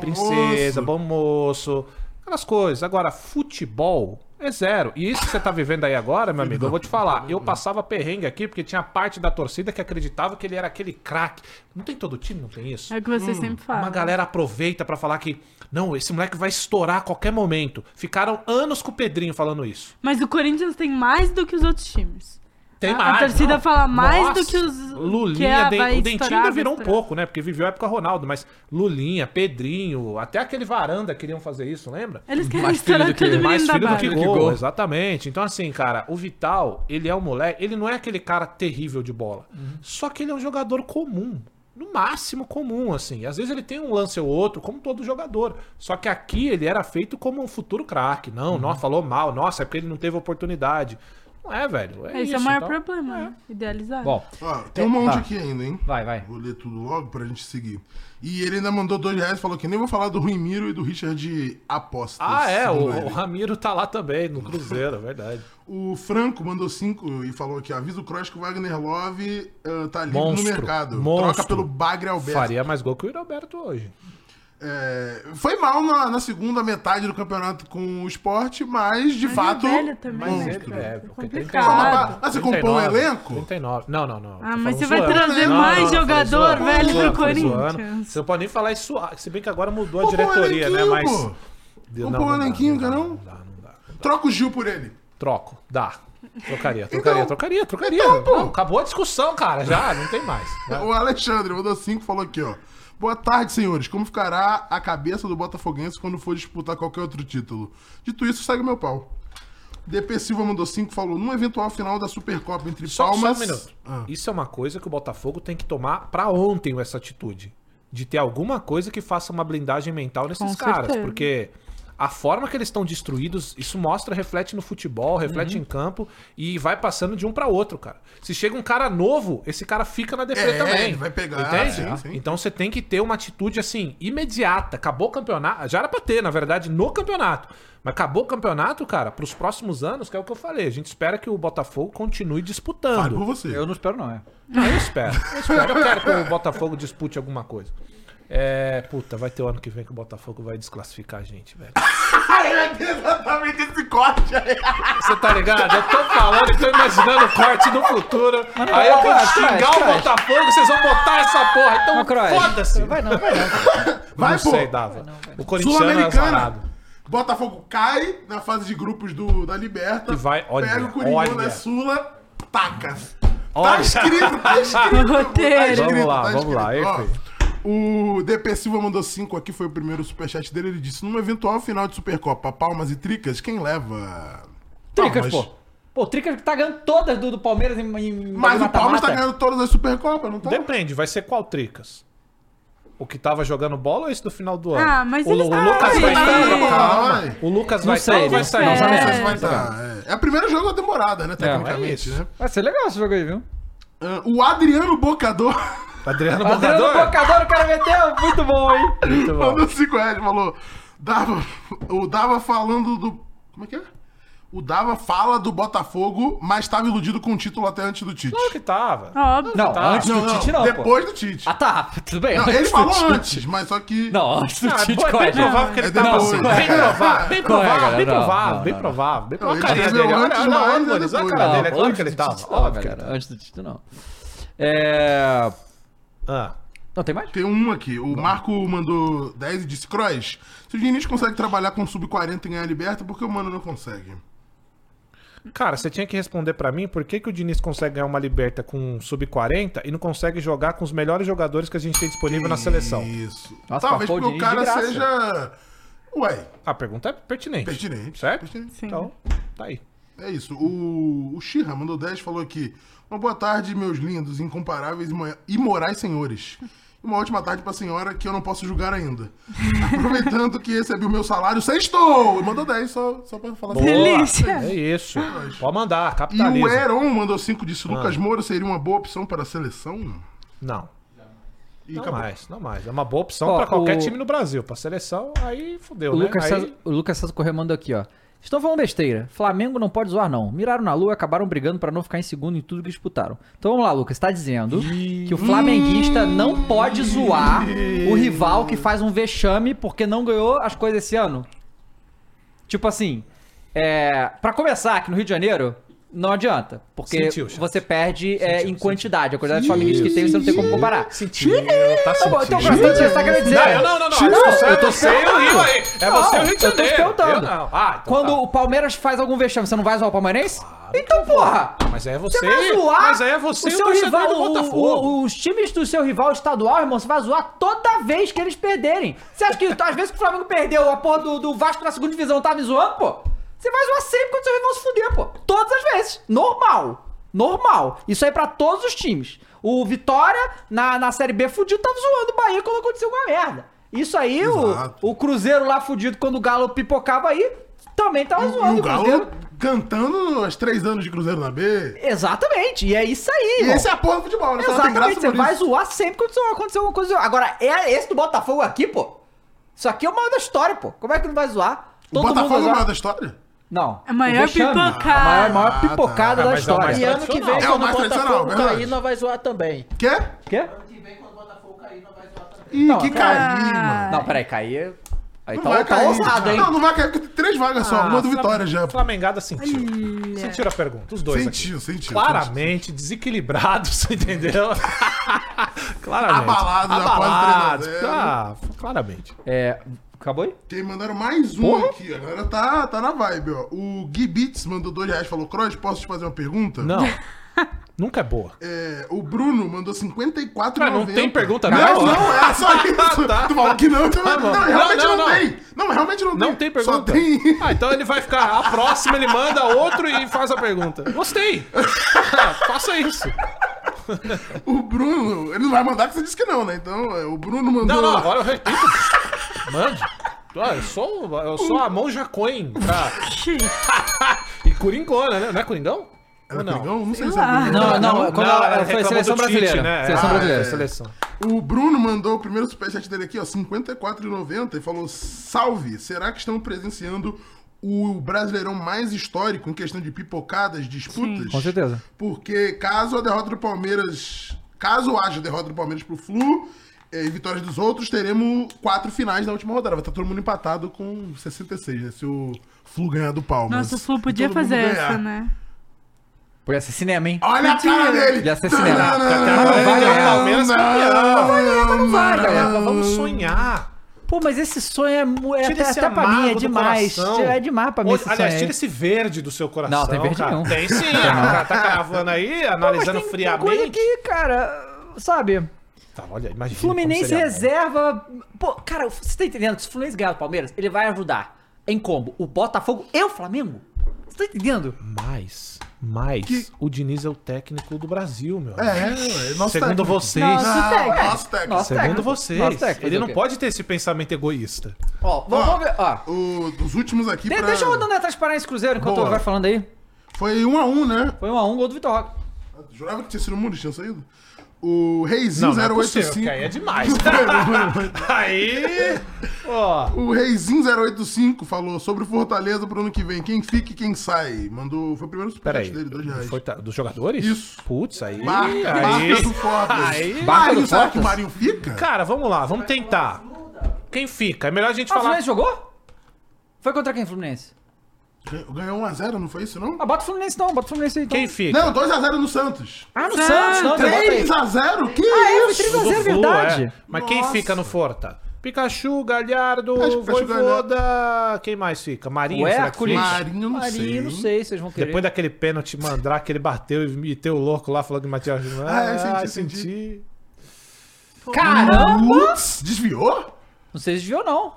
moço. princesa, bom moço, aquelas coisas. Agora, futebol é zero. E isso que você tá vivendo aí agora, meu amigo, eu vou te falar. Eu passava perrengue aqui porque tinha parte da torcida que acreditava que ele era aquele craque. Não tem todo time, não tem isso? Hum, É o que vocês sempre falam. Uma galera aproveita pra falar que, não, esse moleque vai estourar a qualquer momento. Ficaram anos com o Pedrinho falando isso. Mas o Corinthians tem mais do que os outros times. Tem a, mais. A torcida não. fala mais do Nossa, que os. que Lulinha, a Den- vai o Dentinho estourar, ainda vai virou um estourar. pouco, né? Porque viveu a época Ronaldo, mas Lulinha, Pedrinho, até aquele Varanda queriam fazer isso, lembra? Eles querem Mais filho estourar do que- todo Mais menino da filho do base. que Do que gol, gol. exatamente. Então, assim, cara, o Vital, ele é um moleque, ele não é aquele cara terrível de bola. Uhum. Só que ele é um jogador comum. No máximo comum, assim. Às vezes ele tem um lance ou outro, como todo jogador. Só que aqui ele era feito como um futuro craque. Não, Uhum. não, falou mal. Nossa, é porque ele não teve oportunidade. Não é, velho. É Esse isso, é o maior então. problema, né? Idealizar. É. Bom, Ó, tem um monte tá. aqui ainda, hein? vai, vai. Vou ler tudo logo pra gente seguir. E ele ainda mandou dois reais e falou que nem vou falar do Rui Miro e do Richard de apostas. Ah, é, segundo o, o ele. Ramiro tá lá também, no Cruzeiro, é verdade. O Franco mandou cinco e falou aqui: avisa o Cross que o Wagner Love ah, tá livre Monstro, no mercado. monstro. Troca pelo Bagre Alberto. Faria mais gol que o Roberto hoje. É, foi mal na, na segunda metade do campeonato com o esporte, mas de Mas fato. é velho também, né, monstro. cara? É, É porque tem que complicado. Ah, você compõe um elenco? 39. Não, não, não. Ah, Tô mas falando você vai zoando. trazer Não, mais não, não, falei jogador zoando, velho zoando, pro falei zoando. Corinthians. Você não pode nem falar isso. ah, Se bem que agora mudou a Compõe um diretoria, né? elenquinho, Mas. pô. Deu- Compõe um dá, elenquinho, dá, cara, não? dá, não dá. Troca o Gil por ele. Troco, dá. Trocaria, trocaria, Então- trocaria, trocaria. Não, acabou a discussão, cara. Já, não tem mais. Vai. O Alexandre mandou cinco e falou aqui, ó. Boa tarde, senhores. Como ficará a cabeça do Botafoguense quando for disputar qualquer outro título? Dito isso, segue meu pau. DP Silva mandou cinco e falou: num eventual final da Supercopa entre Só, só Palmas. um minuto. Ah. Isso é uma coisa que o Botafogo tem que tomar pra ontem essa atitude. De ter alguma coisa que faça uma blindagem mental nesses Com caras. certeza. Porque a forma que eles estão destruídos, isso mostra, reflete no futebol, reflete Uhum. em campo e vai passando de um pra outro, cara. Se chega um cara novo, esse cara fica na defesa É, também. ele vai pegar, Entende? sim, sim. Então você tem que ter uma atitude assim, imediata. Acabou o campeonato. Já era pra ter, na verdade, no campeonato. Mas acabou o campeonato, cara, pros próximos anos, que é o que eu falei. A gente espera que o Botafogo continue Fale por disputando. você. Eu não espero, não, é. Eu espero. Eu espero. Eu quero que o Botafogo dispute alguma coisa. É. Puta, vai ter o ano que vem que o Botafogo vai desclassificar a gente, velho. é Exatamente esse corte aí. Você tá ligado? Eu tô falando, eu tô imaginando o corte no futuro. Aí eu vou Crash, xingar Crash, o Crash. Botafogo, vocês vão botar essa porra. Então Não, Croy. foda-se. Vai não, vai não. Vai, não pô. sei, dava. O corintiano é Sul-Americana. sarado. Botafogo cai na fase de grupos do, da Liberta. E vai- olha, pega o Coringão olha. na Sula, taca. Tá Olha. escrito, tá escrito. Tá Roteiro. escrito, Vamos lá, tá vamos escrito. lá, hein, Ó, filho? O DP Silva mandou 5 aqui, foi o primeiro superchat dele. Ele disse: numa eventual final de Supercopa, palmas e tricas, quem leva? Tricas, Palmas. pô. Pô, o Tricas que tá ganhando todas do, do Palmeiras em, em Mas o mata-mata. Palmas tá ganhando todas as Supercopas, não tá? Depende, vai ser qual Tricas? O que tava jogando bola ou esse do final do ano? Ah, mas o, eles o tavam Lucas vai aí. estar. Calma. Calma. O Lucas Não vai sei, estar ou vai não sei. sair? Não, É. não sei. Vai tá. É, é o primeiro jogo da temporada, né? Tecnicamente, É, isso. né? Vai ser legal esse jogo aí, viu? Ah, o Adriano Bocador Adriano Adriano Bocador? Bocador, o cara meteu. Muito bom, hein? Muito bom. mandou 5 reais falou: Dava, o Dava falando do. Como é que é? O Dava fala do Botafogo, mas tava iludido com o título até antes do Tite. Claro que tava. Óbvio. Não, Tá. antes do Tite não, pô. depois do Tite. Ah, tá. Tudo bem. Não, antes ele do falou Tite. antes, mas só que. Não, antes do Ah, Tite, pô, é bem correu. provável que ele É tava depois. assim. Bem provável, bem Qual é, provável, bem galera? Não, provável, não, bem não. provável, Não, ele bem provável. Olha a carinha escreveu dele, olha antes, olha mas o ainda Andones, olha a depois. cara dele, é Não, claro antes que ele do tava. Tite não, Óbvio que ele tá. cara. tava. Antes do Tite não. É... Ah, Não, tem mais? Tem um aqui. O Marco mandou 10 e disse: Cross, se o Diniz consegue trabalhar com sub-40 e ganhar a liberta, por que o Mano não consegue? Cara, você tinha que responder pra mim por que, que o Diniz consegue ganhar uma liberta com um sub-40 e não consegue jogar com os melhores jogadores que a gente tem disponível na seleção? Isso. Nossa, Talvez papou o porque o Diniz cara de graça. seja. Ué, A pergunta é pertinente. pertinente. Certo? Pertinente. Sim. Então, tá aí. É isso. O, o Xirra mandou 10 falou aqui. Uma boa tarde, meus lindos, incomparáveis imo- imorais senhores. E Uma ótima tarde pra senhora que eu não posso julgar ainda. Aproveitando que recebi o meu salário, sextou! E Mandou 10 só, só pra falar assim. Delícia. É isso. Pode mandar, E o capitaliza. Heron mandou 5 disse: Lucas Moura seria uma boa opção para a seleção? Não. E Não acabou. mais, não mais. É uma boa opção Ó, pra qualquer o- time no Brasil. Pra seleção, aí fudeu, O né? Lucas, Aí- César, o Lucas César Correia mandou aqui, ó. Estão falando besteira. Flamengo não pode zoar, não. Miraram na lua e acabaram brigando pra não ficar em segundo em tudo que disputaram. Então vamos lá, Lucas. Tá dizendo que o flamenguista não pode zoar o rival que faz um vexame porque não ganhou as coisas esse ano? Tipo assim, é, para começar, aqui no Rio de Janeiro, não adianta. Porque Sentiu, Chaves. você perde é, em quantidade. A quantidade de flamenguistas que tem, você não tem como comparar. Sentiu, tá Tá bom, sentindo. então o Brasil está querendo dizer. Não, eu não, não, não. Não, eu tô sem o Rio aí. É Não, você o Rio de Ah, eu tô te Janeiro. perguntando. Eu não. Ah, então Quando tá. o Palmeiras faz algum vexame, você não vai zoar o palmeirense? então, porra! Mas aí é você. Você vai zoar mas aí é você o e o seu torcedor do rival, o, Botafogo. o- os times do seu rival estadual, irmão, você vai zoar toda vez que eles perderem. Você acha que às vezes que o Flamengo perdeu a porra do, do Vasco na segunda divisão, tá me zoando, pô? Você vai zoar sempre quando seu rival se fuder, pô. Todas as vezes. Normal. Normal. Isso aí pra todos os times. O Vitória, na, na Série B, fudido, tava zoando o Bahia quando aconteceu uma merda. Isso aí, o, Exato. o Cruzeiro lá fudido quando o Galo pipocava aí, também tava E zoando o o Cruzeiro. Galo cantando os três anos de Cruzeiro na B. Exatamente. E é isso aí, E irmão. esse é a porra do futebol, né? Só não tem graça Exatamente, você por vai isso. zoar sempre quando isso acontecer alguma coisa. Agora, é esse do Botafogo aqui, pô? Isso aqui é o maior da história, pô. Como é que não vai zoar? O Botafogo é o vai maior zoar. da história? Não. É A maior O vexame. pipocada. A maior, a maior Ah, tá. pipocada da Mas é o mais história. E ano que vem, É o quando mais o tradicional, Botafogo verdade. cair, nós vai zoar também. Quê? Quê? Ih, Não, que tá. carinho, mano. Não, peraí, cair. Aí Não tá, vai tá cair. ousado, hein? Não, não vai cair porque tem três vagas só. Uma do Ah, Flam- Vitória já. Flamengada sentiu. Sentiram a pergunta, os dois. aqui. Sentiu, sentiu. Claramente desequilibrados, entendeu? claramente. Abalados após o Abalados. 3 a né? 0. Ah, claramente. É. Acabou aí? Quem mandaram mais um aqui, a galera tá, tá na vibe, ó. O Gui Beats mandou dois reais, falou, Cross, posso te fazer uma pergunta? Não. Nunca é boa. É, o Bruno mandou 54 Cara, não tem pergunta Não, mesmo? não, é só isso. tá. Tu falou que não, então- não, bom. realmente não, Não, não, não. tem. Não, realmente não tem. Não tem pergunta? Só tem... Ah, então ele vai ficar. A próxima ele manda outro e faz a pergunta. Gostei! Ah, Faça isso. O Bruno, ele não vai mandar porque você disse que não, né? Então, é, o Bruno mandou... Não, não, agora eu repito. Mande. Ah, eu sou, um- eu sou a monja Coin, tá? e Coringona, né? Não é Coringão? Ela Ou não? Coringão? Não sei Sei se é lá. Coringão. Não, não, quando ela- ela foi reclamou seleção do Tite, brasileira. né? Seleção Ah, brasileira. é, seleção. O Bruno mandou o primeiro superchat dele aqui, ó, 54,90 e falou: Salve! Será que estão presenciando o brasileirão mais histórico em questão de pipocadas, disputas? Com certeza. Porque caso a derrota do Palmeiras. Caso haja derrota do Palmeiras pro Flu eh, e vitórias dos outros, teremos quatro finais na última rodada. Vai estar todo mundo empatado com 66, né? Se o Flu ganhar do Palmeiras. Nossa, o Se Flu podia todo mundo fazer ganhar. essa, né? Por esse cinema, hein? Ah, Olha a cara dele! De assassinato. Vai ganhar o Palmeiras campeão. não vai, galera. Cara, vamos sonhar. Pô, mas esse sonho é, mu- é Tira até, esse até pra amargo mim, é do demais. coração. É demais pra mim esse Olha, Aliás, sonho. tira aí. esse verde do seu coração. Não, tem verde cara. nenhum. Tem sim. O cara tá cravando aí, analisando Mas tem- tem coisa friamente. que, cara, sabe? Tá, olha, imagina. como Fluminense seria reserva. Pô, cara, você tá entendendo que se o Fluminense ganhar do Palmeiras, ele vai ajudar em combo o Botafogo e o Flamengo? Você tá entendendo? Mas, mas, o Diniz é o técnico do Brasil, meu. É, é, nosso Segundo técnico. vocês. é. Nossa. Não, técnico. nosso técnico. Nossa. Segundo técnico. vocês, Nosso técnico, ele fazer não o quê? pode ter esse pensamento egoísta. Ó, vamos, vamos ver. Ó, O- dos últimos aqui De- pra... Deixa eu dando a transparência Cruzeiro enquanto Boa. eu vai falando aí. Foi um a um, né? Foi um a um gol do Vitor Roque. Jurava que tinha sido o Muniz, tinha saído? O Reizinho Não, não é possível, 085... porque aí é demais. aí, ó. o Reizinho 085 falou sobre o Fortaleza pro ano que vem. Quem fica e quem sai. Mandou... Foi o primeiro Peraí, superchat dele, dois reais. foi ta- dos jogadores? Isso. Putz, aí. Marca, marca do Fortaleza. Aí. Marinho, do será que o Fortas? Marinho fica? Cara, vamos lá, vamos tentar. Quem fica? É melhor a gente Ah, o falar. Fluminense jogou? Foi contra quem, Fluminense? Ganhou 1x0, não foi isso, não? Ah, bota o Fluminense não, bota o Fluminense aí. Então. Quem fica? Não, 2x0 no Santos. Ah, no Santos, não, então bota aí. 3x0? Que Ah, é, foi isso? 3 a 0, Do Flu, verdade. é. Mas quem Nossa. fica no Forta? Pikachu, Galhardo, Acho que Pikachu, né? Voivoda. Quem mais fica? Marinho, Ué, será que Culichi. fica? Marinho, não sei. Marinho, não sei, vocês vão querer. Depois daquele pênalti mandrar que ele bateu e meteu o louco lá falando que Matias. Ah, eu senti, Ah, senti. Caramba! Putz, desviou? Não sei se viu, não.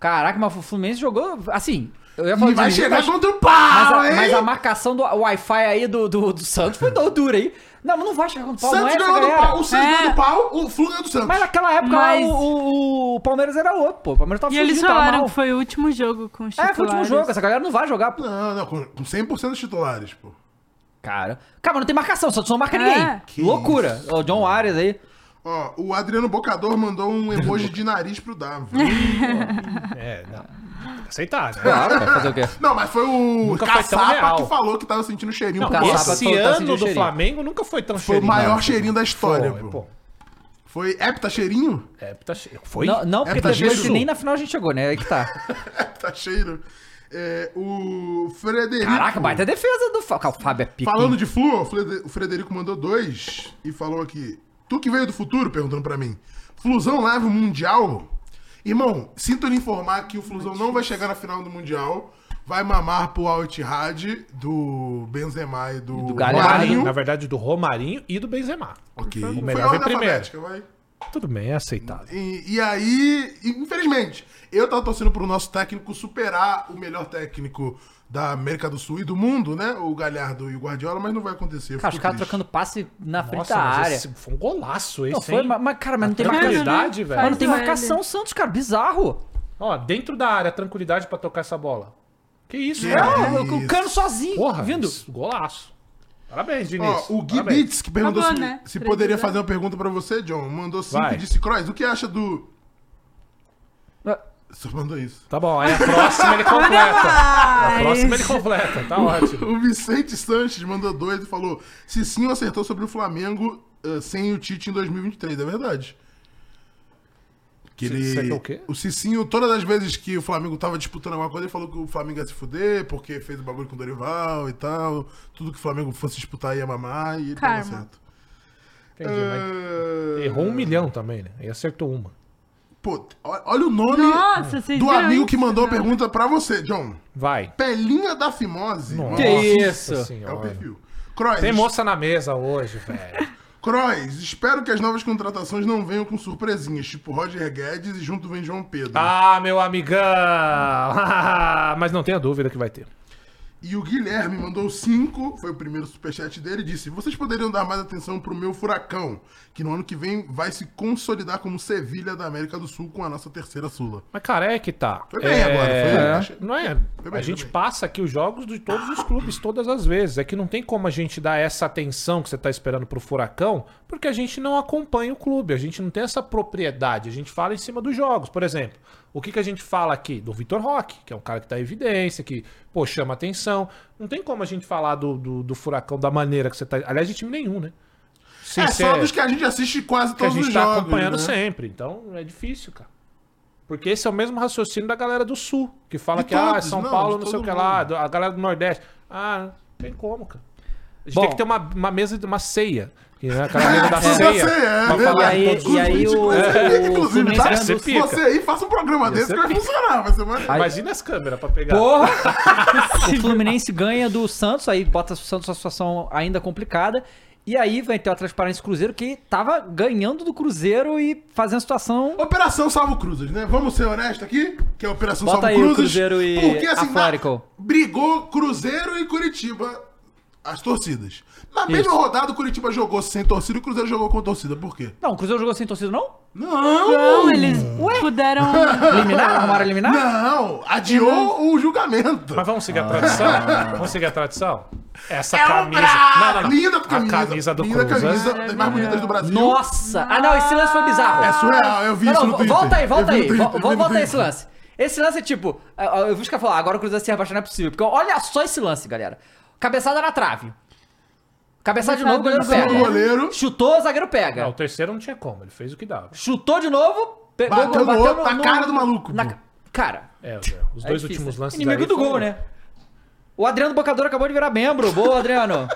Caraca, mas o Fluminense jogou. Assim, eu ia falar E vai de- chegar mas, contra o mas pau, a, hein? mas a marcação do Wi-Fi aí do, do, do Santos foi do- dura, hein? Não, mas não vai chegar contra o pau, não é Santos essa ganhou do galera. pau, o Santos É. ganhou do pau, o Flu ganhou do Santos. Mas naquela época Mas- lá, o, o- o Palmeiras era outro, pô. O Palmeiras tava E eles fudido, Tá tava falaram mal. que foi o último jogo com os É, foi o último titulares. jogo, essa galera não vai jogar, pô. Não, não, com com 100% dos titulares, pô. Cara. Cara, mas não tem marcação, o Santos não marca É. ninguém. Que Loucura. O John Arias aí. Ó, o Adriano Bocador mandou um emoji de nariz pro Davi. É, não. Tem que Aceitar, né? Claro, vai fazer o quê? Não, mas foi o Nunca foi tão real. Caçapa que falou que tava sentindo cheirinho Não, pro Caçapa Boca. Caçapa esse todo tá ano sentindo do cheirinho. Flamengo nunca foi tão Foi o cheirinho. maior não. cheirinho da história, Foi, pô. pô. Foi hepta cheirinho? É, tá cheio. Foi? Não, não, É, porque tá teve cheio. esse nem na final a gente chegou, né? Aí que tá. Hepta cheiro. É, o Frederico... Caraca, baita defesa do Fábio. O Fábio é pica. hein? Falando de Flu, o Frede- o Frederico mandou dois e falou aqui. Tu que veio do futuro, perguntando pra mim. Flusão leva o Mundial? Irmão, sinto lhe informar que o Flusão não vai chegar na final do Mundial. Vai mamar pro Al Ittihad do Benzema e do, do Galhardo. Romarinho, Marinho. na verdade, do Romarinho e do Benzema. Ok. Foi melhor a ordem vem primeiro. alfabética, vai. Tudo bem, é aceitável. E, e aí, infelizmente, eu tava torcendo pro nosso técnico superar o melhor técnico da América do Sul e do mundo, né? O Galhardo e o Guardiola, mas não vai acontecer. eu Cara, os fico caras triste. trocando passe na frente Nossa, da mas área. esse foi um golaço esse, Não foi, hein? mas, mas, cara, mas É, não tem né? marcação. Tranquilidade, Faz Mas velho. não tem Olha. marcação, o Santos, cara, bizarro. Ó, dentro da área, tranquilidade pra tocar essa bola. Que isso, Que velho? isso. Ah, o cano sozinho, Porra, vindo. isso, golaço. Parabéns, Diniz. Ó, o Gui Parabéns. Beats, que perguntou Acabou, se, né? se Três poderia anos. fazer um uma pergunta pra você, John. Mandou cinco Vai. e disse, Croix, o que acha do... Só mandou é isso. Tá bom, aí a próxima ele completa. A próxima ele completa, tá ótimo. O Vicente Sanches mandou dois e falou, Cicinho acertou sobre o Flamengo eh, sem o Tite em 2023. É verdade. Que Você- ele... você quer o quê? O Cicinho, todas as vezes que o Flamengo tava disputando alguma coisa, ele falou que o Flamengo ia se fuder, porque fez o bagulho com o Dorival e tal. Tudo que o Flamengo fosse disputar ia mamar e ele tava Karma. certo. Entendi, mas Eh, errou um milhão também, né? E acertou uma. Pô, olha olha o nome... Nossa, vocês do viram amigo isso? que mandou a Não. pergunta pra você, John. Vai. Pelinha da Fimose. Nossa Que isso? É o Senhora. perfil. Crois, Tem moça na mesa hoje, velho. Crois, espero que as novas contratações não venham com surpresinhas, tipo Roger Guedes e junto vem João Pedro. Ah, meu amigão! Mas não tenha dúvida que vai ter. E o Guilherme mandou cinco, foi o primeiro superchat dele, e disse: Vocês poderiam dar mais atenção pro meu furacão, que no ano que vem vai se consolidar como Sevilha da América do Sul com a nossa terceira Sula. Mas, cara, é que tá. Foi bem agora, foi bem, achei. Não é? bem, a gente foi bem. passa aqui os jogos de todos os clubes, todas as vezes. É que não tem como a gente dar essa atenção que você tá esperando pro Furacão, porque a gente não acompanha o clube, a gente não tem essa propriedade. A gente fala em cima dos jogos. Por exemplo, o que, que a gente fala aqui? Do Vitor Roque, que é um cara que tá em evidência, que, pô, chama atenção. Não tem como a gente falar do, do, do Furacão da maneira que você tá. Aliás, de time nenhum, né? Sem é só ser- dos que a gente assiste quase que a todos gente os tá jogos. né? acompanhando sempre. Então é difícil, cara. Porque esse é o mesmo raciocínio da galera do Sul, que fala De que ah, todos, São não, Paulo, de não sei o todo que lá, do- a galera do Nordeste. Ah, não tem como, cara. A gente Bom. tem que ter uma, uma mesa de uma ceia. Que é aquela mesa da Você ceia. é, pra né? falar E aí- todos os e aí vídeos. É, o- É. Inclusive, o- inclusive, o tá? Fluminense Você fica. aí faça um programa desse ser que vai pica. funcionar, vai ser maneiro. Imagina as câmeras pra pegar. Porra! o Fluminense ganha do Santos, aí bota o Santos numa situação ainda complicada. E aí vai ter o Atlético Paranaense e Cruzeiro que tava ganhando do Cruzeiro e fazendo a situação. Operação Salvo Cruzes, né? Vamos ser honestos aqui, que é a Operação Bota Salvo aí o Cruzes. Cruzeiro e porque, assim, Atlético. na- brigou Cruzeiro e Curitiba, as torcidas. Na mesma rodada, o Curitiba jogou sem torcida e o Cruzeiro jogou com torcida. Por quê? Não, o Cruzeiro jogou sem torcida, não? Não! Não, eles puderam. Eliminar? Arrumaram eliminar? Não! Adiou o julgamento. Ah. Mas vamos seguir a tradição? Vamos seguir a tradição? Essa É camisa. brabo! Não, não, não. Linda a camisa. camisa do Linda Cruzeiro. camisa das mais bonitas do Brasil. Nossa! Ah, não, esse lance foi bizarro. É surreal, eu vi Não, isso não, no Twitter. volta aí, Eu volta vi no aí. Twitter, vo- eu vi no volta aí Twitter. esse lance. Esse lance é tipo. ah, ah, Eu vi os caras falar, agora o Cruzeiro se rebaixando não é possível. Porque olha só esse lance, galera. Cabeçada na trave. Cabeçada de novo, o goleiro Cabeçada pega. do goleiro. Chutou, o zagueiro pega. Não, o terceiro não tinha como, ele fez o que dava. Chutou de novo, pegou Bateu no outro, na cara do maluco, na pô. ca- cara, É, os é dois difícil. últimos lances. Inimigo aí do gol, foram- né? O Adriano Bocador acabou de virar membro. Boa, Adriano.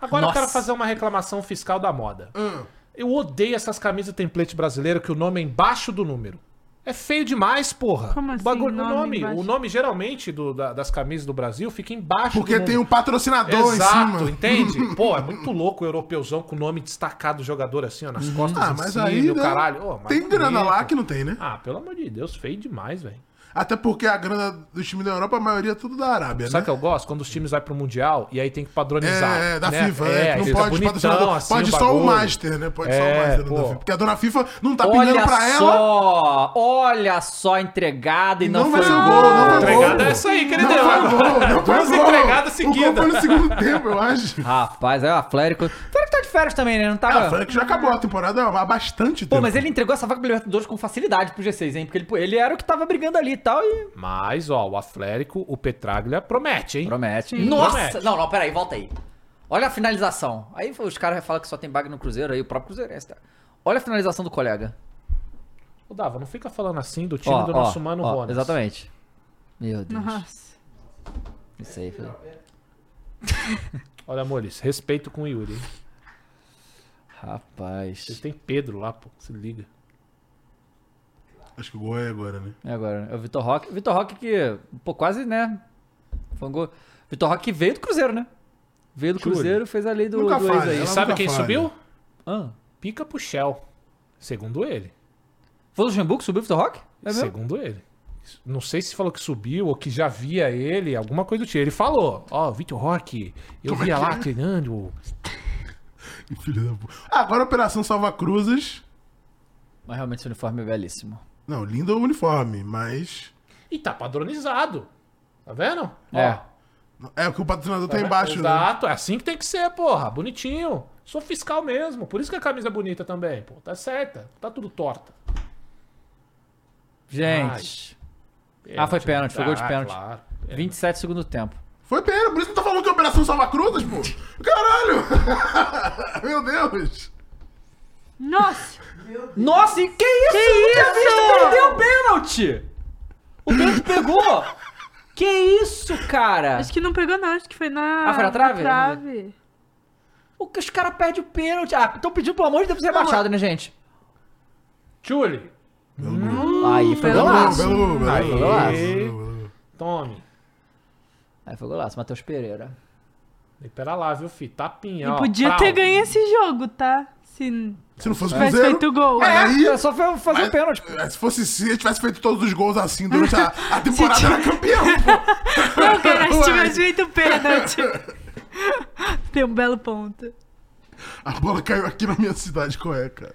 Agora eu quero Nossa. fazer uma reclamação fiscal da moda. Hum. Eu odeio essas camisas template brasileiro que o nome é embaixo do número. É feio demais, porra. Como O assim, bagulho- nome o, nome, embaixo? o nome geralmente do- da- das camisas do Brasil fica embaixo Porque do tem um número. patrocinador em Exato, cima. entende? Pô, é muito louco o europeuzão com o nome destacado do jogador assim, ó, nas costas Ah, em mas cima, aí. o né, caralho. Ô, mas tem grana lá bonito. que não tem, né? Ah, pelo amor de Deus, feio demais, velho. Até porque a grana dos times da Europa, a maioria é tudo da Arábia, Sabe o né? que eu gosto? Quando os times vão pro Mundial e aí tem que padronizar. É, é, da né? FIFA, é, que aí não fica pode bonitão, patrocinador. assim, pode só o bagulho. Master, né? Pode só o É, Master né, da pô. FIFA. Porque a dona FIFA não tá pingando olha pra ela. só. Olha só, entregada e não, Não vai foi um ser um gol. gol, não vai um Entregada gol. é essa aí que ele Não deu. foi um gol, não foi Duas gol. entregadas O gol foi no seguidas. segundo tempo, eu acho. Rapaz, é o Atlético. Férico tá de férias também, né? Não Ah, tava. o Frank já acabou a temporada é há bastante tempo. Pô, mas ele entregou essa vaga pro Libertadores com facilidade pro G6, hein? Porque ele, ele era o que tava brigando ali e tal e. Mas, ó, o Atlético, o Petraglia promete, hein? Promete. Sim. Nossa! Promete. Não, não, peraí, volta aí. Olha a finalização. Aí os caras falam que só tem vaga no Cruzeiro, aí o próprio Cruzeirense. tá? Olha a finalização do colega. Ô, Dava, não fica falando assim do time do nosso mano ó, Ronas. Exatamente. Meu Deus. Nossa. Isso aí, foi. Olha, amores, respeito com o Yuri. hein? Vocês Rapaz. têm Pedro lá, pô. Se liga. Acho que o gol é agora, né? E agora? É o Vitor Roque. Vitor Roque que. Pô, quase, né? Foi um gol. Vitor Roque que veio do Cruzeiro, né? Veio do Júlio. Cruzeiro, fez a lei do, Nunca do ex falha, aí. E Ela sabe nunca quem falha. subiu? Ah. Pica pro Shell. Segundo ele. Foi o Luxemburgo que subiu o Vitor Roque? É mesmo? Segundo ele. Não sei se falou que subiu ou que já via ele, alguma coisa do tipo. Ele falou, ó, Vitor Roque, eu Como é via que lá é? treinando. Que Filho da puta. Agora a Operação Salva Cruzes. Mas realmente esse uniforme é belíssimo. Não, lindo o uniforme, mas. E tá padronizado. Tá vendo? É. É o que o patrocinador tá embaixo, né? Exato, é assim que tem que ser, porra. Bonitinho. Sou fiscal mesmo. Por isso que a camisa é bonita também, pô. Tá certa. Tá tudo torta. Gente. Ah, foi pênalti, foi gol de pênalti. Claro. 27 segundo tempo. Foi pena, por isso que tá falando que é Operação Salva Cruzes, pô. Caralho! Meu Deus! Nossa! Nossa, e que isso? Que isso? perdeu o pênalti! O pênalti pegou! Que isso, cara? Acho que não pegou, não. Acho que foi na. Ah, foi na trave? trave. O que os caras perdem o pênalti? Ah, estão pedindo, pelo amor de Deus, pra ser rebaixado, né, gente? Julie. Aí foi Pelo Belo, golaço. belo, Aí. belo. Tome. Aí foi golaço, Matheus Pereira. Libera lá, viu, fi? Tapinha, E ó. podia Prau. ter ganho esse jogo, tá? Se Se não fosse o Tivesse Cruzeiro. feito gol. É, né? aí- É, só foi fazer mas- um pênalti. é, Se fosse se ele tivesse feito todos os gols assim durante a, a temporada, era campeão, pô. Não, cara, se Ué. tivesse feito pênalti. Tem um belo ponto. A bola caiu aqui na minha cidade, qual é, cara?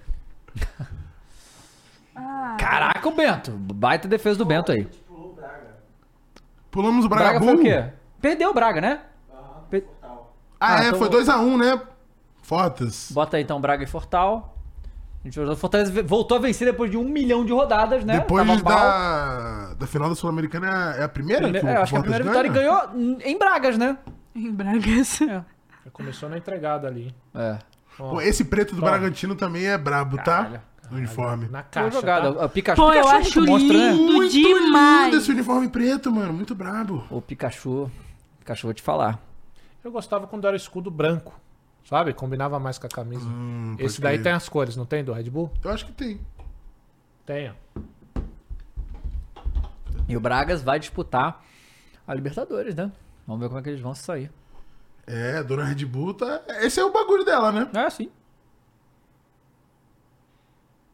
Ah. Caraca, o Bento. Baita defesa do Bento aí. Pulamos o Braga Braga, foi o quê? Perdeu o Braga, né? Per- Ah, Ah, é, então- foi 2x1, né? Fotos. Bota aí então Braga e Fortal. A gente vai usar- O Fortaleza ve- voltou a vencer depois de um milhão de rodadas, né? Tava Depois mal. da, da final da Sul-Americana, é a primeira? Primeira- o é, acho que a Fortaleza primeira ganha? vitória e ganhou hum, em Bragas, né? Em Bragas. Já Começou na entregada ali, hein? É. Pô, esse preto do Bragantino também é brabo, tá? No uniforme. Na Boa caixa. jogada. tá? O Pikachu, Pô, eu Pikachu é acho muito monstro, né? lindo lindo demais. esse uniforme preto, mano. Muito brabo. O Pikachu. Pikachu, vou te falar. Eu gostava quando era escudo branco, sabe? Combinava mais com a camisa. Esse daí Hum, crer. tem as cores, não tem do Red Bull? Eu acho que tem. Tem, ó. E o Bragas vai disputar a Libertadores, né? Vamos ver como é que eles vão se sair. É, a dona Red Bull tá. Esse é o bagulho dela, né? É, sim.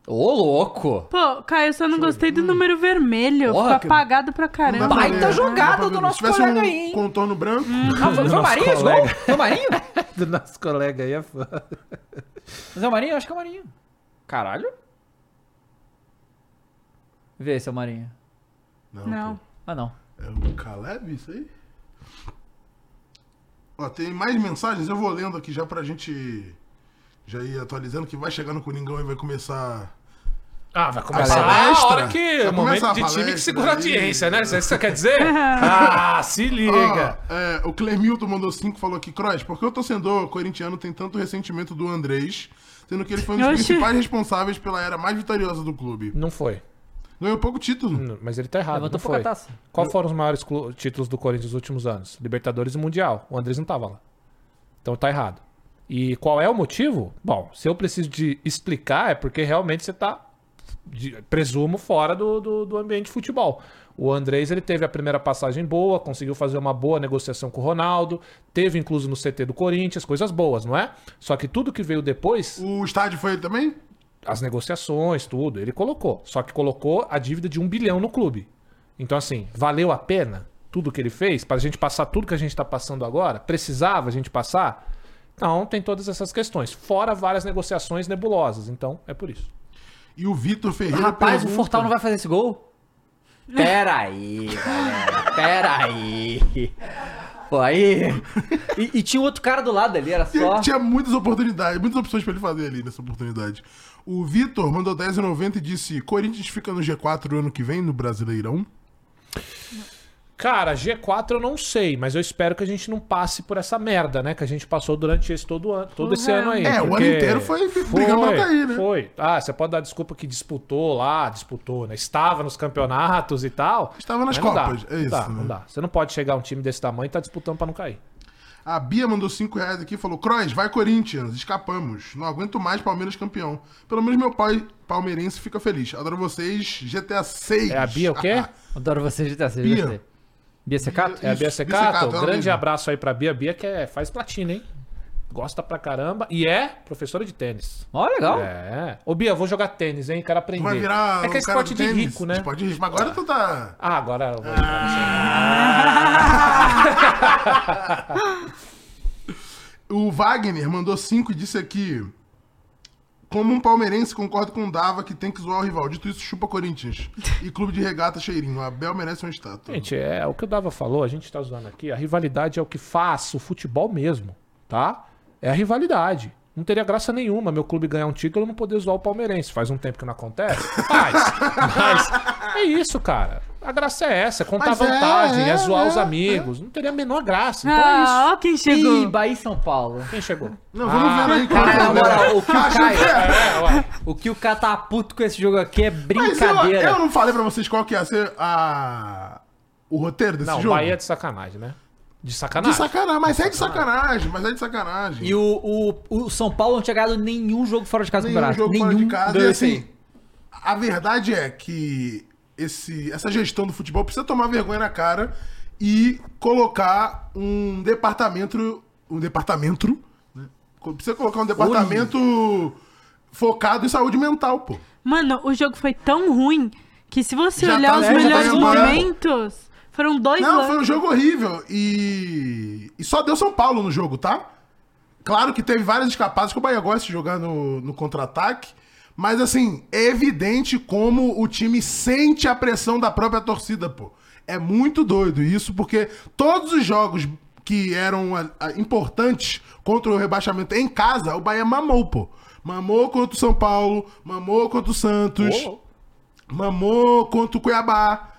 Ô, louco! Pô, Caio, eu só não gostei do número vermelho. Porra, Ficou que- apagado pra Não é dá caramba. pra Baita ver, É jogada não dá pra do ver. nosso Se tivesse colega um aí, hein? contorno branco. Hum. Ah, foi, foi o Marinho esse gol? colega. Foi o Marinho? Do nosso colega aí é fã. Mas é o Marinho? Acho que é o Marinho. Caralho. Vê se é o Marinho. Não. Ah, não. É o Caleb, isso aí? Ó, tem mais mensagens, eu vou lendo aqui já pra gente já ir atualizando, que vai chegar no Coringão e vai começar. Ah, vai é começar palestra? a hora que. é Vai O momento começar a de time palestra que segura a aí. audiência, né? Isso é isso que você quer dizer? ah, se liga. Ó, é, o Clemilton mandou cinco falou aqui, Cross, por que o torcedor corintiano tem tanto ressentimento do Andrés, sendo que ele foi um dos Oxi. principais responsáveis pela era mais vitoriosa do clube? Não foi. Ganhou pouco título. Não, Mas ele tá errado. Levantou Não pouca foi. taça. Qual foram os maiores clu- títulos do Corinthians nos últimos anos? Libertadores e Mundial. O Andrés não tava lá. Então tá errado. E qual é o motivo? Bom, se eu preciso de explicar, é porque realmente você tá, de- presumo, fora do, do, do ambiente de futebol. O Andrés, ele teve a primeira passagem boa, conseguiu fazer uma boa negociação com o Ronaldo, teve incluso no CT do Corinthians, coisas boas, não é? Só que tudo que veio depois, O estádio foi ele também? as negociações, tudo, ele colocou. Só que colocou a dívida de um bilhão no clube. Então, assim, valeu a pena tudo que ele fez para a gente passar tudo que a gente está passando agora? Precisava a gente passar? Então, tem todas essas questões. Fora várias negociações nebulosas. Então, é por isso. E o Vitor Ferreira. Rapaz, o pergunta- Fortal não vai fazer esse gol? Peraí, galera. Peraí. Pô, aí. E, e tinha outro cara do lado ali, era só. Tinha, tinha muitas oportunidades, muitas opções pra ele fazer ali nessa oportunidade. O Vitor mandou 10,90 e disse: Corinthians fica no G4 ano que vem, no Brasileirão. Cara, G4 eu não sei, mas eu espero que a gente não passe por essa merda, né? Que a gente passou durante esse todo ano, todo esse Porra. ano aí. É, o porque- ano inteiro foi brigando pra cair, né? Foi. Ah, você pode dar desculpa que disputou lá, disputou, né? Estava nos campeonatos e tal. Estava nas mas não dá, Copas, é não isso, Dá, né? Não dá. Você não pode chegar um time desse tamanho e tá disputando pra não cair. A Bia mandou 5 reais aqui e falou: Cross, vai Corinthians, escapamos. Não aguento mais Palmeiras campeão. Pelo menos meu pai palmeirense fica feliz. Adoro vocês, GTA 6. É a Bia o quê? Adoro você de terceiro. Bia. Bia. Bia Secato? É a Isso, Bia Bia Secato, Secato. ela Grande mesma. abraço aí pra Bia. Bia que é, faz platina, hein? Gosta pra caramba. E é professora de tênis. Ó, legal. É. Ô, Bia, eu vou jogar tênis, hein? Quero aprender. vai virar. é que um cara é esporte do de tênis, rico, né? Esporte de rico. Mas agora tu tá. Ah, agora. eu vou- O Wagner mandou 5 e disse aqui. Como um palmeirense, concordo com o Dava que tem que zoar o rival. Dito isso, chupa Corinthians. E clube de regata cheirinho. Abel merece uma estátua. Gente, é o que o Dava falou, a gente tá zoando aqui, a rivalidade é o que faz o futebol mesmo, tá? É a rivalidade. Não teria graça nenhuma meu clube ganhar um título e não poder zoar o palmeirense. Faz um tempo que não acontece? Faz. mas é isso, cara. A graça é essa, é contar Mas é, vantagem, é, é, zoar os é, amigos. Não teria a menor graça. Então é isso. Ah, ó quem chegou. Ih, Bahia e São Paulo. Quem chegou? Não, vamos ver aí. qual Cara, é na o moral, Abel. o que o Acho Caio. É, ué. O que o cara tá puto com esse jogo aqui é Mas eu, brincadeira. eu não falei pra vocês qual que ia ser a... o roteiro desse Não, jogo. Bahia é de sacanagem, né? De De sacanagem. sacanagem, mas é de sacanagem, mas é de sacanagem. E o, o, o São Paulo não tinha ganhado nenhum jogo fora de casa com o nenhum Braga. jogo nenhum fora de casa. E ganhou esse aí. assim, a verdade é que esse, essa gestão do futebol precisa tomar vergonha na cara e colocar um departamento. Um departamento. né? Precisa colocar um departamento focado em saúde mental, pô. Mano, o jogo foi tão ruim que se você Já olhar tá- os é, já tá melhores indo embora. movimentos, foram dois Não, lances. foi um jogo horrível. E... e só deu São Paulo no jogo, tá? Claro que teve várias escapadas que o Bahia gosta de jogar no, no contra-ataque. Mas, assim, é evidente como o time sente a pressão da própria torcida, pô. É muito doido isso, porque todos os jogos que eram a- a- importantes contra o rebaixamento em casa, o Bahia mamou, pô. Mamou contra o São Paulo, mamou contra o Santos, mamou contra o Cuiabá,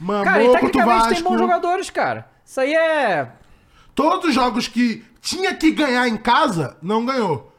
mamou Cara, e contra o tecnicamente tem Vasco. bons jogadores, cara. Isso aí é. Todos os jogos que tinha que ganhar em casa, não ganhou.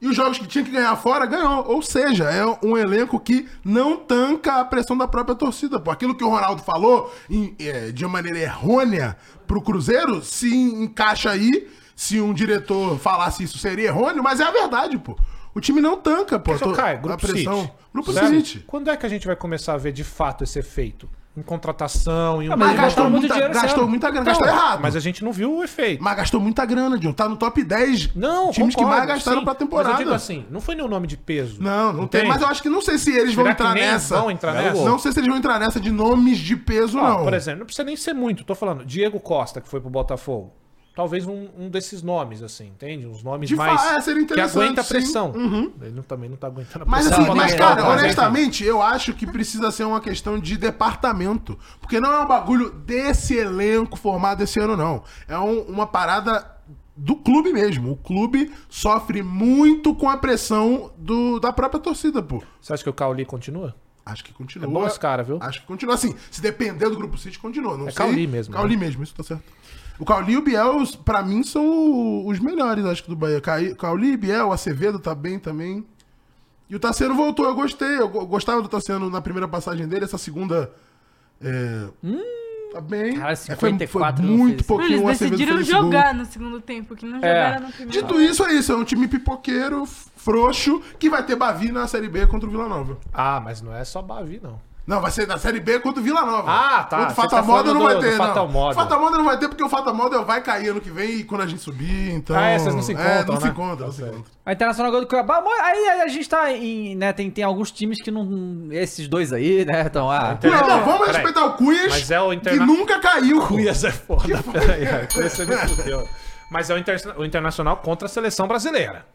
E os jogos que tinha que ganhar fora, ganhou. Ou seja, é um elenco que não tanca a pressão da própria torcida. Pô, aquilo que o Ronaldo falou em- é, de uma maneira errônea pro Cruzeiro, se encaixa aí. Se um diretor falasse isso, seria errôneo, mas é a verdade, pô. O time não tanca, pô. Só to- cai, a Grupo pressão. City. Grupo Certo? City. Quando é que a gente vai começar a ver de fato esse efeito? Em contratação, em um... Ah, Mas mas eles gastou botaram muito muita, dinheiro Então, esse gastou ano. muita grana. gastou errado. Então, Mas a gente não viu o efeito. Mas gastou muita grana, John. Tá no top 10 Não, times que mais concordo, gastaram sim. pra temporada. Mas eu digo assim, não foi nenhum nome de peso. Não, não tem. Entende? Mas eu acho que não sei se eles vão Será que entrar nem nessa. vão entrar nessa? Não sei se eles vão entrar nessa de nomes de peso, Ó, não. Por exemplo, não precisa nem ser muito. Tô falando, Diego Costa, que foi pro Botafogo. Talvez um, um desses nomes, assim, entende? Uns nomes De mais. fato, é, seria que interessante, aguenta a sim. Uhum. pressão. Ele não- também não tá aguentando a Mas pressão. assim, Não, mas não, cara, não, mas enfim. honestamente, eu acho que precisa ser uma questão de departamento. Porque não é um bagulho desse elenco formado esse ano, não. É um- uma parada do clube mesmo. O clube sofre muito com a pressão do, da própria torcida, pô. Você acha que o Cauli continua? Acho que É continua. bom esse cara, viu? Acho que continua assim. Se depender do Grupo City, continua. Não É sei. Cauli mesmo, Cauli né? mesmo, isso tá certo. O Cauli e o Biel, os- pra mim, são o- os melhores, acho que, do Bahia. Cai- Cauli, Biel, Acevedo tá bem também. E o Tassiano voltou, eu gostei. Eu go- gostava do Tassiano na primeira passagem dele, essa segunda. É... tá bem. Hum? Cara, É, 54 foi, foi não fez muito esse Não, pouquinho eles o Acevedo decidiram fez esse gol. jogar no segundo tempo, que não É. jogaram no primeiro. Dito isso, é isso. É um time pipoqueiro, frouxo, que vai ter Bavi na Série B contra o Vila Nova. Ah, mas não é só Bavi, não. Não, vai ser da Série B contra o Vila Nova. Ah, Contra tá. o Você Fata tá Moda falando não vai do- ter, do não. Fata Morda. Fata Moda não vai ter porque o Fata Moda vai cair ano que vem e quando a gente subir, então... Ah, é, vocês não se É, não encontram, se né? encontram, não Tá se certo. encontram. A Internacional ganhou do Cuiabá. mas Aí a gente tá em. Né, tem, tem alguns times que não. Esses dois aí, né? Então, ah. Inter- Não, não, vamos Peraí. respeitar o Cuias, Mas é o que Interna- nunca caiu. Cuias é foda. Peraí, você me fudeu. Mas é o, Interna- o Internacional contra a seleção brasileira.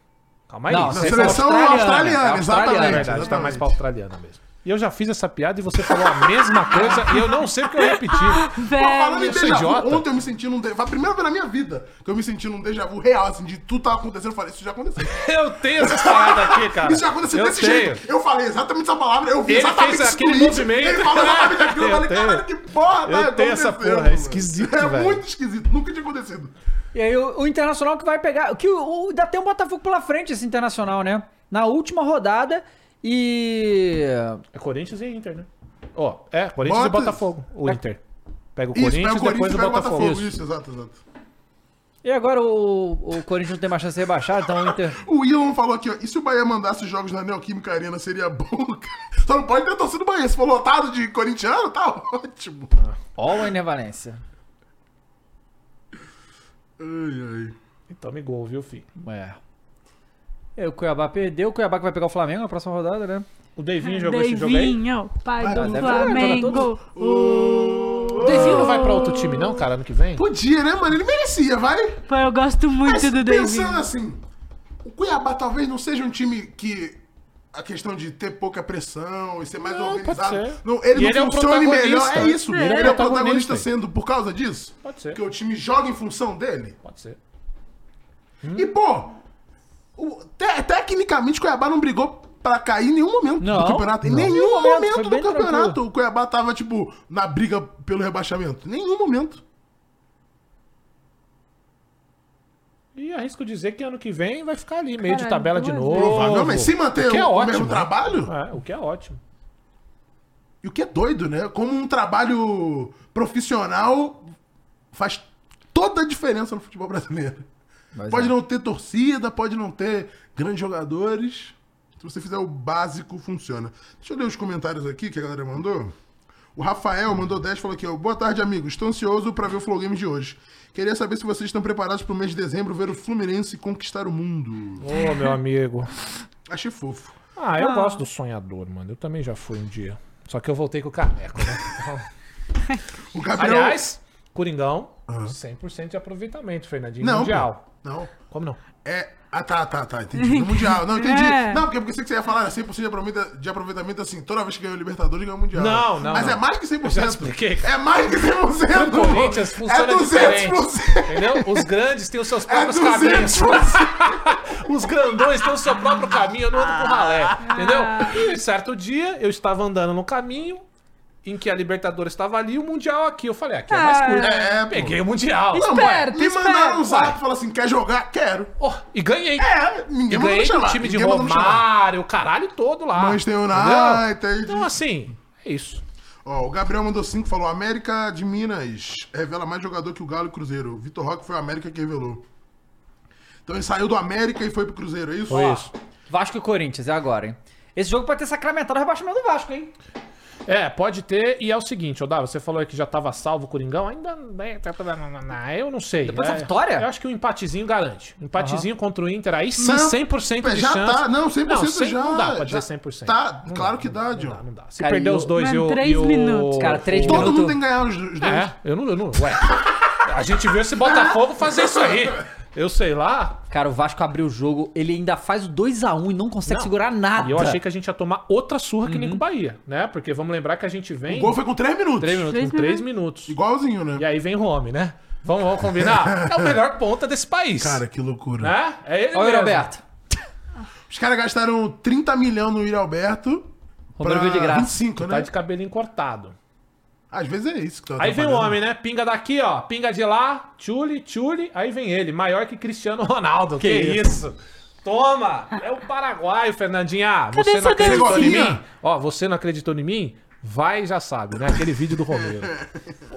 Calma aí. Não, Não, Na Seleção seleção australiana, australiana, é exatamente. australiana, é verdade, tá exatamente. mais pra australiana mesmo. E eu já fiz essa piada e você falou a mesma coisa e eu não sei porque eu repeti. Pô, falando Eu em sou déjà vu, é idiota. ontem eu me senti num... de- Foi a primeira vez na minha vida que eu me senti num déjà vu real, assim, de tudo tava acontecendo. Eu falei, isso já aconteceu. Eu tenho essas paradas aqui, cara. Isso já aconteceu eu desse tenho. jeito. Eu falei exatamente essa palavra, eu vi Ele exatamente fez esse aquele tweet, movimento. Ele falou exatamente aquilo, eu Eu falei, tenho. caralho, que porra, Eu tá tenho essa acontecendo, porra, é mano. esquisito, É velho. muito esquisito, nunca tinha acontecido. E aí o, o Internacional que vai pegar. Que o, o, ainda tem um Botafogo pela frente, esse Internacional, né? Na última rodada. E. É Corinthians e Inter, né? Ó, é, Corinthians Bota- e Botafogo. É. O Inter. Pega o Isso, Corinthians pega o e Corinthians depois o pega o Botafogo. Botafogo. Isso, exato, exato. E agora o, o Corinthians não tem mais chance de rebaixar, então o Inter. O Elon falou aqui, ó, e se o Bahia mandasse os jogos na Neoquímica Arena, seria bom, cara? Só não pode ter torcido o Bahia. Se for lotado de corintiano, tá ótimo. Ó, o Ener Valência. Ai, ai. E tome gol, viu, filho? É. E É, o Cuiabá perdeu. O Cuiabá que vai pegar o Flamengo na próxima rodada, né? O Devinho jogou esse jogo aí? Devinho, tá pai Ah, do deve jogar, Flamengo. O Devinho não vai pra outro time, não, cara, ano que vem? Podia, né, mano? Ele merecia, vai? Pô, eu gosto Mas muito do pensando Devinho. assim, o Cuiabá talvez não seja um time que a questão de ter pouca pressão e ser mais Não, pode organizado. ser. Não, ele E não ele é um funcione melhor. protagonista. É isso. Ele é um Ele é o protagonista protagonista. sendo por causa disso. Pode ser. Que o time joga em função dele. Pode ser. E, pô, o- te- tecnicamente o Cuiabá não brigou pra cair em nenhum momento do Não, campeonato. Em não. nenhum Nenhum momento, momento, foi do bem campeonato tranquilo. o Cuiabá tava, tipo, na briga pelo rebaixamento. Nenhum momento. E arrisco dizer que ano que vem vai ficar ali, meio de Caralho, tabela de duas novo. Provavelmente, se manter O que é o, o ótimo, mesmo né? trabalho. É, o que é ótimo. E o que é doido, né? Como um trabalho profissional faz toda a diferença no futebol brasileiro. pode não ter torcida, pode não ter grandes jogadores. Se você fizer o básico, funciona. Deixa eu ler os comentários aqui que a galera mandou. O Rafael mandou 10 e falou aqui, ó. Boa tarde, amigos. Estou ansioso para ver o Flow Game de hoje. Queria saber se vocês estão preparados para o mês de dezembro ver o Fluminense conquistar o mundo. Ô, meu amigo. Achei fofo. Ah, eu gosto do sonhador, mano. Eu também já fui um dia. Só que eu voltei com o caneco, né? O Gabriel. Aliás, Coringão, 100% de aproveitamento, Fernandinho. não, mundial. pô. Não. Como não? É. Ah, tá, tá, tá. Entendi. No Mundial. Não, entendi. É. Não, porque eu pensei que você ia falar 100% de aproveitamento, de aproveitamento assim. Toda vez que ganhou o Libertadores, ganhou o Mundial. Não, não, Mas não. é mais que 100%. Eu já expliquei, cara. É mais que 100%. O Corinthians funciona é 200%. diferente. Entendeu? Os grandes têm os seus É próprios caminhos. 200%. Os grandões têm o seu próprio caminho, eu não ando pro ralé, Ah. entendeu? E certo dia eu estava andando no caminho em que a Libertadores estava ali e o Mundial aqui. Eu falei, aqui é mais Ah. curto. É, pô. Peguei o Mundial. Não, ué, Esperto, me esperto. mandaram um zap e falaram assim: quer jogar? Quero. Oh, e ganhei. É, E ninguém mandou ganhei me do chamar. time de ninguém mandou me chamar. Romário, o caralho todo lá. Manchester Ah, entendeu? United. Então, assim, é isso. Ah, Ó, o Gabriel mandou 5, falou: América de Minas revela mais jogador que o Galo e o Cruzeiro. O Vitor Roque foi o América que revelou. Então ele saiu do América e foi pro Cruzeiro, é isso? Foi isso. Vasco e Corinthians, é agora, hein? Esse jogo pode ter sacramentado o rebaixamento do Vasco, hein? É, pode ter. E é o seguinte, Odava, você falou aí que já tava salvo o Coringão. Ainda. né, tá- tá- na- na- na, Eu não sei. Depois É, da vitória? Eu acho que o empatezinho garante. Um Empatezinho contra o Inter, aí sim, Não, 100% de já chance. tá, não, 100% cem- já, Não dá pra dizer já 100%. tá, Não claro que dá, não John. Não dá, não dá. Se Cara, perder e os o- dois Mano, e o. três e o- minutos. Cara, três Todo minutos. mundo tem que ganhar os, os dois. É, eu não, eu não. Ué. A gente viu esse Botafogo fazer isso aí. Eu sei lá. Cara, o Vasco abriu o jogo, ele ainda faz o 2x1 e não consegue Não. segurar nada. Uhum. E eu achei que a gente ia tomar outra surra que nem com o Bahia, né? Porque vamos lembrar que a gente vem. O gol foi com 3 minutos. Três minutos, Três com três minutos. Igualzinho, né? E aí vem o Rome, né? Vamos, vamos combinar? É o melhor ponta desse país. Cara, que loucura. né? É ele Olha o mesmo. Roberto. Os caras gastaram 30 milhões no Yuri Alberto. Roberto veio de graça. 25, Tá né? de cabelinho cortado. Às vezes é isso que tá Aí vem o atrapalhando. homem, né? Pinga daqui, ó. Pinga de lá. Tchule, tchule. Aí vem ele. Maior que Cristiano Ronaldo. Que, isso? Toma! É o Paraguai, Fernandinha. Você não essa acreditou em dancinha? mim? Ó, você não acreditou em mim? Vai e já sabe, né? Aquele vídeo do Romero.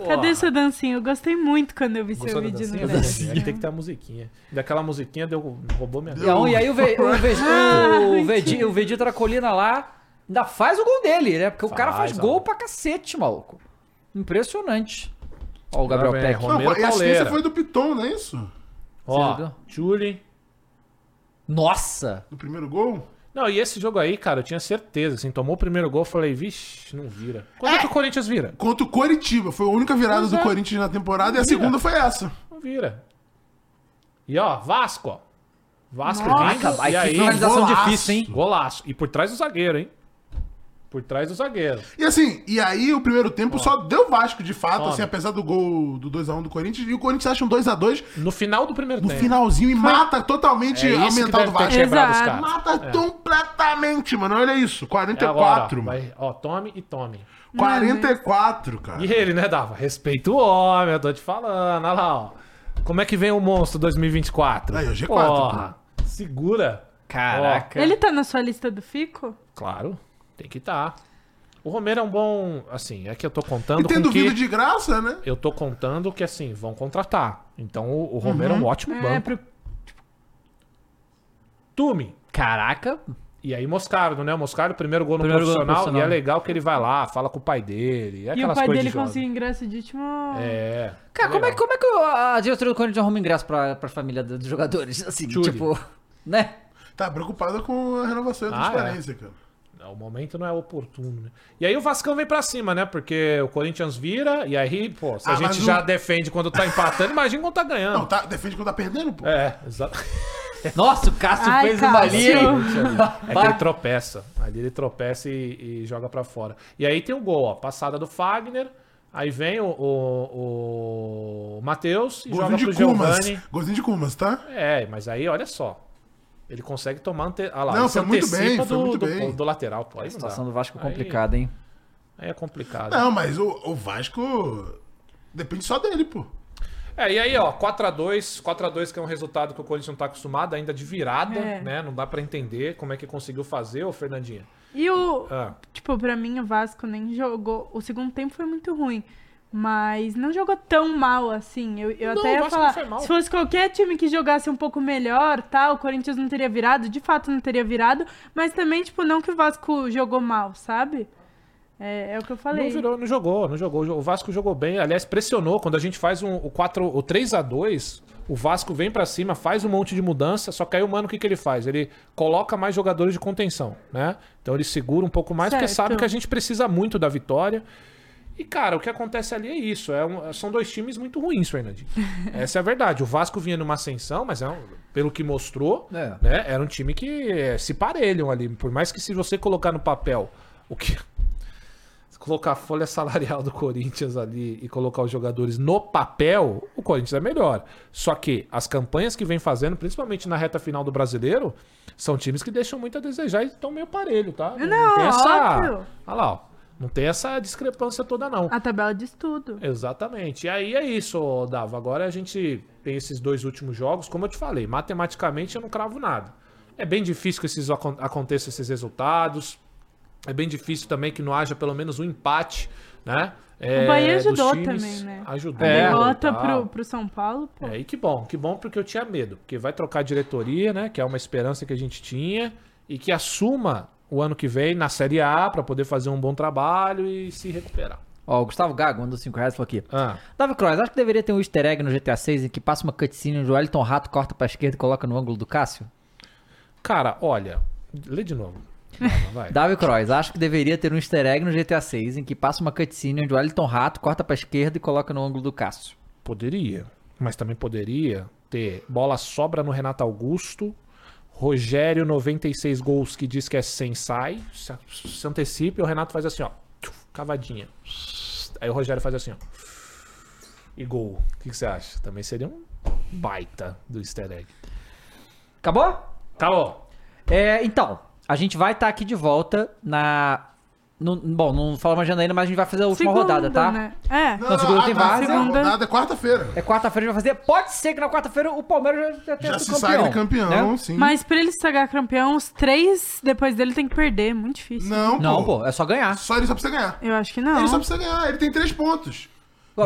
Cadê essa dancinha? Eu gostei muito quando eu vi seu vídeo no né? Brasil. Tem que ter a musiquinha. Daquela musiquinha deu, roubou minha vida. Ah, E, a um- e aí o, Ve- o, Ve- o, Vegeta, o Vegeta na colina lá ainda faz o gol dele, né? Porque o cara faz Faz, ó. gol pra cacete, maluco. Impressionante. Ó, o Gabriel bem, Peck. Rom- Não, Romero e a assistência Pauleira. foi do Piton, não é isso? Ó, Entendeu? Tchule. Nossa! No primeiro gol? Não, e esse jogo aí, cara, eu tinha certeza. Assim, tomou o primeiro gol, eu falei, vixe, não vira. Quando é que o Corinthians vira? Contra o Coritiba. Foi a única virada Pois do é. Corinthians na temporada e a segunda foi essa. Não vira. E ó, Vasco, ó. Vasco vindo, Caraca, e que aí, finalização golaço. difícil, hein? golaço. E por trás do zagueiro, hein? Por trás do zagueiro. E assim, e aí o primeiro tempo só deu Vasco de fato, Toma. assim, apesar do gol do 2x1 do Corinthians. E o Corinthians acha um 2x2 No final do primeiro no tempo. finalzinho e mata totalmente é a isso que mental deve do ter Vasco. quebrado os Exato. caras. Mata completamente, mano. Olha isso. É agora, 44, ó, mano. vai, ó, tome e tome. 44, cara. E ele, né, Dava? Respeita o homem, eu tô te falando. Olha lá, ó. Como é que vem o monstro 2024? Aí, é ó, G4, Porra, segura. Caraca. Ele tá na sua lista do Fico? Claro, tem que estar. O Romero é um bom. Assim, é que eu tô contando. E tendo com que... vindo de graça, né? Eu tô contando que, assim, vão contratar. Então o, o Romero Uhum. é um ótimo É, banco. pro- Tume. Caraca. E aí Moscardo, né? O Moscardo, primeiro gol no Primeiro gol no profissional. profissional. E é legal que ele vai lá, fala com o pai dele. e É o aquelas pai coisas dele de jovem. conseguiu ingresso de último. É. Cara, como é, legal. como é que a diretoria do Corinthians arruma ingresso pra, pra família dos jogadores? Assim, Tchule. tipo... Né? Tá preocupado com a renovação e a Ah, é. transparência, cara. O momento não é oportuno, né? E aí o Vascão vem pra cima, né? Porque o Corinthians vira, e aí, pô, se a Ah, mas gente o- já defende quando tá empatando, imagina quando tá ganhando. Não, tá, defende quando tá perdendo, pô. É, exato. Nossa, o Cássio Ai, fez uma linha, hein? É que ele tropeça. Ali ele tropeça e, e joga pra fora. E aí tem o gol, ó. Passada do Fagner. Aí vem o, o, o Matheus e joga Golzinho pro de Cumas. Giovani. Golzinho de Cumas, tá? É, mas aí olha só. Ele consegue tomar ante... ah lá, Não, ele se foi muito antecipa bem, foi do, muito do- bem. do lateral. Pô, aí A não situação dá. do Vasco é Aí- complicada, hein? Aí, é complicado. Não, mas o, o Vasco depende só dele, pô. É, e aí, ó, 4x2, 4x2 que é um resultado que o Corinthians não tá acostumado, ainda de virada, É. né? Não dá pra entender como é que conseguiu fazer, ô Fernandinha. E o. Ah, Tipo, pra mim o Vasco nem jogou. O segundo tempo foi muito ruim. Mas não jogou tão mal assim. Eu, eu Não, até o ia Vasco falar. não foi mal. Se fosse qualquer time que jogasse um pouco melhor, tal, o Corinthians não teria virado. De fato, não teria virado. Mas também, tipo, não que o Vasco jogou mal, sabe? É, é o que eu falei. Não virou, não jogou, não jogou. O Vasco jogou bem. Aliás, pressionou. Quando a gente faz um, o, 4, o 3 a 2 O Vasco vem pra cima, faz um monte de mudança, só que aí o Mano, o que, que ele faz? Ele coloca mais jogadores de contenção, né? Então ele segura um pouco mais, porque Certo. sabe que a gente precisa muito da vitória. E, cara, o que acontece ali é isso. é um- são dois times muito ruins, Fernandinho. Essa é a verdade. O Vasco vinha numa ascensão, mas é um- pelo que mostrou, É. né, era um time que é, se parelham ali. Por mais que se você colocar no papel o que. se Colocar a folha salarial do Corinthians ali e colocar os jogadores no papel, o Corinthians é melhor. Só que as campanhas que vem fazendo, principalmente na reta final do brasileiro, são times que deixam muito a desejar e estão meio parelho, tá? Não, óbvio. Olha lá, ó. Não tem essa discrepância toda, não. A tabela diz tudo. Exatamente. E aí é isso, ô, Dava. Agora a gente tem esses dois últimos jogos. Como eu te falei, matematicamente eu não cravo nada. É bem difícil que esses, acon- aconteçam esses resultados. É bem difícil também que não haja pelo menos um empate, né? É, Bahia dos ajudou times. também, né? Ajudou. tá? A derrota e tal. pro, pro São Paulo, pô. É, e que bom, que bom porque eu tinha medo. Porque vai trocar a diretoria, né? Que é uma esperança que a gente tinha. E que assuma o ano que vem na Série A pra poder fazer um bom trabalho e se recuperar. Ó, o Gustavo Gago mandou 5 reais e falou aqui. Ah. Davi Cross, acho que deveria ter um easter egg no GTA 6 em que passa uma cutscene onde o Wellington Rato corta pra esquerda e coloca no ângulo do Cássio? Cara, olha, lê de novo. Calma, vai. Davi Cross, acho que deveria ter um easter egg no GTA 6 em que passa uma cutscene onde o Wellington Rato corta pra esquerda e coloca no ângulo do Cássio. Poderia, mas também poderia ter bola sobra no Renato Augusto, Rogério 96 gols que diz que é sem sai, se se antecipa e o Renato faz assim, ó, tchuf, cavadinha. Aí o Rogério faz assim, ó. E gol. O que que você acha? Também seria um baita do easter egg. Acabou? Acabou. É, então, a gente vai estar aqui de volta na. no- bom, não falamos agenda ainda, mas a gente vai fazer a última rodada, tá? né? É. Não, segunda tem a- a várzea. segunda rodada é quarta-feira. É quarta-feira a gente vai fazer. Pode ser que na quarta-feira o Palmeiras já tenha Já se sido sagra campeão, né? sim. Mas pra ele se sagrar campeão, os três depois dele tem que perder. é Muito difícil. Não, pô. Não, pô, é só ganhar. Só ele só precisa ganhar. Eu acho que não. Ele só precisa ganhar. Ele tem três pontos.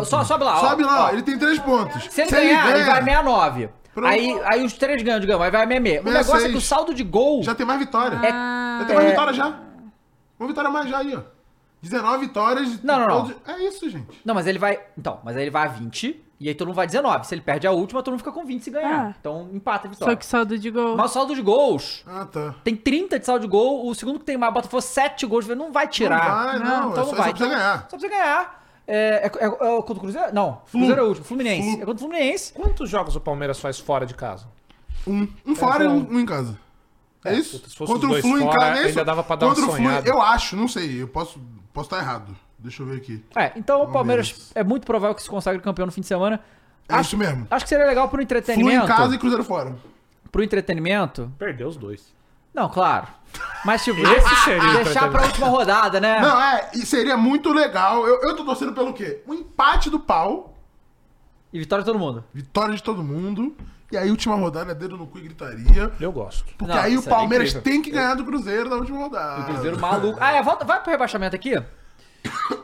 Só, sobe lá, ó. Sobe lá, Ó. ó, ele tem três pontos. Se ele ganhar, ele, vai 69. Pronto. Aí, aí os três ganham, digamos, aí vai 66. O 66. negócio é que o saldo de gol. Já tem mais vitória. É- Já tem mais vitória já. Uma vitória a mais já aí, ó. 19 vitórias. Não, não, não. É isso, gente. Não, mas ele vai. Então, mas aí ele vai a 20. E aí todo mundo vai a 19. Se ele perde a última, todo mundo fica com 20 se ganhar. Ah. Então empata Só a vitória. que saldo de gol. Mas o saldo de gols. Ah, tá. Tem 30 de saldo de gol. O segundo que tem mais, o Botafogo 7 gols. Não vai tirar. Não vai, não. então é só, é não só vai. precisa ganhar. Só pra você ganhar. É, é, é- é contra o Cruzeiro? Não. Cruzeiro é o último. Fluminense. É contra o Fluminense. Quantos jogos o Palmeiras faz fora de casa? Um, É, um fora e então, um, um em casa. É isso? puta, se fosse os dois em fora, casa, é ainda isso? dava pra dar uma Contra o Flu, sonhada. eu acho, não sei. Eu posso, posso estar errado. Deixa eu ver aqui. É, então o Palmeiras é muito provável que se consagre campeão no fim de semana. Acho É mesmo. Acho que seria legal pro Flu entretenimento. em casa e Cruzeiro fora. Pro entretenimento. Perdeu os dois. Não, claro. Mas tipo, Esse seria tá o deixar pra última rodada, né? Não, é, e seria muito legal. Eu, eu tô torcendo pelo quê? Um empate do pau, E vitória de todo mundo. vitória de todo mundo, e aí última rodada é dedo no cu e gritaria. Eu gosto. Porque Não, aí o isso é Palmeiras incrível. tem que ganhar do Cruzeiro na última rodada. Cruzeiro maluco. Ah, é, volta, vai pro rebaixamento aqui.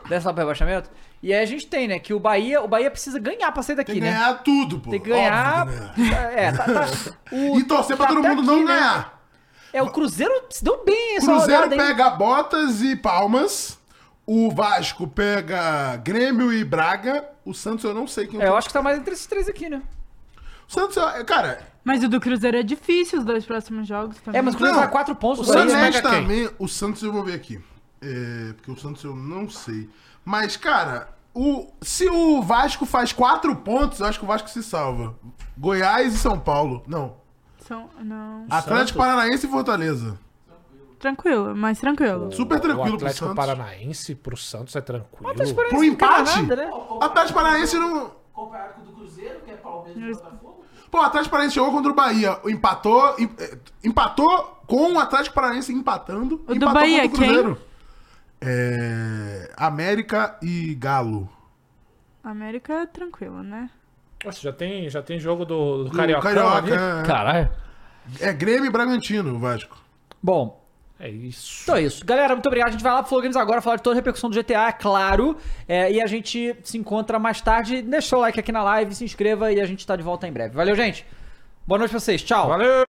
Desce lá pro rebaixamento. E aí a gente tem, né, que o Bahia, o Bahia precisa ganhar pra sair daqui, Tem que né? ganhar tudo, pô. Tem que ganhar. Óbvio que tem que É, tá, tá- o- E torcer pra tá todo até mundo não aqui, né? ganhar. É, o Cruzeiro se deu bem essa Cruzeiro rodada, hein? pega Botas e Palmas. O Vasco pega Grêmio e Braga. O Santos eu não sei quem É, eu acho que tá mais entre esses três aqui, né? O Santos, eu- cara, Mas o do Cruzeiro é difícil os dois próximos jogos também. É, mas o Cruzeiro Não, tá quatro pontos. o o Bahia Santos pega quem? também. O Santos eu vou ver aqui. É, porque o Santos eu não sei. Mas, cara, o, se o Vasco faz quatro pontos, eu acho que o Vasco se salva. Goiás e São Paulo. Não. São- não. Atlético Paranaense e Fortaleza. Tranquilo, mais tranquilo. Super tranquilo o pro Atlético Santos. Paranaense pro Santos é tranquilo. Pro empate? nada, né? O Atlético Paranaense não. é Pô, o Atlético Paranaense jogou contra o Bahia. Empatou. em- eh, Empatou com o Atlético Paranaense empatando. O do empatou Bahia, contra o Cruzeiro. É... América e Galo. América é tranquilo, né? Nossa, já tem, já tem jogo do, do Do Carioca. né? Carioca, é. Caralho. É Grêmio e Bragantino, o Vasco. Bom, É isso. Então é isso. Galera, muito obrigado. A gente vai lá pro Flow Games agora falar de toda a repercussão do GTA, é claro. É, e a gente se encontra mais tarde. Deixa o like aqui na live, se inscreva e a gente tá de volta em breve. Valeu, gente. Boa noite pra vocês. Tchau. Valeu!